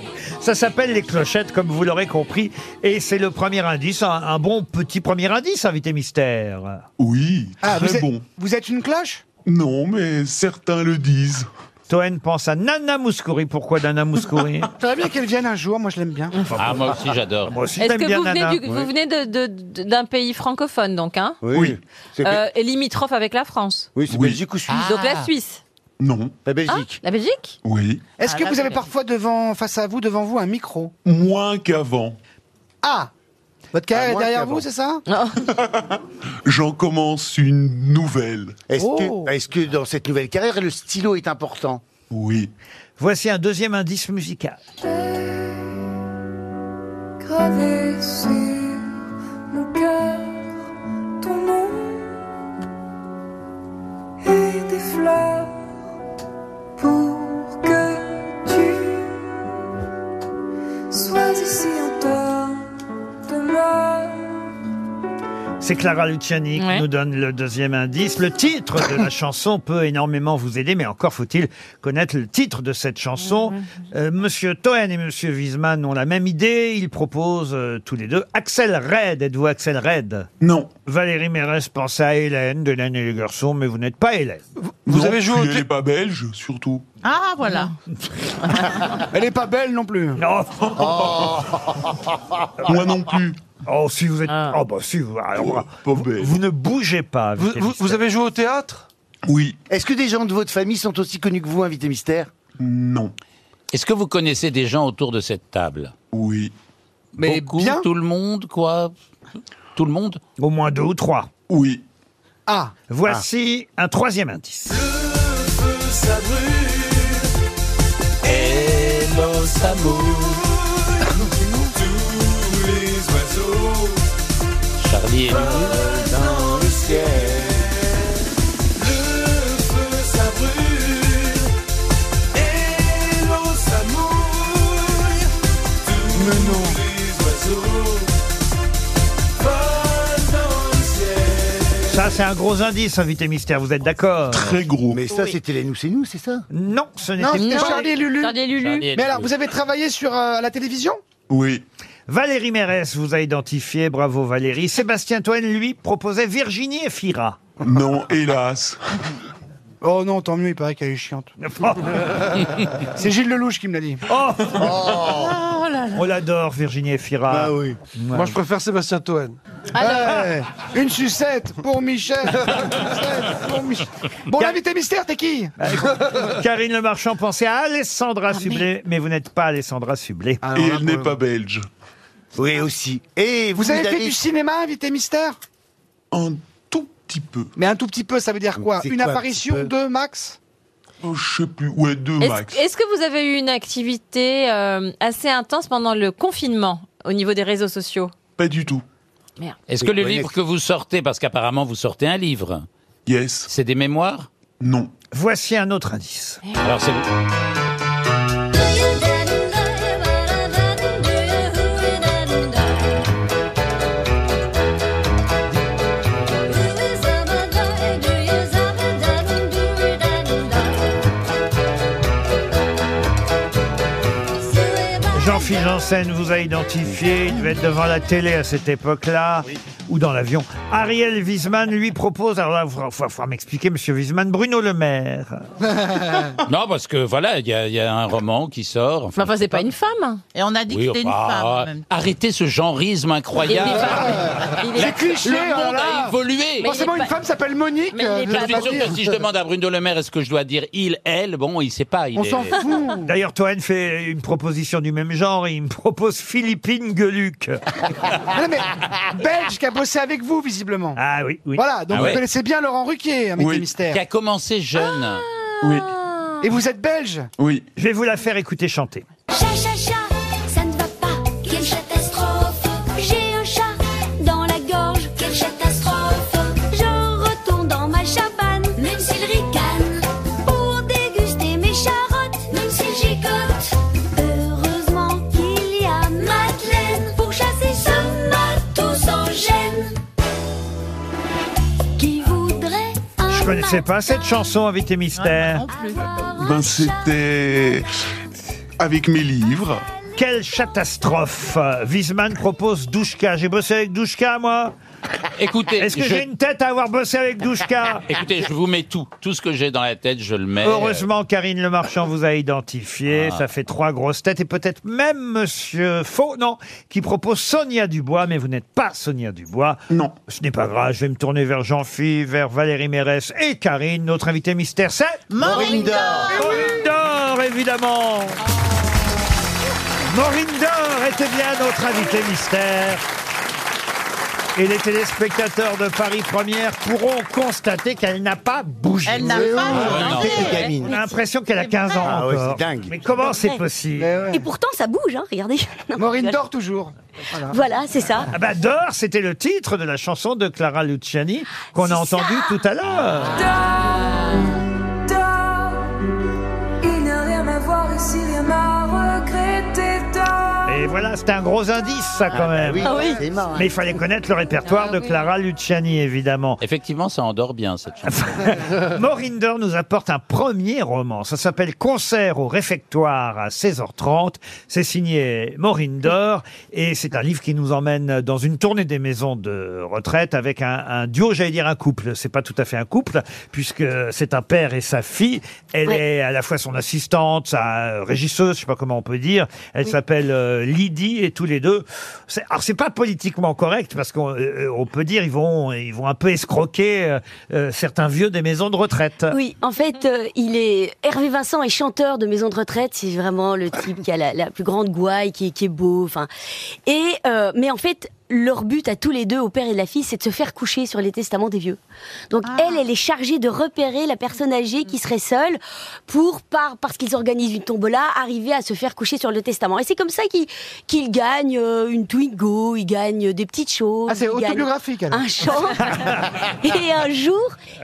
B: Ça s'appelle les clochettes, comme vous l'aurez compris. Et c'est le premier indice, un, un bon petit premier indice, invité mystère.
A: Oui,
G: Ah,
A: très
G: vous êtes-
A: bon.
G: Vous êtes une cloche
A: Non, mais certains le disent.
B: Toen pense à Nana Mouskouri. Pourquoi Nana
A: <laughs>
B: Mouskouri
G: J'aimerais bien qu'elle vienne un jour, moi je l'aime bien.
C: Ah, moi aussi, j'adore.
B: Moi aussi,
D: Est-ce
B: j'aime
D: que
B: bien
D: vous venez,
B: Nana.
D: du- vous venez de- de- de- d'un pays francophone, donc, hein
F: Oui.
D: Euh, Et limitrophe avec la France
F: Oui, c'est Belgique ou
I: Ah.
F: Suisse
D: Donc la Suisse
A: Non.
F: La
D: Ah,
F: Belgique.
D: La Belgique
A: Oui.
G: Est-ce
D: Ah,
G: que
D: là,
G: vous
D: vous
G: avez
D: l'avez
G: parfois devant, face à vous, devant vous, un micro
A: Moins qu'avant.
G: Ah Votre carrière
A: Ah,
G: est
A: moi,
G: derrière
A: qu'avant.
G: vous, c'est ça
A: J'en commence une nouvelle.
F: Est-ce
B: Oh.
F: que, est-ce que dans cette nouvelle carrière, le stylo est important
A: Oui.
B: Voici un deuxième indice musical.
I: gravé sur Ah. mon cœur ton nom et des fleurs pour que tu sois ici en toi demain.
B: C'est Clara Luciani qui nous donne le deuxième indice. Le titre de
U: <coughs>
B: la chanson peut énormément vous aider, mais encore faut-il connaître le titre de cette chanson. Euh, monsieur Toen et Monsieur Wiesmann ont la même idée. Ils proposent euh, tous les deux Axel Red. Êtes-vous Axel Red
A: Non.
B: Valérie Mérès pense à Hélène de Hélène et les garçons, mais vous n'êtes pas Hélène.
A: Vous avez joué Elle n'est pas belge, surtout.
E: Ah voilà.
G: Elle est pas belle non plus.
B: Non.
A: Moi non plus.
B: Ah. Oh, si vous êtes. Oh, bah si vous. alors,
A: Oh,
B: vous, vous ne bougez pas.
U: Ah. Vous,
B: Michel
U: vous-
B: Mystère.
U: vous avez joué au théâtre
A: Oui.
F: Est-ce que des gens de votre famille sont aussi connus que vous, invité mystère
A: Non.
C: Est-ce que vous connaissez des gens autour de cette table
A: Oui.
C: Mais Beaucoup, tout le monde, quoi Tout le monde
B: Au moins deux ou trois.
A: Oui.
G: Ah
B: Voici un troisième indice.
I: feu, ça brûle et l'eau ça mouille. Tous les oiseaux
C: Charlie et
I: volent dans le ciel. Le feu, ça brûle et l'eau ça mouille. Tous les oiseaux volent dans le ciel.
B: Ça, c'est un gros indice, invité mystère. Vous êtes d'accord
A: Très gros.
F: Mais ça, c'était les nous, c'est nous, c'est ça
B: Non, ce
G: Non,
B: n'était
G: c'était
B: pas.
G: Charlie et Lulu.
D: Charlie et Lulu.
C: Charlie et Lulu.
G: Mais alors, vous avez travaillé sur euh, la télévision
A: Oui.
B: Valérie Mérès vous a identifié. Bravo, Valérie. Sébastien Toen, lui, proposait Virginie et Fira.
A: Non, hélas.
G: Oh non, tant mieux, il paraît qu'elle est <laughs> chiante. C'est Gilles Lelouch qui me l'a dit.
B: Oh,
E: Oh là là.
B: On l'adore, Virginie et Fira.
G: Bah oui.
U: Moi, je préfère Sébastien Toen.
G: Ouais. Euh, une sucette pour Michel. Une sucette pour Mich- Bon, l'invité mystère, t'es qui
B: <laughs> Karine Le Marchand pensait à
G: Ah,
B: Alessandra Sublet, mais vous n'êtes pas Alessandra Sublet.
A: Et elle n'est pas belge.
F: Oui, aussi. Et vous,
G: Vous avez fait du cinéma, invité mystère
A: Un tout petit peu.
G: Mais un tout petit peu, ça veut dire quoi
F: C'est
G: Une
F: quoi, un
G: apparition
F: petit peu
G: de Max
R: Je sais plus. Ouais, deux max.
D: Est-ce est-ce que vous avez eu une activité euh, assez intense pendant le confinement au niveau des réseaux sociaux
R: Pas du tout.
D: Merde.
C: Est-ce que les livres que vous sortez, parce qu'apparemment vous sortez un livre,
R: yes.
C: c'est des mémoires
R: Non.
B: Voici un autre indice.
C: Alors c'est...
B: Jean-Philippe Janssen vous a identifié, il devait être devant la télé à cette époque-là, ou dans l'avion. Ariel Wiesman lui propose, alors là, il va falloir m'expliquer, monsieur Wiesman, Bruno Le Maire.
C: Non, parce que voilà, il y, a- il y a un roman qui sort.
D: Mais enfin, c'est pas une femme.
E: Et on a dit
C: Oui,
E: que c'était
C: enfin,
E: une femme. en même temps.
C: Arrêtez ce genreisme incroyable.
D: Il est-
C: La-
O: cliché,
C: le monde
G: Ah
O: voilà.
C: a évolué.
O: Forcément,
D: Mais il est
O: une
D: pas-
O: femme s'appelle Monique.
D: Mais il est
O: euh,
C: Je
O: ça
C: suis
O: veut
C: sûr
O: dire-
C: que si je
G: <laughs>
C: demande à Bruno Le Maire est-ce que je dois dire il, elle, bon, il sait pas. Il
O: On
C: est-
O: s'en fout.
B: D'ailleurs, Toen fait une proposition du même genre, et il me propose
G: <laughs>
B: Philippine Gueluc.
O: Ah non, mais Belge qui a bossé avec vous, visiblement.
B: Ah oui, oui.
O: Voilà, donc
C: Ah
O: vous
C: ouais.
O: connaissez bien Laurent Ruquier, un mec
R: Oui. Ah.
O: des
C: Qui
O: mystères.
C: a commencé jeune.
R: Oui.
O: Et vous êtes belge
R: Oui.
B: Je vais vous la faire écouter chanter.
I: Chat, chat, chat, ça ne va pas, quelle catastrophe. J'ai un chat dans la gorge, quelle catastrophe. J'en retourne dans ma cabane, même s'il ricane. Pour déguster mes charottes, même s'il gigote. Heureusement qu'il y a Madeleine pour chasser ce matou sans gêne. Qui voudrait un
B: Je connaissais pas cette chanson, invité mystère.
R: Ben, c'était avec mes livres.
B: Quelle catastrophe Wiesman propose Douchka. J'ai bossé avec Douchka, moi
C: Écoutez,
B: Est-ce que
C: je-
B: j'ai une tête à avoir bossé avec Douchka
C: écoutez, je vous mets tout. Tout ce que j'ai dans la tête, je le mets. euh.
B: Heureusement, Karine Le Marchand vous a identifié. Ça fait trois grosses têtes et peut-être même Monsieur Faux, non, qui propose Sonia Dubois, mais vous n'êtes pas Sonia Dubois.
R: Non.
B: Ce n'est pas grave. Je vais me tourner vers Jean-Phi, vers Valérie Mérès et Karine. Notre invité mystère, c'est
E: Maureen Dor.
B: Maureen Dor, évidemment. Maureen Dor était bien notre invité mystère. Et les téléspectateurs de Paris Première pourront constater qu'elle n'a pas bougé. Ah,
E: Elle n'a pas demandé.
B: On a l'impression qu'elle a 15 ans
F: Ah ouais,
B: encore.
F: c'est dingue.
B: Mais comment c'est
V: Ouais.
B: possible
O: Mais ouais.
V: Et pourtant, ça bouge, hein, regardez. Non,
O: Maureen
V: je rigole.
O: dort toujours. Voilà.
V: Voilà, c'est ça.
B: Ah bah Dor, c'était le titre de la chanson de Clara Luciani qu'on a entendu tout à l'heure.
I: Il n'y a rien à voir ici, rien à regretter d'or.
B: Et voilà, c'était un gros indice ça quand même.
F: bah oui,
V: Ah oui.
F: forcément, hein.
B: Mais il fallait connaître le
C: Ah
B: répertoire
H: Ah
B: de Clara Luciani évidemment.
C: Effectivement, ça endort bien cette
B: <laughs>
C: chanson.
B: Maureen Dor nous apporte un premier roman. Ça s'appelle Concert au réfectoire à 16h30. C'est signé Maureen Dor et c'est un livre qui nous emmène dans une tournée des maisons de retraite avec un, un duo, j'allais dire un couple. C'est pas tout à fait un couple puisque c'est un père et sa fille. Elle
V: Ouais.
B: est à la fois son assistante, sa régisseuse, je sais pas comment on peut dire. Elle s'appelle euh, Lydie et tous les deux. C'est- Alors c'est pas politiquement correct parce qu'on euh, on peut dire ils vont ils vont un peu escroquer euh, euh, certains vieux des maisons de retraite.
V: Oui, en fait, euh, il est Hervé Vincent est chanteur de maison de retraite. C'est vraiment le type qui a la, la plus grande gouaille, qui, est- qui est beau. Enfin, et euh, mais en fait, leur but à tous les deux, au père et la fille, c'est de se faire coucher sur les testaments des vieux. Donc
O: Ah.
V: elle, elle est chargée de repérer la personne âgée qui serait seule pour par parce qu'ils organisent une tombola, arriver à se faire coucher sur le testament. Et c'est comme ça qu'ils qu'ils gagnent euh, une Twingo, ils gagnent des petites choses.
O: Ah, c'est
V: ils gagnent-
O: autobiographique, alors. <laughs>
V: un
H: <laughs>
V: champ. et un jour,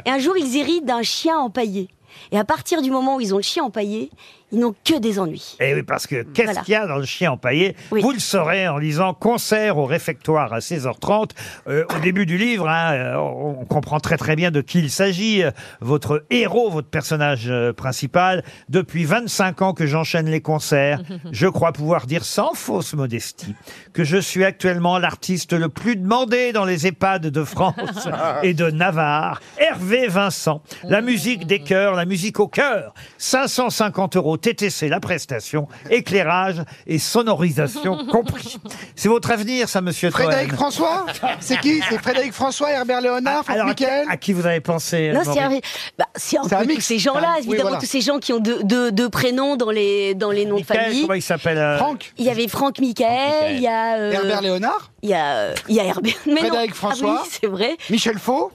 V: et un jour, ils héritent d'un chien empaillé. Et à partir du moment où ils ont le chien empaillé, ils n'ont que des ennuis.
B: Et Eh oui, parce que qu'est-ce
V: Voilà.
B: qu'il y a dans le chien empaillé
V: Oui.
B: Vous le saurez en lisant Concert au réfectoire à 16h30. Euh, au début du livre, hein, euh, on on comprend très très bien de qui il s'agit. Euh, Votre héros, votre personnage euh, principal. Depuis 25 ans que j'enchaîne
V: <laughs>
B: les concerts, je crois pouvoir dire sans fausse modestie que je suis actuellement l'artiste le plus demandé dans les EHPAD
V: <laughs>
B: de France et de Navarre. Hervé Vincent, la musique des cœurs, la musique au cœur. 550 euros TTC, la prestation, éclairage
V: <laughs>
B: et sonorisation compris. C'est votre avenir, ça, monsieur
G: Frédéric
B: Toen.
G: François C'est qui C'est Frédéric François, Herbert Léonard, Franck
B: Ah, Alors, à qui,
G: Michael
B: à qui vous avez pensé
V: Non,
B: Laurent
V: c'est un, bah, c'est un
G: C'est un
V: peu tous
G: mix.
V: ces gens-là,
G: Ah, oui,
V: évidemment,
G: voilà.
V: tous ces gens qui ont deux deux- deux prénoms dans les, dans les noms de
B: Michael,
V: famille.
B: Comment il s'appelle euh,
V: Il y avait Franck Michael, il y a. euh,
G: Herbert Léonard
V: Il y a, euh, il y a Herbert. Mais non.
G: Frédéric François
V: Ah oui, c'est vrai. <laughs>
G: Michel Faux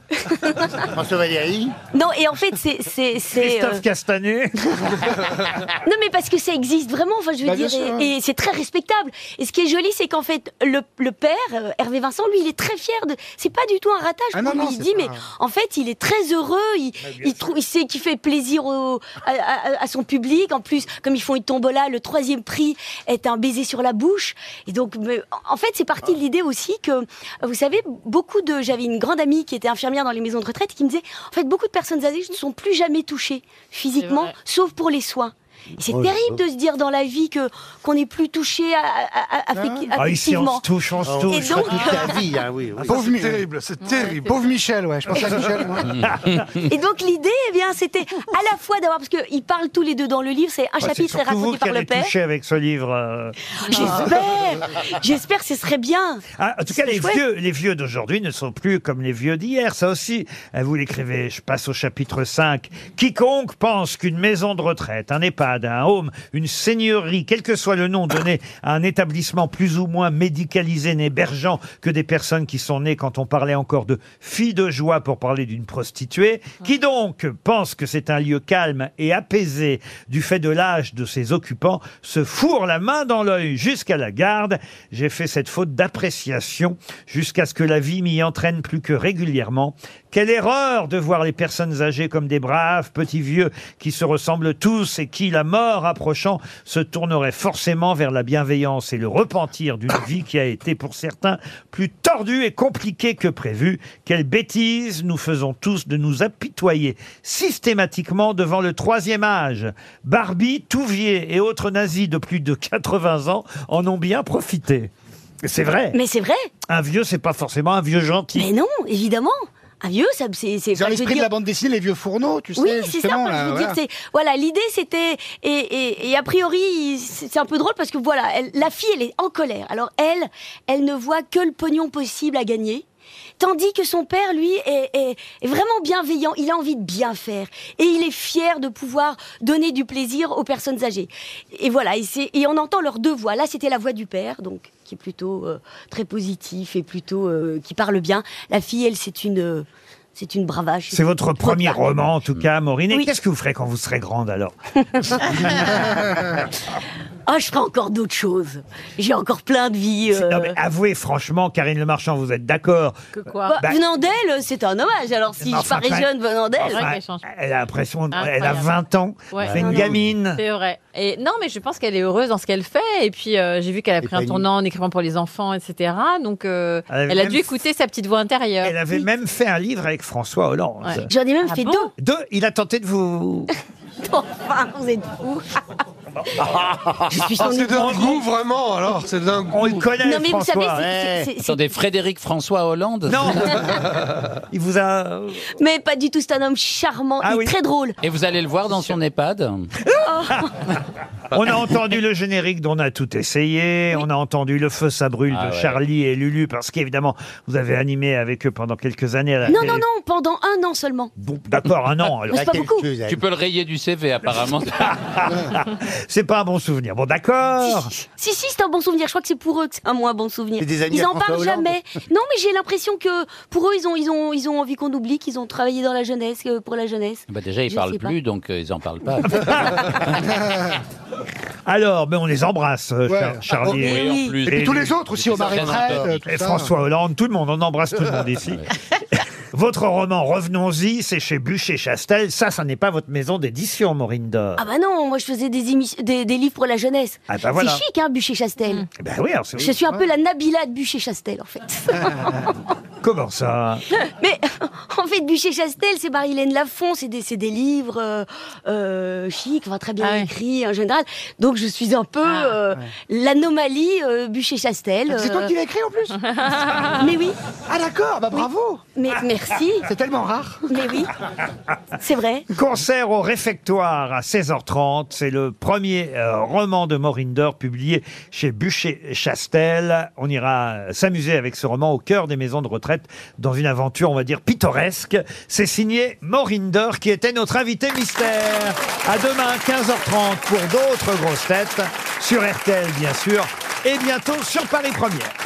F: François Valéry
V: Non, et en fait, c'est. c'est- c'est,
B: Christophe
V: euh, <laughs>
B: Castanet
V: Non, mais parce que ça existe vraiment, enfin, je veux
B: Bah, bien
V: dire,
B: sûr,
V: et-
B: hein.
V: et, c'est très respectable. Et ce qui est joli, c'est qu'en fait, le, le père, euh, Hervé Vincent, lui, il est très fier de. C'est pas du tout un ratage,
G: Ah non,
V: comme
G: non,
V: il
G: c'est
V: dit,
G: pas-
V: mais en fait, il est très heureux, il, il, trou- il sait qu'il fait plaisir au- à, à- à son public. En plus, comme ils font une tombola, le troisième prix est un baiser sur la bouche. Et donc, mais, en- en fait, c'est parti de l'idée aussi que, euh, vous savez, beaucoup de. J'avais une grande amie qui était infirmière dans les maisons de retraite qui me disait, en fait, beaucoup de personnes âgées ne sont plus jamais touchées physiquement, sauf pour les soins. Et C'est
B: Oh là
V: terrible
B: là.
V: de se dire dans la vie que qu'on n'est plus touché à, à, à- affec-
B: Ah, ici, on
V: affectivement.
B: se touche, on se touche.
V: Et donc,
G: hein,
V: hein,
H: Ah, ça,
G: Pauvre
H: c'est
G: Mi-
H: terrible, c'est terrible.
G: Pauvre Michel, ouais, je pense à Michel. moi.
V: et donc l'idée, eh bien, c'était à la fois d'avoir parce qu'ils parlent tous les deux dans le livre, c'est un
B: Bah, c'est
V: chapitre est
B: surtout vous
V: raconté
B: qui
V: par
B: allez
V: le père. Ah,
B: toucher avec ce livre. euh.
V: J'espère, j'espère, que ce serait bien.
B: Ah, en tout cas,
V: C'est
B: les
V: chouette.
B: vieux, les vieux d'aujourd'hui ne sont plus comme les vieux d'hier. Ça aussi, euh, vous l'écrivez, je passe au chapitre 5. Quiconque pense qu'une maison de retraite, un EHPAD, un home, une seigneurie, quel que soit le nom donné à un établissement plus ou moins médicalisé, n'hébergeant que des personnes qui sont nées quand on parlait encore de filles de joie pour parler d'une prostituée, qui donc pense que c'est un lieu calme et apaisé du fait de l'âge de ses occupants, se fourre la main dans l'œil jusqu'à la garde. J'ai fait cette faute d'appréciation jusqu'à ce que la vie m'y entraîne plus que régulièrement. Quelle erreur de voir les personnes âgées comme des braves petits vieux qui se ressemblent tous et qui, la mort approchant, se tourneraient forcément vers la bienveillance et le repentir d'une vie qui a été pour certains plus tordue et compliquée que prévu. Quelle bêtise nous faisons tous de nous apitoyer systématiquement devant le troisième âge. Barbie, Touvier et autres nazis de plus de 80 ans en ont bien profité. C'est vrai.
V: Mais c'est vrai.
B: Un vieux, c'est pas forcément un vieux gentil.
V: Mais non, évidemment. Un vieux, ça, c'est c'est.
G: C'est dans
V: enfin, je veux
G: l'esprit de
V: dire-
G: la bande dessinée, les vieux fourneaux, tu sais,
V: Oui, c'est ça.
G: justement.
V: enfin,
G: là,
V: je veux
G: voilà.
V: dire, c'est voilà, l'idée c'était et, et- et a priori c'est c'est un peu drôle parce que voilà, elle- la fille elle est en colère. Alors elle, elle ne voit que le pognon possible à gagner. Tandis que son père, lui, est, est- est vraiment bienveillant, il a envie de bien faire. Et il est fier de pouvoir donner du plaisir aux personnes âgées. Et voilà, et, c'est- et on entend leurs deux voix. Là, c'était la voix du père, donc qui est plutôt euh, très positif et plutôt euh, qui parle bien. La fille, elle, c'est une, euh, c'est une bravache.
B: C'est votre
V: <laughs>
B: premier roman, <laughs> en tout cas, Maureen. Et
V: Oui.
B: qu'est-ce que vous ferez quand vous serez grande, alors
V: Ah, je ferai encore <laughs> d'autres choses. J'ai encore plein de vies. euh,
B: Non, mais avouez, franchement, Karine Le Marchand, vous êtes d'accord
D: Que
V: bah,
D: quoi
V: venant d'elle, c'est un hommage. Alors, si
B: Non,
V: je
B: enfin,
V: parais
B: pas-
V: jeune venant d'elle.
B: Enfin, elle a l'impression, elle a
D: Incroyable.
B: 20 ans,
D: Ouais. Bah,
B: c'est une
D: Non, non.
B: gamine.
D: C'est vrai. Et non, mais je pense qu'elle est heureuse dans ce qu'elle fait. Et puis, euh, j'ai vu qu'elle a pris
B: pas
D: un
B: une-
D: tournant en écrivant pour les enfants, etc. Donc, euh,
B: Elle avait
D: elle a
B: même
D: dû écouter sa petite voix intérieure.
B: Elle avait même fait un livre avec François Hollande.
D: Ouais.
V: J'en ai même
D: Ah
V: fait
D: bon
V: deux.
B: Deux, il a tenté de vous...
V: Enfin, vous êtes fous. Je suis
H: Ah,
V: son
H: c'est d'un goût vraiment alors, c'est d'un goût.
B: On le connaît,
V: Non, mais vous
B: François. hein.
V: savez, c'est- c'est- c'est- c'est-
C: Attendez, Frédéric François Hollande <laughs>
B: Non Il vous a...
V: Mais pas du tout, c'est un homme
H: Oh,
V: charmant,
B: Ah
V: il est
B: oui. Ah.
V: très Oh. drôle.
C: Et vous allez le voir dans son EHPAD
B: On a entendu le générique dont on a tout essayé. On a entendu Le Feu, ça brûle
C: Ah
B: de
C: ouais.
B: Charlie et Lulu, parce qu'évidemment, vous avez animé avec eux pendant quelques années. à la
V: Non,
B: télé.
V: non, non, pendant un an seulement.
B: Bon, D'accord, un an. alors.
V: Mais c'est pas beaucoup.
C: Tu peux le rayer du CV
B: <laughs>
C: apparemment.
B: C'est pas un bon souvenir. Bon, d'accord.
V: Si, si, c'est un bon souvenir. Je crois que c'est pour eux que c'est un moins bon souvenir.
F: C'est des amis
V: ils
F: à
V: en
F: François
V: parlent
F: Hollande.
V: jamais. Non, mais j'ai l'impression que pour eux, ils ont, ils ont, ils ont envie qu'on oublie qu'ils ont travaillé dans la jeunesse, euh, pour la jeunesse.
C: Bah, déjà, ils
V: Je
C: parlent
V: sais pas.
C: plus, donc euh, ils en parlent pas.
V: Ah, <laughs>
B: Alors, mais on les embrasse, euh,
G: Ouais. oh,
B: Char- Charlie.
C: Ah,
B: et-
C: oui, en plus.
G: Et puis tous les autres aussi,
C: C'était
G: Omar et
C: très
G: Fred,
C: sympathique.
G: euh, tout
B: et
G: ça. Ah,
B: François Hollande, tout le monde, on embrasse tout le monde ici. <laughs> Votre roman Revenons-y, c'est chez Bûcher Chastel. Ça, ça n'est pas votre maison d'édition, Maureen Dor.
V: Ah bah non, moi je faisais des, émis- des, des livres pour la jeunesse.
B: Ah bah voilà.
V: C'est chic, hein, Bûcher-Chastel.
B: Ben oui, alors c'est-
V: Je suis un peu la Nabila de Bûcher-Chastel, en fait.
B: Comment ça
V: Mais en fait, les Buchet-Chastel, c'est Marie-Hélène Lafont, c'est des, c'est des livres euh, euh, chics, enfin, très bien
D: Ah ouais.
V: écrits en général. Donc je suis un peu euh, l'anomalie euh, Buchet-Chastel.
G: C'est toi qui l'as écrit en plus
V: <laughs> Mais oui.
G: Ah d'accord, bah bravo
V: Mais merci.
G: C'est tellement rare.
V: Mais oui. C'est vrai.
B: Concert au réfectoire à 16h30. C'est le premier euh, roman de Maureen Dor publié chez Bûcher Chastel. On ira euh, s'amuser avec ce roman au cœur des maisons de retraite dans une aventure, on va dire, pittoresque. C'est signé Maureen Dor qui était notre invité mystère. À demain, 15h30 pour d'autres grosses têtes sur RTL, bien sûr, et bientôt sur Paris Première.